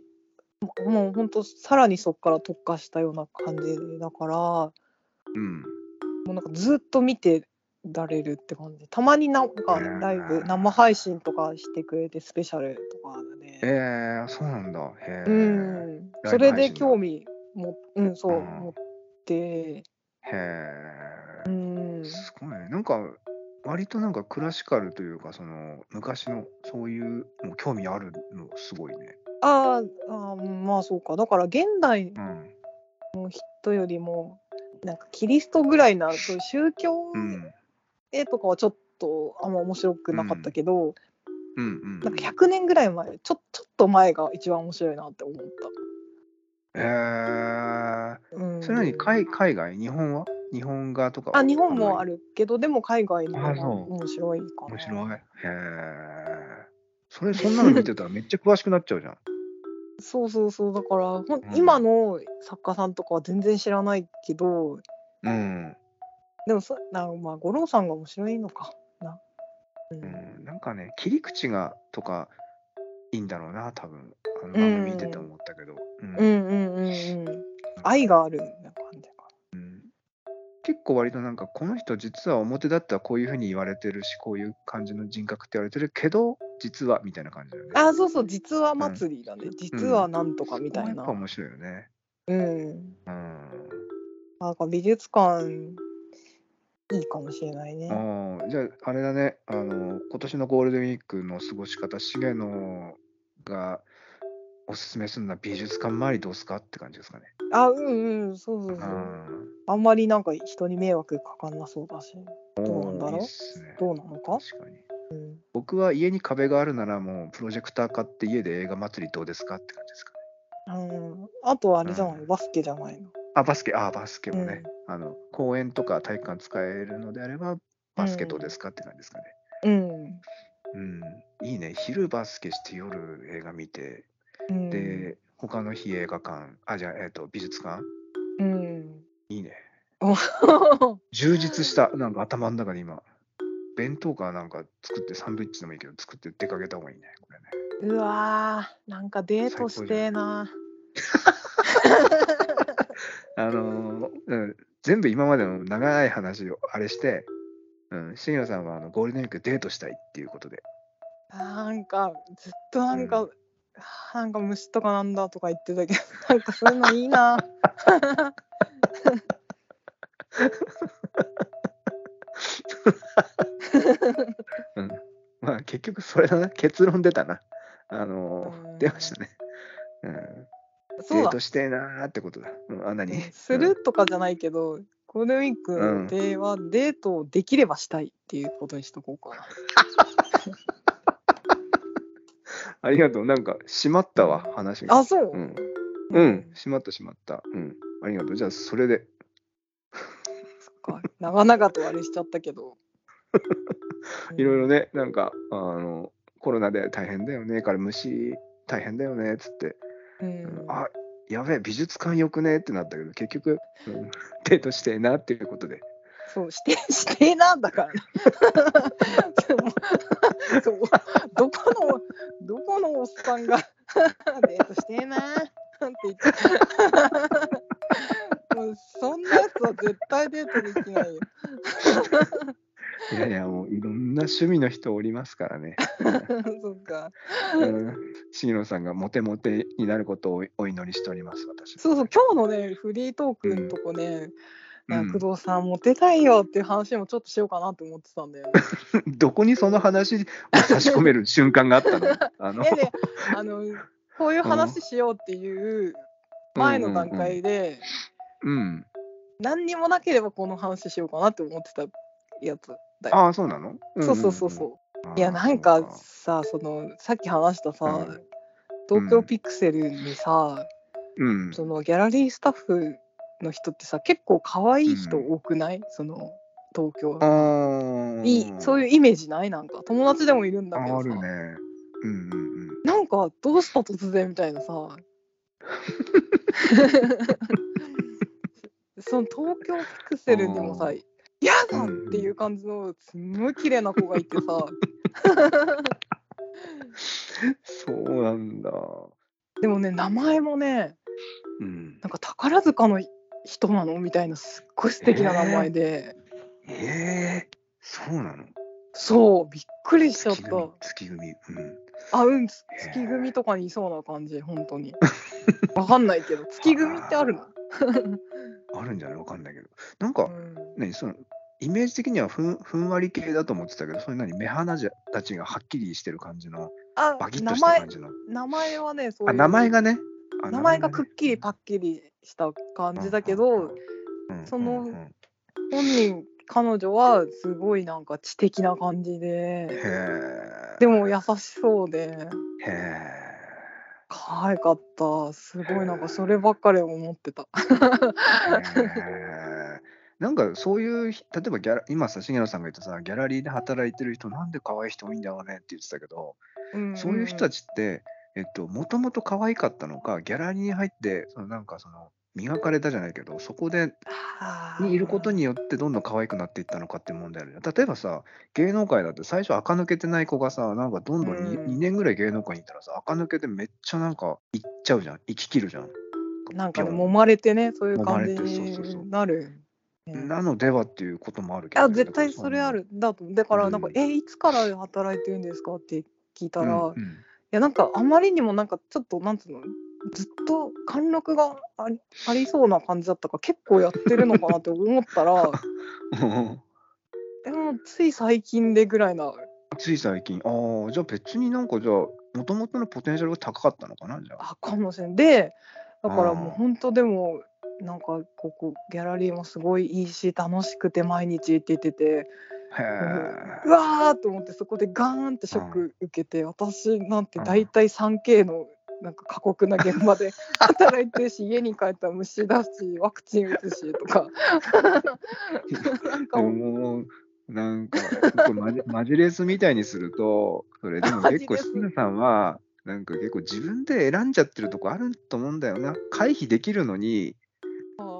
[SPEAKER 2] もうほんとさらにそっから特化したような感じだからも
[SPEAKER 1] うん
[SPEAKER 2] うなんかずっと見てられるって感じたまになんか
[SPEAKER 1] うん
[SPEAKER 2] ライブ生配信とかしてくれてスペシャルとかだね、
[SPEAKER 1] えー、そうなんだへえライブ
[SPEAKER 2] うん
[SPEAKER 1] 配信だ
[SPEAKER 2] それで興味もうんそう、
[SPEAKER 1] うん
[SPEAKER 2] 持って
[SPEAKER 1] へ
[SPEAKER 2] う
[SPEAKER 1] え
[SPEAKER 2] ん
[SPEAKER 1] すごいねなんか割となんかクラシカルというかその昔のそういうの興味あるのすごいね
[SPEAKER 2] あーあーまあそうかだから現代
[SPEAKER 1] うん
[SPEAKER 2] 人よりもなんかキリストぐらいなそういう宗教
[SPEAKER 1] うん
[SPEAKER 2] 絵とかはちょっとあんま面白くなかったけど、
[SPEAKER 1] うんうん
[SPEAKER 2] なんか100年ぐらい前ちょちょっと前が一番面白いなって思った。
[SPEAKER 1] へえ
[SPEAKER 2] うん、
[SPEAKER 1] それなに海海外日本は日本画とかは
[SPEAKER 2] あ日本もあ
[SPEAKER 1] る
[SPEAKER 2] るけどでも海外の
[SPEAKER 1] あ
[SPEAKER 2] 方が
[SPEAKER 1] そう
[SPEAKER 2] 面白いかな。
[SPEAKER 1] 面白いへえそれそんなの見てたらめっちゃ詳しくなっちゃうじゃん
[SPEAKER 2] そうそうそうだからほん、
[SPEAKER 1] ん
[SPEAKER 2] 今の作家さんとかは全然知らないけど
[SPEAKER 1] うん
[SPEAKER 2] でもそなんかまあ五郎さんが面白いのかな。うん
[SPEAKER 1] うんなんかね切り口がとかいいんだろうな多分あの番組見てて思ったけど、うん
[SPEAKER 2] うんうんうんうん。愛があるな感じか。
[SPEAKER 1] 結構割となんかこの人実は表だったらこういうふうに言われてるしこういう感じの人格って言われてるけど実はみたいな感じだよね。
[SPEAKER 2] あそうそう実は祭りだね、実はなんとかみたい
[SPEAKER 1] そこ
[SPEAKER 2] な
[SPEAKER 1] はやっぱ面白いよね。
[SPEAKER 2] うん
[SPEAKER 1] うん、
[SPEAKER 2] なんか美術館いいかもしれないね
[SPEAKER 1] あーじゃああれだねあの今年のゴールデンウィークの過ごし方重野がおすすめするのは美術館周りどうすかって感じですかね。
[SPEAKER 2] あうんうんそうそう
[SPEAKER 1] う
[SPEAKER 2] そう、
[SPEAKER 1] ん
[SPEAKER 2] あんまりなんか人に迷惑かかんなそうだしどうなんだろう
[SPEAKER 1] いいっすね
[SPEAKER 2] どうなのか
[SPEAKER 1] 確かに
[SPEAKER 2] うん
[SPEAKER 1] 僕は家に壁があるならもうプロジェクター買って家で映画祭りどうですかって感じですかね。
[SPEAKER 2] うんあとはあれじゃない、
[SPEAKER 1] うん
[SPEAKER 2] バスケじゃないの
[SPEAKER 1] あ、バスケ、あ、バスケもね、あの公園とか体育館使えるのであればバスケどうですかって感じですかね。
[SPEAKER 2] うん、
[SPEAKER 1] うん、いいね。昼バスケして夜映画見て、
[SPEAKER 2] うん、
[SPEAKER 1] で、他の日映画館、あ、じゃあ、えっ、と、美術館
[SPEAKER 2] うん <laughs>
[SPEAKER 1] いいね。充実した、なんか頭の中で今、弁当かなんか作って、サンドイッチでもいいけど、作って出かけた方がいいね、これね。
[SPEAKER 2] うわーなんかデートしてえな
[SPEAKER 1] あのーうん、全部今までの長い話をあれして、うん、重野さんはあのゴールデンウィークデートしたいっていうことで。
[SPEAKER 2] なんかずっとなんか、
[SPEAKER 1] う
[SPEAKER 2] なんか虫とかなんだとか言ってたけどなんかそういうのいいな
[SPEAKER 1] まあ結局それだな、結論出たな。あのー
[SPEAKER 2] うん
[SPEAKER 1] 出ましたね。うん、
[SPEAKER 2] そう
[SPEAKER 1] デー
[SPEAKER 2] だ
[SPEAKER 1] トしてえなーってことだ。うん、あ、何
[SPEAKER 2] するとかじゃないけどゴールデンウィークの予定はデートをできればしたいっていうことにしとこうか
[SPEAKER 1] う
[SPEAKER 2] な、
[SPEAKER 1] んありがとう。なんか、しまったわ、話が。
[SPEAKER 2] あそう、
[SPEAKER 1] うんうん、しまったしまった。うん、ありがとう。じゃあ、それで。
[SPEAKER 2] そっか長々とあれしちゃった
[SPEAKER 1] <laughs>
[SPEAKER 2] けど
[SPEAKER 1] いろいろね、なんか、あの、コロナで大変だよね、から虫大変だよね、つって。
[SPEAKER 2] うん、
[SPEAKER 1] う
[SPEAKER 2] うん
[SPEAKER 1] んあ <laughs>
[SPEAKER 2] <laughs>
[SPEAKER 1] やべえ美術館よくねってなったけど結局、うんデートしてえなっていうことで
[SPEAKER 2] そう指定指定なんだから <laughs> なそうどこのどこのおっさんが <laughs> デートしてえなって <laughs> 言ってもうそんなやつは絶対デートできないよ <laughs>
[SPEAKER 1] いやいや、もういろんな趣味の人おりますからね。
[SPEAKER 2] そっか <laughs>
[SPEAKER 1] うん、杉野さんがモテモテになることをお祈りしております、私。
[SPEAKER 2] そうそう今日のねフリートークのとこね、
[SPEAKER 1] うん
[SPEAKER 2] なんか工藤さんモテたいよっていう話もちょっとしようかなと思ってたんだよね
[SPEAKER 1] <laughs> どこにその話を差し込める瞬間があったの <laughs> あの
[SPEAKER 2] <laughs> えであのこういう話しようっていう前の段階で、
[SPEAKER 1] うんうんうん、うん
[SPEAKER 2] 何にもなければこの話しようかなって思ってたやつだよ。
[SPEAKER 1] ああ、そうなの、
[SPEAKER 2] そうそうそうそ
[SPEAKER 1] うんうん
[SPEAKER 2] う。いやなん
[SPEAKER 1] あ
[SPEAKER 2] か
[SPEAKER 1] ーそう
[SPEAKER 2] さそのさっき話したさ、
[SPEAKER 1] うん
[SPEAKER 2] 東京ピクセルにさ、
[SPEAKER 1] うん、
[SPEAKER 2] そのギャラリースタッフの人ってさ結構可愛い人多くない、その東京
[SPEAKER 1] あ
[SPEAKER 2] いいそういううイメージないなんか友達でもいるんだけど
[SPEAKER 1] あ
[SPEAKER 2] さ、
[SPEAKER 1] るね。うんうんうん
[SPEAKER 2] なんかどうした突然みたいなさ <laughs> その東京ピクセルにも
[SPEAKER 1] あ
[SPEAKER 2] さ
[SPEAKER 1] ー
[SPEAKER 2] 「やだ!」っていう感じのすんごい綺麗な子がいてさ
[SPEAKER 1] <laughs> そうなんだ。
[SPEAKER 2] でもね名前もね
[SPEAKER 1] うん、
[SPEAKER 2] なんか宝塚の人なのみたいなすっごい素敵な名前で、
[SPEAKER 1] ええそうなの
[SPEAKER 2] そうびっくりしちゃっ
[SPEAKER 1] 月組
[SPEAKER 2] た
[SPEAKER 1] 月組。うん
[SPEAKER 2] あうんつ月組とかにいそうな感じ本当にわかんないけど月組ってある
[SPEAKER 1] <laughs>
[SPEAKER 2] の、
[SPEAKER 1] あるんじゃないわかんないけど。なんか
[SPEAKER 2] う、ん
[SPEAKER 1] 何そのイメージ的にはふんふんわり系だと思ってたけど、それ何目鼻じゃたちがはっきりしてる感じの、
[SPEAKER 2] あ
[SPEAKER 1] バキッ
[SPEAKER 2] 名
[SPEAKER 1] とした
[SPEAKER 2] 前
[SPEAKER 1] 感じの。
[SPEAKER 2] 名前はねそうい
[SPEAKER 1] あ、
[SPEAKER 2] う
[SPEAKER 1] 名前がね。あ
[SPEAKER 2] 名前がくっ
[SPEAKER 1] ね
[SPEAKER 2] きりパッキリした感じだけ
[SPEAKER 1] うんうん
[SPEAKER 2] ど
[SPEAKER 1] うん
[SPEAKER 2] その
[SPEAKER 1] うんうん
[SPEAKER 2] 本人彼女はすごいなんか知的な感じ
[SPEAKER 1] へ
[SPEAKER 2] で
[SPEAKER 1] え。
[SPEAKER 2] でも優しそうで
[SPEAKER 1] へえ。
[SPEAKER 2] 可愛かったすごいなんかそればっかり思ってた
[SPEAKER 1] へーなんかそういうひ例えばギャラ今さ重野さんが言ったさギャラリーで働いてる人なんで可愛い人多いんだろうねって言ってたけど、 <laughs> そういう人た
[SPEAKER 2] ち
[SPEAKER 1] ちってえっともともと可愛かったのかギャラリーに入ってそのなんかその磨かれたじゃないけどそこでにいることによってどんどん可愛くなっていったのかって問題あるじゃん例えばさ芸能界だって最初垢抜けてない子がさなんかどんどん 2,、
[SPEAKER 2] うん
[SPEAKER 1] 二年ぐらい芸能界にいたらさ垢抜けてめっちゃなんか行っちゃうじゃん行ききるじゃん。
[SPEAKER 2] なんかね
[SPEAKER 1] ピョン
[SPEAKER 2] 揉まれてねそういう
[SPEAKER 1] 揉ま
[SPEAKER 2] 感
[SPEAKER 1] れて
[SPEAKER 2] じ
[SPEAKER 1] そうそうそう
[SPEAKER 2] になる。ね
[SPEAKER 1] なのではっていうこともあるけど、
[SPEAKER 2] あ絶対それあるだと思うだからなんか
[SPEAKER 1] う
[SPEAKER 2] 「
[SPEAKER 1] ん
[SPEAKER 2] えいつから働いてるんですか?」って聞いた
[SPEAKER 1] だう
[SPEAKER 2] ら、
[SPEAKER 1] んうん
[SPEAKER 2] いやなんかあまりにもなんかちょっとなんつうのずっと貫禄がありありそうな感じだったから結構やってるのかなって思った <laughs> ら
[SPEAKER 1] うん <laughs>
[SPEAKER 2] でもつい最近でぐらいな
[SPEAKER 1] つい最近ああじゃあ別になんかじゃあもともとのポテンシャルが高かったのかなじゃあ
[SPEAKER 2] あかもしれんでだか
[SPEAKER 1] あ
[SPEAKER 2] らも
[SPEAKER 1] ー
[SPEAKER 2] う本当でもなんかここギャラリーもすごいいいし楽しくて毎日って言ってて
[SPEAKER 1] へ
[SPEAKER 2] うわーと思ってそこでガーンってショック受けて私なんて大体 3K のなんか過酷な現場で働いてるし家に帰ったら虫だしワクチン打つしと <laughs> かなん
[SPEAKER 1] え
[SPEAKER 2] かもう
[SPEAKER 1] もうなんかこうマ
[SPEAKER 2] <laughs>
[SPEAKER 1] ジマジレスみたいにするとそれでも結構
[SPEAKER 2] マジレス
[SPEAKER 1] 杉野さんはなんか結構自分で選んじゃってるとこあると思うんだよな回避できるのに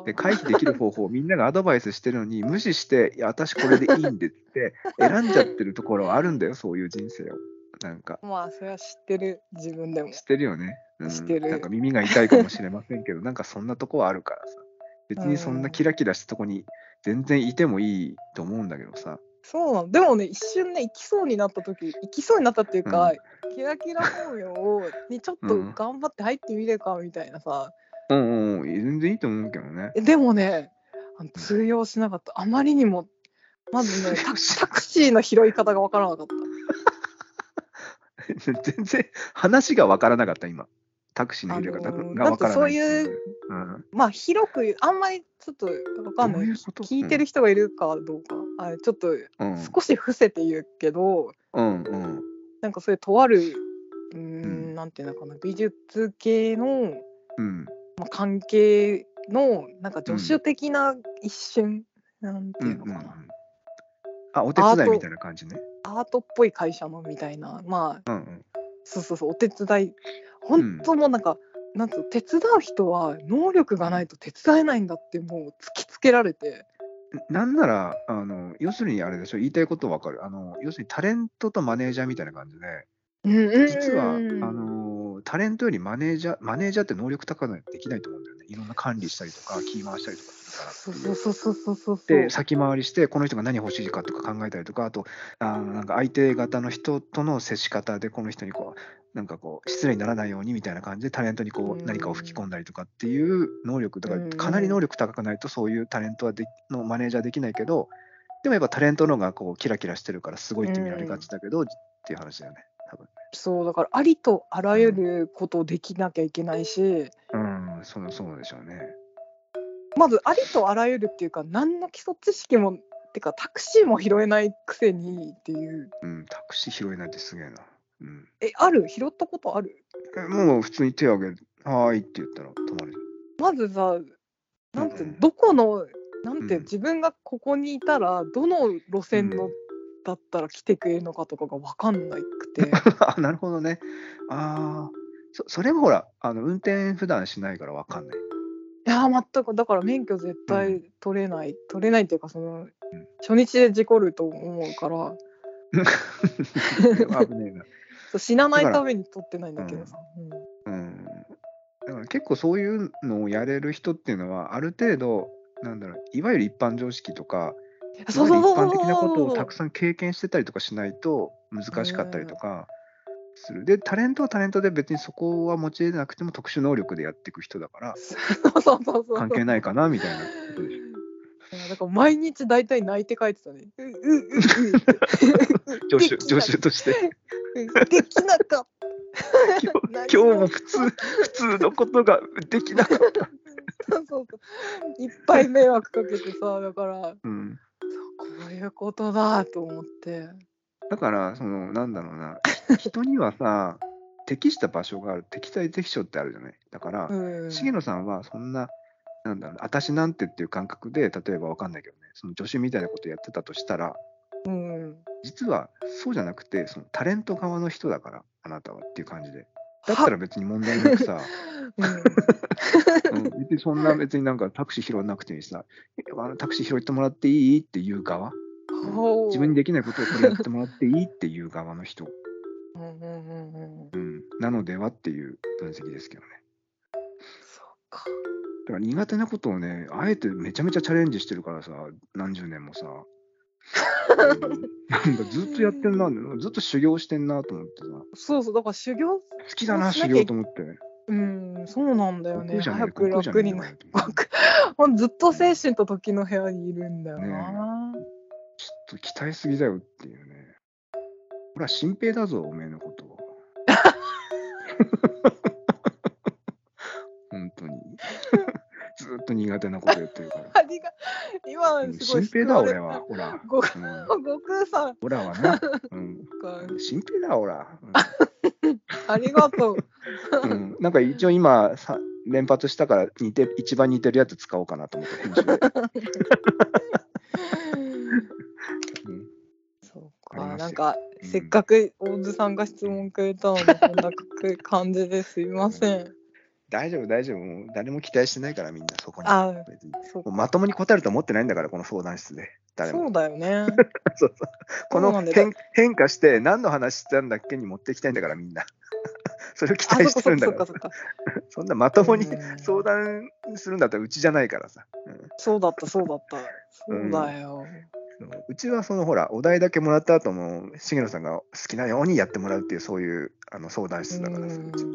[SPEAKER 1] で回避できる方法をみんながアドバイスしてるの <laughs> に無視して「いや私これでいいんで」って選んじゃってるところはあるんだ <laughs> よそういう人生をなんか
[SPEAKER 2] まあそれは知ってる自分でも
[SPEAKER 1] 知ってるよね、うん、
[SPEAKER 2] 知ってる
[SPEAKER 1] なんか耳が痛いかもしれませんけどなんかそんなとこはあるからさ別にそんなキラキラしたとこに全然いてもいいと思うんだけどさ
[SPEAKER 2] そうなのでもね一瞬ね行きそうになった時行きそうになったっていうか、キラキラ本名をにちょっと
[SPEAKER 1] うん
[SPEAKER 2] 頑張って入ってみるかみたいなさ、
[SPEAKER 1] うんうん全然いいと思うけどね <laughs>
[SPEAKER 2] えでもねあの通用しなかったあまりにも
[SPEAKER 1] <laughs>
[SPEAKER 2] まずね
[SPEAKER 1] 通
[SPEAKER 2] タ
[SPEAKER 1] 用し
[SPEAKER 2] タクシーの拾い方がわからなかった
[SPEAKER 1] 全然話が分からなかった今タクシーの入れ方
[SPEAKER 2] あの
[SPEAKER 1] が
[SPEAKER 2] ー
[SPEAKER 1] 分からない
[SPEAKER 2] だってそういう
[SPEAKER 1] うん
[SPEAKER 2] まあ広くあんまりちょっとわかんな
[SPEAKER 1] どう
[SPEAKER 2] い
[SPEAKER 1] いうこと
[SPEAKER 2] 聞いてる人がいるかどうかあちょっと
[SPEAKER 1] うん
[SPEAKER 2] 少し伏せて言うけど、
[SPEAKER 1] うんうん
[SPEAKER 2] なんかそういうとあるうーん、
[SPEAKER 1] うん
[SPEAKER 2] ん、なんていうのかな美術系の、
[SPEAKER 1] うん
[SPEAKER 2] まあ、関係のなんか助手的な一瞬、なんて
[SPEAKER 1] うんう
[SPEAKER 2] いうんの
[SPEAKER 1] う
[SPEAKER 2] か
[SPEAKER 1] ん
[SPEAKER 2] な、
[SPEAKER 1] あお手伝いみたいな感じね
[SPEAKER 2] アートっぽい会社のみたいなまあ
[SPEAKER 1] うんうん
[SPEAKER 2] そうそうそうお手伝い本当もうなんか、なんつうの手伝う人は能力がないと手伝えないんだってもう突きつけられて
[SPEAKER 1] なんなら、あの、要するにあれでしょ、言いたいことわかる。あの、要するにタレントとマネージャーみたいな感じで、実
[SPEAKER 2] 実
[SPEAKER 1] は、あの、タレントよりマネージャー、マネージャーって能力高くないとできないと思うんだよね。いろんな管理したりとか、気回したりとかするから。
[SPEAKER 2] そうそうそうそうそうそうそう
[SPEAKER 1] で先回りしてこの人が何欲しいかとか考えたりとかあとあのなんか相手方の人との接し方でこの人にこうなんかこう失礼にならないようにみたいな感じでタレントにこ
[SPEAKER 2] う
[SPEAKER 1] うん何かを吹き込んだりとかっていう能力だか
[SPEAKER 2] う
[SPEAKER 1] ら
[SPEAKER 2] ん
[SPEAKER 1] かなり能力高くないとそういうタレントはでのマネージャーできないけどでもやっぱタレントの方がこうキラキラしてるからすごいって見られがちだけどっていう話だよね多分ね。
[SPEAKER 2] そうだからありとあらゆることをできなきゃいけないし
[SPEAKER 1] うん、そうそうでしょうね。
[SPEAKER 2] まずありとあらゆるっていうか何の基礎知識もてかタクシーも拾えないくせにっていう
[SPEAKER 1] うん、タクシー拾えないってすげえな。うん、
[SPEAKER 2] えある拾ったことある
[SPEAKER 1] えもう普通に手を挙げる、はーいって言ったら止まる。
[SPEAKER 2] まずさなんていう
[SPEAKER 1] う
[SPEAKER 2] の
[SPEAKER 1] ん
[SPEAKER 2] どこのなんていう
[SPEAKER 1] うん
[SPEAKER 2] の自分がここにいたらどの路線
[SPEAKER 1] う
[SPEAKER 2] の
[SPEAKER 1] ん
[SPEAKER 2] だったら来てくれるのかとかが分かんなく
[SPEAKER 1] <laughs>
[SPEAKER 2] て
[SPEAKER 1] あなるほどね。ああ、そそれもほら、あの運転普段しないからわかんない。
[SPEAKER 2] <laughs> いやー全くだから免許絶対取れない、取れないっていうかその
[SPEAKER 1] うん
[SPEAKER 2] 初日で事故ると思うから
[SPEAKER 1] 危ねえな。
[SPEAKER 2] そう死なない
[SPEAKER 1] だから
[SPEAKER 2] ために取ってないんだけどさ、うん
[SPEAKER 1] うん。だから結構そういうのをやれる人っていうのは、ある程度、なんだろう、いわゆる一般常識とか、
[SPEAKER 2] そう
[SPEAKER 1] いわ
[SPEAKER 2] そ
[SPEAKER 1] ゆる
[SPEAKER 2] うそう
[SPEAKER 1] 一
[SPEAKER 2] そう
[SPEAKER 1] 般的なことをたくさん経験してたりとかしないと難しかったりとかする。で、タレントはタレントで別にそこは用いなくても特殊能力でやっていく人だから、
[SPEAKER 2] <laughs> そうそうそうそう
[SPEAKER 1] 関係ないかなみたいなことでしょ。
[SPEAKER 2] いやだから毎日大体泣いて帰ってたねうう
[SPEAKER 1] <laughs>
[SPEAKER 2] うう
[SPEAKER 1] 助手
[SPEAKER 2] <laughs> でき
[SPEAKER 1] 助
[SPEAKER 2] な
[SPEAKER 1] 手として。
[SPEAKER 2] うんできなかった
[SPEAKER 1] <laughs> 今日
[SPEAKER 2] 何
[SPEAKER 1] 今日も普 <laughs> 通、普通のことが <laughs> できなかった。
[SPEAKER 2] そうそうそういっぱい迷惑かけてさだから
[SPEAKER 1] うん、
[SPEAKER 2] こういうことだと思って
[SPEAKER 1] だから、その、なんだろうな、人にはさ、適した場所がある、適材適所ってあるじゃない。だから、
[SPEAKER 2] うん
[SPEAKER 1] 重野さんはそんな、なんだろうな、私なんてっていう感覚で、例えばわかんないけどね、その助手みたいなことやってたとしたら、
[SPEAKER 2] うん
[SPEAKER 1] 実はそうじゃなくて、そのタレント側の人だから、あなたはっていう感じで。だったら別に問題なく
[SPEAKER 2] <laughs>
[SPEAKER 1] さ、
[SPEAKER 2] う
[SPEAKER 1] うん、別にそんな別になんかタクシー拾わなくていいしさ、えあのタクシー拾ってもらっていいっていう側。
[SPEAKER 2] んほう
[SPEAKER 1] 自分にできないことをこれやってもらっていいっていう側の人、
[SPEAKER 2] うんうんうんうん
[SPEAKER 1] うん、なのではっていう分析ですけどね。
[SPEAKER 2] そうか
[SPEAKER 1] だから苦手なことをね、あえてめちゃめちゃチャレンジしてるからさ、何十年もさ。うんなんかずっとやってん
[SPEAKER 2] <laughs>
[SPEAKER 1] な、ずっと修行してんなと思ってさ、
[SPEAKER 2] そうそうだから修行
[SPEAKER 1] 好きだな、
[SPEAKER 2] そうしな
[SPEAKER 1] 修
[SPEAKER 2] きゃ
[SPEAKER 1] 行と思って。
[SPEAKER 2] うんそうなんだよ
[SPEAKER 1] 悟空
[SPEAKER 2] ね
[SPEAKER 1] じゃねえ
[SPEAKER 2] 早く
[SPEAKER 1] 悟空じゃ
[SPEAKER 2] 楽
[SPEAKER 1] ねえ
[SPEAKER 2] に
[SPEAKER 1] よ
[SPEAKER 2] な
[SPEAKER 1] ね
[SPEAKER 2] 僕もうずっと精神と時の部屋にいるんだよな、
[SPEAKER 1] ちょっと期待すぎだよっていうね。ほら、新兵だぞ、おめえの
[SPEAKER 2] <laughs>
[SPEAKER 1] こと。本当に。ずっと苦手なことやって
[SPEAKER 2] <laughs>
[SPEAKER 1] るから。
[SPEAKER 2] ありが今
[SPEAKER 1] うん
[SPEAKER 2] のすご
[SPEAKER 1] 新
[SPEAKER 2] い
[SPEAKER 1] 兵だ、俺は。ほら。
[SPEAKER 2] ご
[SPEAKER 1] うん
[SPEAKER 2] 悟空さん
[SPEAKER 1] オラはな。うん。
[SPEAKER 2] か
[SPEAKER 1] 新兵だ、オラ。
[SPEAKER 2] ありがとう
[SPEAKER 1] うん。うんなんか一応今さ、連発したから似て、一番似てるやつ使おうかなと思って、編集
[SPEAKER 2] <laughs>
[SPEAKER 1] で。うん
[SPEAKER 2] そう
[SPEAKER 1] あり
[SPEAKER 2] か
[SPEAKER 1] ますよ
[SPEAKER 2] なんか、
[SPEAKER 1] うん
[SPEAKER 2] せっかく大津さんが質問くれたのでこんな感じですいません
[SPEAKER 1] 大丈夫、大丈夫。もう誰も期待してないから、みんなそこに。
[SPEAKER 2] あ
[SPEAKER 1] 別に
[SPEAKER 2] そう
[SPEAKER 1] もうまともに答えると思ってないんだから、この相談室で。誰
[SPEAKER 2] そ
[SPEAKER 1] も
[SPEAKER 2] う。だよね
[SPEAKER 1] <laughs> そうそうこ
[SPEAKER 2] そうな
[SPEAKER 1] の
[SPEAKER 2] んだよ
[SPEAKER 1] 変変化して何の話したんだっけに持っていきたいんだからみんな <laughs> それを期
[SPEAKER 2] あ
[SPEAKER 1] 待
[SPEAKER 2] そ
[SPEAKER 1] し
[SPEAKER 2] こ
[SPEAKER 1] て
[SPEAKER 2] そ
[SPEAKER 1] る
[SPEAKER 2] こ
[SPEAKER 1] んだ
[SPEAKER 2] そ
[SPEAKER 1] か
[SPEAKER 2] こ
[SPEAKER 1] ら
[SPEAKER 2] そこ
[SPEAKER 1] そんなまともに
[SPEAKER 2] うん
[SPEAKER 1] 相談するんだったらうちじゃないからさ、うん
[SPEAKER 2] そうだったそうだったそうだよ、
[SPEAKER 1] そううちはそのほらお題だけもらった後も重野さんが好きなようにやってもらうっていうそういうあの相談室だからさ、うち
[SPEAKER 2] うん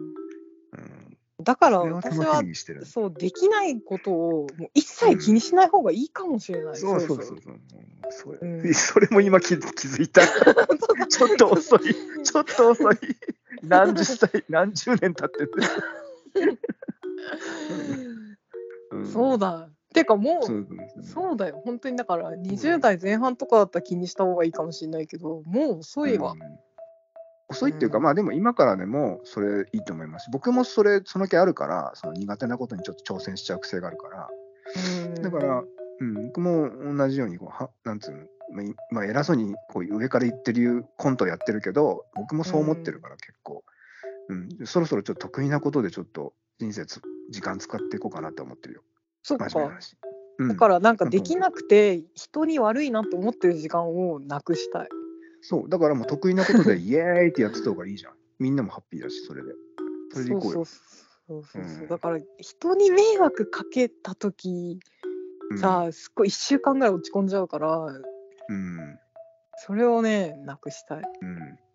[SPEAKER 1] うん、
[SPEAKER 2] だから
[SPEAKER 1] それを楽
[SPEAKER 2] 私
[SPEAKER 1] し
[SPEAKER 2] は
[SPEAKER 1] みにしてるんだ
[SPEAKER 2] そうできないことをもう一切気にしない方がいいかもしれない、
[SPEAKER 1] そうそうそうそうそう
[SPEAKER 2] うん
[SPEAKER 1] それそれも今気気づいたちょっと遅いちょっと遅い何十歳何十年経ってて、うん
[SPEAKER 2] そうだてかもう
[SPEAKER 1] そうそうそう
[SPEAKER 2] そうだよ本当にだから
[SPEAKER 1] う
[SPEAKER 2] 20
[SPEAKER 1] ん
[SPEAKER 2] 代前半とかだったら気にした方がいいかもしれないけどもう遅いわ
[SPEAKER 1] うん、遅いっていうか、
[SPEAKER 2] うん
[SPEAKER 1] まあでも今からでもそれいいと思います僕もそれその気あるからその苦手なことにちょっと挑戦しちゃう癖があるから、
[SPEAKER 2] うん
[SPEAKER 1] だから、うん、僕も同じようにこうはなんつうのまあいまあ、偉そうにこう上から言ってるコントやってるけど僕もそう思ってるから結構、うんそろそろちょっと得意なことでちょっと人生つ時間使っていこうかなと思ってるよ
[SPEAKER 2] そっか
[SPEAKER 1] 真面目な話うん
[SPEAKER 2] だからなんかできなくて人に悪いなと思ってる時間をなくしたい。
[SPEAKER 1] そう、だからもう得意なことでイエーイってやってた方がいいじゃん。みんなもハッピーだし、それで。それでいこう
[SPEAKER 2] そ
[SPEAKER 1] よ
[SPEAKER 2] う。そうそうそう、
[SPEAKER 1] うん
[SPEAKER 2] だから人に迷惑かけた時
[SPEAKER 1] うん
[SPEAKER 2] さ、すっごい1週間ぐらい落ち込んじゃうから
[SPEAKER 1] うん。うん。
[SPEAKER 2] それをねなくしたい。
[SPEAKER 1] い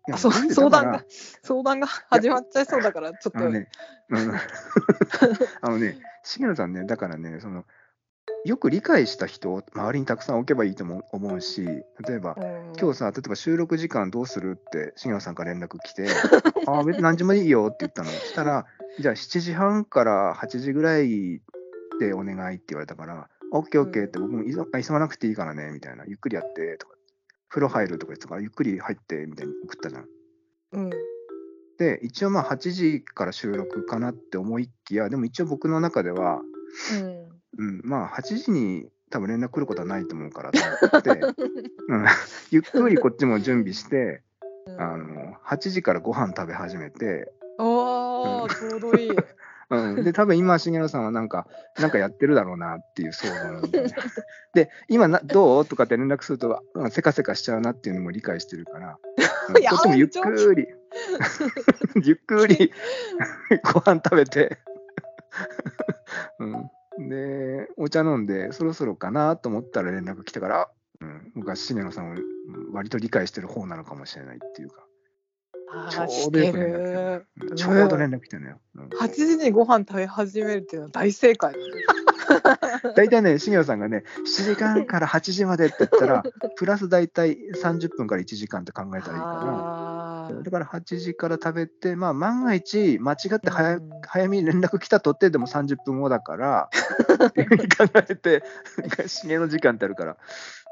[SPEAKER 1] や
[SPEAKER 2] あそう
[SPEAKER 1] なんで
[SPEAKER 2] 相談
[SPEAKER 1] だ
[SPEAKER 2] が
[SPEAKER 1] か
[SPEAKER 2] 相談が始まっちゃいそうだからちょっ
[SPEAKER 1] らあの
[SPEAKER 2] と、
[SPEAKER 1] ね、うん
[SPEAKER 2] <laughs>
[SPEAKER 1] あのね、重野さんね、だからね、その、よく理解した人を周りにたくさん置けばいいとも思うし、例えば、
[SPEAKER 2] うん
[SPEAKER 1] 今日さ、例えば収録時間どうするって、重野さんから連絡来
[SPEAKER 2] <laughs>
[SPEAKER 1] て、ああ、別に何時もいいよって言ったの。したら、じゃあ7時半から8時ぐらいでお願いって言われたから、オッケーオッケーって、僕も急あ急がなくていいからね、みたいな、ゆっくりやって、とか、風呂入るとか言ってたから、ゆっくり入って、みたいに送ったじゃん。
[SPEAKER 2] うん
[SPEAKER 1] で、一応まあ8時から収録かなって思いきや、でも一応僕の中では、
[SPEAKER 2] うん
[SPEAKER 1] うん、まあ8時に多分連絡来ることはないと思うからと思って、うん、ゆっくりこっちも準備して
[SPEAKER 2] うん
[SPEAKER 1] あの8時からご飯食べ始めて、
[SPEAKER 2] ああちょうどいい。
[SPEAKER 1] うん、で多分今重野さんはなんかなんかやってるだろうなっていう想像なんだよねで今などうとかって連絡するとうんせかせかしちゃうなっていうのも理解してるから、うん
[SPEAKER 2] いや
[SPEAKER 1] こっちもゆっくり <laughs> ゆっく
[SPEAKER 2] <laughs>
[SPEAKER 1] りご飯食べて、うん、でお茶飲んでそろそろかなと思ったら連絡来たから、うん、僕は重野さんをうん割と理解してる方なのかもしれないっていうか
[SPEAKER 2] あ
[SPEAKER 1] ち
[SPEAKER 2] あ
[SPEAKER 1] ょ
[SPEAKER 2] し
[SPEAKER 1] うどよ
[SPEAKER 2] て
[SPEAKER 1] く連絡来たのようん
[SPEAKER 2] る。
[SPEAKER 1] ちょうど連絡来たのよ、うん
[SPEAKER 2] 8時にご飯食べ始めるっていうのは大正解だね。
[SPEAKER 1] 大体ね、重野さんがね、7時間から8時までって言ったら、プラス大体30分から1時間って考えたらいいか
[SPEAKER 2] あ
[SPEAKER 1] ら、だから8時から食べて、まあ、万が一、間違って早,、
[SPEAKER 2] うん
[SPEAKER 1] 早めに連絡来たとって、でも30分後だ
[SPEAKER 2] <laughs>
[SPEAKER 1] から、っていうふうに考えて、重の時間ってあるから。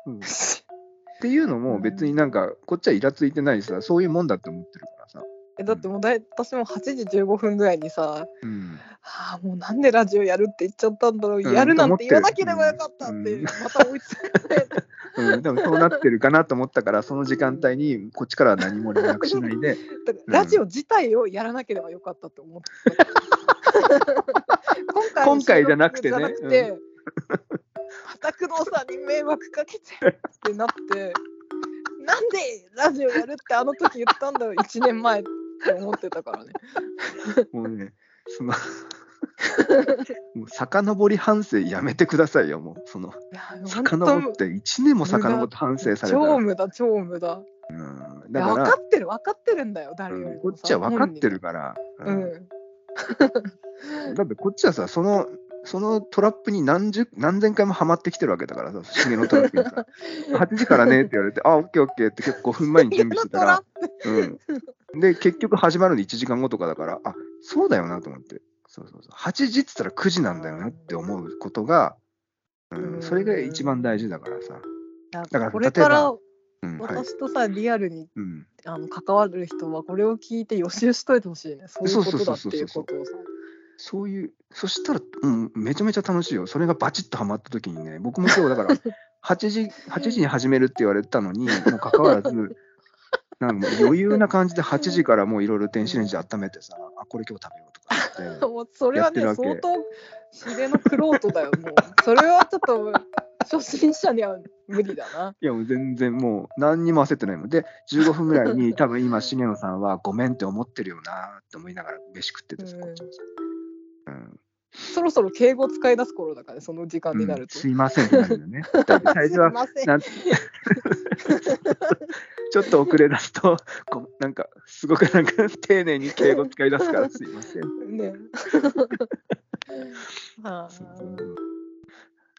[SPEAKER 1] うんっていうのも、別になんか、こっちはイラついてないしさ、そういうもんだって思ってるからさ。
[SPEAKER 2] <laughs> えだってもうだい私も8時15分ぐらいにさ、
[SPEAKER 1] うん
[SPEAKER 2] ああもうなんでラジオやるって言っちゃったんだろう、
[SPEAKER 1] うん
[SPEAKER 2] やるなんて言わなければよかったって、
[SPEAKER 1] と思ってるうん
[SPEAKER 2] また追いついて、
[SPEAKER 1] うん、でもそうなってるかなと思ったから、その時間帯にこっちからは何も連絡しないで、
[SPEAKER 2] だからラジオ自体をやらなければよかったと思った。今回の
[SPEAKER 1] <laughs> 今回じゃなくてね
[SPEAKER 2] 収録じゃなくて、畑工藤さんに迷惑かけてってなって、なんでラジオやるってあの時言ったんだろう、1年前って思ってたからね。
[SPEAKER 1] もうね、そのもう遡り反省やめてくださいよ、もうその
[SPEAKER 2] いや
[SPEAKER 1] 遡って1年も遡って反省されたら
[SPEAKER 2] 超、無駄超無駄
[SPEAKER 1] うん、
[SPEAKER 2] い
[SPEAKER 1] だ
[SPEAKER 2] や
[SPEAKER 1] か、
[SPEAKER 2] 分からってる分かってるんだよ誰より
[SPEAKER 1] うん
[SPEAKER 2] も
[SPEAKER 1] こっちは分かってるから、
[SPEAKER 2] う
[SPEAKER 1] うん
[SPEAKER 2] ん
[SPEAKER 1] だってこっちはさそのそのトラップに何十何千回もはまってきてるわけだからさ、不思議のトラップにさ
[SPEAKER 2] <laughs>
[SPEAKER 1] 8時からねって言われて、あ、オッケーオッケーって結構5分前に準備してたら、うん、で、結局始まるの1時間後とかだから、あ、そうだよなと思って、そうそうそう8時って言ったら9時なんだよなって思うことが、うん、それが一番大事だからさ。
[SPEAKER 2] だ
[SPEAKER 1] だ
[SPEAKER 2] か
[SPEAKER 1] から
[SPEAKER 2] らこれから
[SPEAKER 1] うん、はい。
[SPEAKER 2] 私とさ、リアルに
[SPEAKER 1] うん、
[SPEAKER 2] あの関わる人はこれを聞いて予習しといてほ
[SPEAKER 1] <laughs>
[SPEAKER 2] しいねそういうことだっていうことをさ
[SPEAKER 1] そういう、そしたら、うん、めちゃめちゃ楽しいよ。それがバチッとはまった時にね、僕も今日だから、8時、8時に始めるって言われたのに、もうかかわらず、なんかもう余裕な感じで8時からもういろいろ電子レンジ温めてさ、あ、これ今日食べようとかって。
[SPEAKER 2] もうそれはね
[SPEAKER 1] や
[SPEAKER 2] 相
[SPEAKER 1] ってるわけ
[SPEAKER 2] 当自然のクロートだよもうそれはちょっと初心者には無理だない
[SPEAKER 1] や、もう全然もう何にも焦ってないもん。で、15分ぐらいに多分今、重野さんはごめんって思ってるよなって思いながら飯食っててさ、こっちもさ。うん
[SPEAKER 2] そろそろ敬語使い出す頃だからねその時間になると、
[SPEAKER 1] うん、すいませんってなるよね。だって最初は
[SPEAKER 2] すいません
[SPEAKER 1] なんちょっと遅れ出すとこうなんかすごくなんか丁寧に敬語使い出すからすいません。
[SPEAKER 2] ね。あ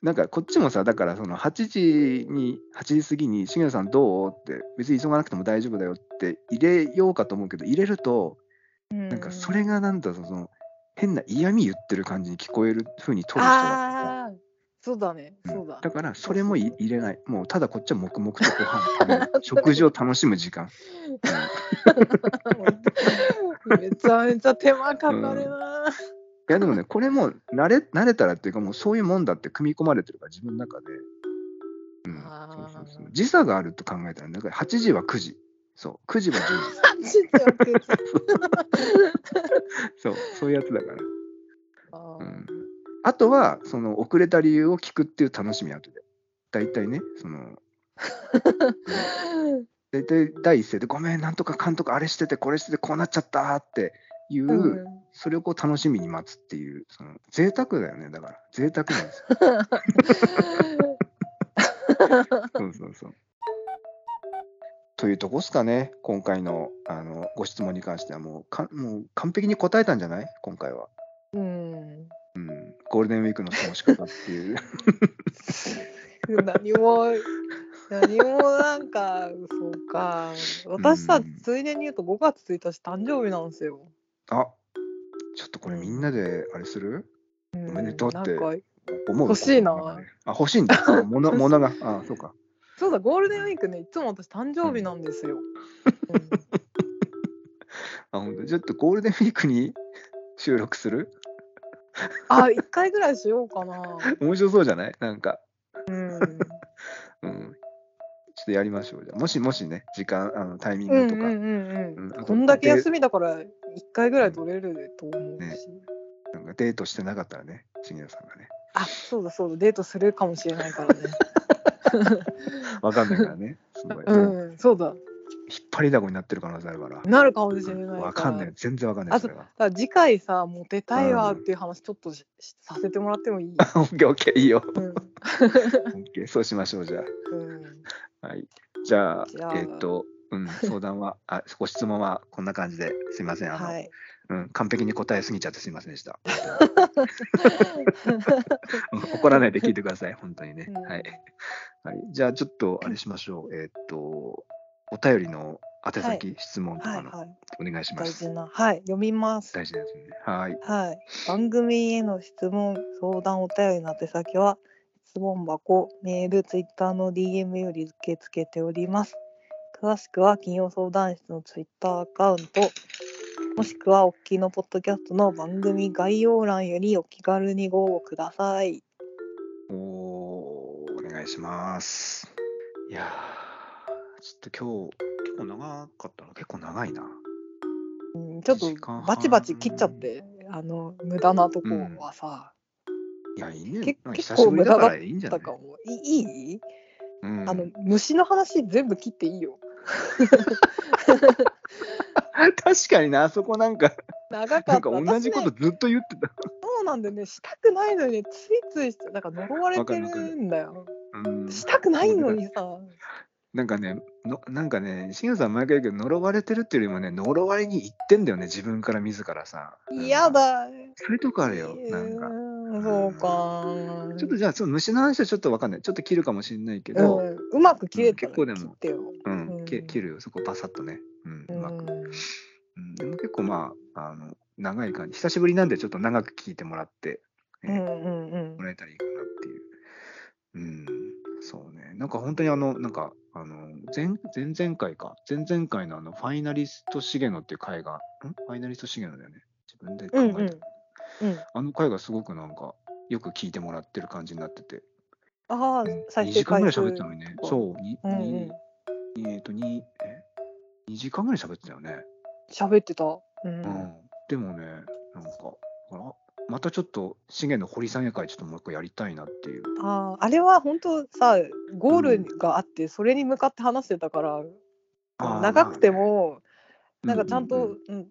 [SPEAKER 1] なんかこっちもさだからその8時に8時過ぎに「重野さんどう?」って別に急がなくても大丈夫だよって入れようかと思うけど入れると
[SPEAKER 2] <laughs> な
[SPEAKER 1] なんかそれがなんだその変な嫌味言ってる感じに聞こえる風に取る人だからさ
[SPEAKER 2] ああーそうだねそうだ。
[SPEAKER 1] だからそれもい入れないもうただこっちは黙々とご飯食べる食事を楽しむ時間
[SPEAKER 2] <laughs> めちゃめちゃ手間かかるな。
[SPEAKER 1] いやでもねこれも慣れ慣れたらっていうかもうそういうもんだって組み込まれてるから自分の中で、うん、
[SPEAKER 2] あ
[SPEAKER 1] そう
[SPEAKER 2] ー
[SPEAKER 1] そうそう時差があると考えたらだから8時は9時そう9時は10時
[SPEAKER 2] <laughs> ちっちゃく
[SPEAKER 1] そうそういうやつだから、
[SPEAKER 2] あ
[SPEAKER 1] う
[SPEAKER 2] ー
[SPEAKER 1] ん、あとは、その遅れた理由を聞くっていう楽しみ、後で。大体ね、その、大体第一声で、ごめん、なんとかかんとか、あれしてて、これしてて、こうなっちゃったっていう、
[SPEAKER 2] うん
[SPEAKER 1] それをこう楽しみに待つっていう、その贅沢だよね、だから、贅沢なん
[SPEAKER 2] <laughs>
[SPEAKER 1] ですよ。そうそうそう。というとこですかね、今回のあのご質問に関してはもうか、もう完璧に答えたんじゃない今回は。
[SPEAKER 2] うん
[SPEAKER 1] うん、ゴールデンウィークの過ごし方って
[SPEAKER 2] <laughs>
[SPEAKER 1] いう。
[SPEAKER 2] 何も何もなんかそうか私さ、
[SPEAKER 1] うん
[SPEAKER 2] ついでに言うと5月1日誕生日なんですよ。
[SPEAKER 1] あちょっとこれみんなであれする
[SPEAKER 2] お
[SPEAKER 1] めでとうって
[SPEAKER 2] なんか
[SPEAKER 1] 思う
[SPEAKER 2] 欲しいな
[SPEAKER 1] あ、欲しいんだ。そうも
[SPEAKER 2] <laughs>
[SPEAKER 1] の、ものが。あ、そうか。
[SPEAKER 2] そうだゴールデンウィークねいつも私誕生日なんです
[SPEAKER 1] <laughs>
[SPEAKER 2] よ。うん
[SPEAKER 1] あ、本当ちょっとゴールデンウィークに収録する
[SPEAKER 2] あ1回ぐらいしようかな。
[SPEAKER 1] 面白そうじゃないなんか。
[SPEAKER 2] うん
[SPEAKER 1] うん。ちょっとやりましょう。じゃあもしもしね、時間、あのタイミン
[SPEAKER 2] う
[SPEAKER 1] グ
[SPEAKER 2] んう
[SPEAKER 1] と
[SPEAKER 2] ん
[SPEAKER 1] か。
[SPEAKER 2] うん
[SPEAKER 1] う
[SPEAKER 2] うんんこんだけ休みだから1回ぐらい取れると思うし、
[SPEAKER 1] ねなんかデートしてなかったらね、茂田さんがね。
[SPEAKER 2] あそうだそうだデートするかもしれないからね
[SPEAKER 1] わかんないからね。
[SPEAKER 2] <laughs>
[SPEAKER 1] すごい。 <laughs> もう
[SPEAKER 2] うんそうだ
[SPEAKER 1] 引っ張りだこになってる可能性あるから。
[SPEAKER 2] なるかもしれないら
[SPEAKER 1] わかんない。全然わかんない。
[SPEAKER 2] あ
[SPEAKER 1] それは。 <laughs>
[SPEAKER 2] だから次回さモテたいわ
[SPEAKER 1] う
[SPEAKER 2] っ
[SPEAKER 1] ん
[SPEAKER 2] ていう話ちょっとししさせてもらってもいい、
[SPEAKER 1] オッケーオッケー、いいよ。
[SPEAKER 2] うん
[SPEAKER 1] オッケー、そうしましょう。じゃ
[SPEAKER 2] うん、
[SPEAKER 1] あ。はい。じゃあ、
[SPEAKER 2] じゃあ
[SPEAKER 1] えっ、と、うん、相談は、あ、ご質問はこんな感じですいません。あの、 <laughs>
[SPEAKER 2] はい
[SPEAKER 1] うん、完璧に答えすぎちゃってすいませんでした。怒らないで聞いてください、本当にね。
[SPEAKER 2] うん
[SPEAKER 1] はい。はい、じゃあ、ちょっとあれしましょう。えーっと、お便りの宛先、質問と
[SPEAKER 2] は
[SPEAKER 1] か
[SPEAKER 2] い
[SPEAKER 1] の、
[SPEAKER 2] はい
[SPEAKER 1] お願いしま
[SPEAKER 2] 大
[SPEAKER 1] す。
[SPEAKER 2] 事なはい読みます
[SPEAKER 1] 大事なやつね。はい。
[SPEAKER 2] はい番組への質問相談お便りの宛先は質問箱メールツイッターの DM より受け付けております詳しくは金曜相談室のツイッターアカウントもしくはお聞きのポッドキャストの番組概要欄よりお気軽にご応募ください
[SPEAKER 1] おお願いします。いやー、ちょっと今日、結構長かったの、結構長いな。
[SPEAKER 2] うんちょっと
[SPEAKER 1] 一時間半
[SPEAKER 2] バチバチ切っちゃってあの無駄なとこはさ、
[SPEAKER 1] いや、いいね。
[SPEAKER 2] け
[SPEAKER 1] なんか
[SPEAKER 2] 結
[SPEAKER 1] 久し
[SPEAKER 2] 構
[SPEAKER 1] ぶりだからいいんじゃな
[SPEAKER 2] だ
[SPEAKER 1] い
[SPEAKER 2] からもういいいい、
[SPEAKER 1] うん、
[SPEAKER 2] あの虫の話全部切っていいよ
[SPEAKER 1] <laughs> 確かにな、あそこなんか、
[SPEAKER 2] 長か
[SPEAKER 1] な
[SPEAKER 2] っ
[SPEAKER 1] んか
[SPEAKER 2] た
[SPEAKER 1] 同じこと
[SPEAKER 2] 私ね
[SPEAKER 1] ずっと言ってた。
[SPEAKER 2] そうなんだよねしたくないのにねついついしてだから呪われて
[SPEAKER 1] わかるわか
[SPEAKER 2] るんだよ
[SPEAKER 1] うん
[SPEAKER 2] したくないのにさ
[SPEAKER 1] なんかね、のなんかね、シンさん毎回言うけど、呪われてるっていうよりもね、呪われに行ってんだよね、自分から自らさ。
[SPEAKER 2] 嫌
[SPEAKER 1] うん。
[SPEAKER 2] だ
[SPEAKER 1] そういうとこあるよ、なん
[SPEAKER 2] う
[SPEAKER 1] か。
[SPEAKER 2] ーんそうか
[SPEAKER 1] ちょっとじゃあ、その虫の話はちょっとわかんない。ちょっと切るかもしれないけ
[SPEAKER 2] う
[SPEAKER 1] ど、
[SPEAKER 2] ん、うまく切れたら
[SPEAKER 1] 結構でも
[SPEAKER 2] 切ってよ
[SPEAKER 1] うん、
[SPEAKER 2] うん
[SPEAKER 1] け切るよ、そこバサッとね。うん、うまく。
[SPEAKER 2] うん
[SPEAKER 1] うん、でも結構まあ、あの、長い感じ。久しぶりなんで、ちょっと長く聞いてもらって、
[SPEAKER 2] う
[SPEAKER 1] ね
[SPEAKER 2] んうんうん
[SPEAKER 1] もらえたらいいかなっていう。うん、そうね。なんか本当にあの、なんか、あの、前、前々回か。前々回のあの、ファイナリスト重野っていう回が、んファイナリスト重野だよね。自分で考
[SPEAKER 2] う
[SPEAKER 1] え
[SPEAKER 2] ん
[SPEAKER 1] た。
[SPEAKER 2] うんうん
[SPEAKER 1] あの回がすごくなんか、よく聞いてもらってる感じになってて。
[SPEAKER 2] ああ
[SPEAKER 1] 2
[SPEAKER 2] 再生
[SPEAKER 1] 時間
[SPEAKER 2] 回
[SPEAKER 1] ぐらい
[SPEAKER 2] 数
[SPEAKER 1] 喋ったのにね。
[SPEAKER 2] とか
[SPEAKER 1] そう、に、
[SPEAKER 2] うんう
[SPEAKER 1] に
[SPEAKER 2] ん
[SPEAKER 1] えっ、と、に、え ?2 時間ぐらい喋ってたよね。
[SPEAKER 2] 喋ってた。う
[SPEAKER 1] う
[SPEAKER 2] ん。
[SPEAKER 1] ん、でもね、なんか、あらまたちょっと、重野堀さんや会、ちょっともう一個やりたいなっていう。
[SPEAKER 2] ああ、あれは本当さ、ゴールがあって、それに向かって話してたから、
[SPEAKER 1] あー
[SPEAKER 2] 長くて、も、
[SPEAKER 1] ま
[SPEAKER 2] な
[SPEAKER 1] あ
[SPEAKER 2] ん
[SPEAKER 1] ね
[SPEAKER 2] かちゃんと、
[SPEAKER 1] う
[SPEAKER 2] う
[SPEAKER 1] うん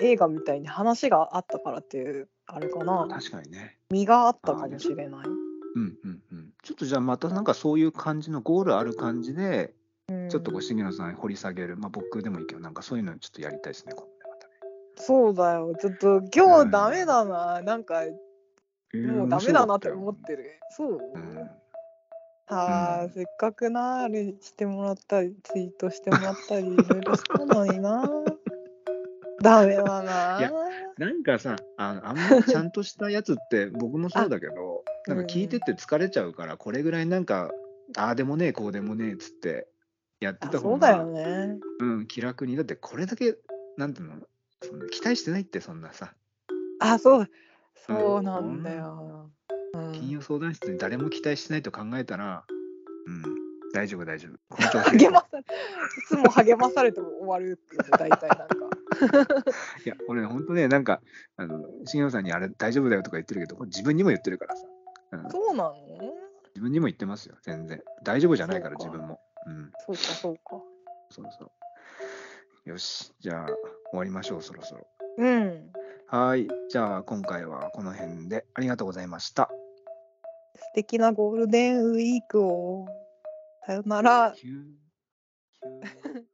[SPEAKER 2] 映画みたいに話があったからっていう、あれか
[SPEAKER 1] うん
[SPEAKER 2] な、
[SPEAKER 1] 確かにね。
[SPEAKER 2] 身があったかもしれない。
[SPEAKER 1] うんうんうん。ちょっとじゃあ、またなんかそういう感じの、ゴールある感じで、
[SPEAKER 2] うん
[SPEAKER 1] ちょっとこう、重野さん掘り下げる、まあ僕でもいいけど、なんかそういうのちょっとやりたいですね、今度ねまたね
[SPEAKER 2] そうだよ、ちょっと今日ダメだな、なんかもうダメだなって思っ。てる。そう、
[SPEAKER 1] うん
[SPEAKER 2] あ
[SPEAKER 1] う
[SPEAKER 2] あ
[SPEAKER 1] ん
[SPEAKER 2] せっかくな、あれしてもらったり、ツイートしてもらったり、いろいろしたの
[SPEAKER 1] <laughs>
[SPEAKER 2] にな。ダメだな。
[SPEAKER 1] いやなんかさあのあんまりちゃんとしたやつって僕もそうだけど
[SPEAKER 2] あ
[SPEAKER 1] なんか聞いてて疲れちゃうからこれぐらいなんかああでもねえこうでもねえっつってやって
[SPEAKER 2] あ
[SPEAKER 1] た
[SPEAKER 2] そ
[SPEAKER 1] 方
[SPEAKER 2] うだよ
[SPEAKER 1] が
[SPEAKER 2] ね。
[SPEAKER 1] うん、気楽にだってこれだけなんていうのそんな期待してないってそんなさ
[SPEAKER 2] あ、そう。そうなんだよ。うん
[SPEAKER 1] 金曜相談室に誰も期待してないと考えたらうん
[SPEAKER 2] <laughs>
[SPEAKER 1] 大丈夫大丈夫この調子
[SPEAKER 2] 励まされ、いつも励まされても終わるっていうね、大体なんか。
[SPEAKER 1] いや、俺ね、ほんとね、なんか、あの、重野さんにあれ大丈夫だよとか言ってるけど、これ自分にも言ってるからさ。うん
[SPEAKER 2] そうなの
[SPEAKER 1] 自分にも言ってますよ、全然。大丈夫じゃないから、
[SPEAKER 2] そう
[SPEAKER 1] 自
[SPEAKER 2] か
[SPEAKER 1] 分も。うん、
[SPEAKER 2] そうかそうか。
[SPEAKER 1] そうそう。よし、じゃあ、終わりましょう、そろそろ。
[SPEAKER 2] うん。
[SPEAKER 1] はい、じゃあ、今回はこの辺でありがとうございました。
[SPEAKER 2] 素敵なゴールデンウィークを。さよなら。
[SPEAKER 1] キューキュー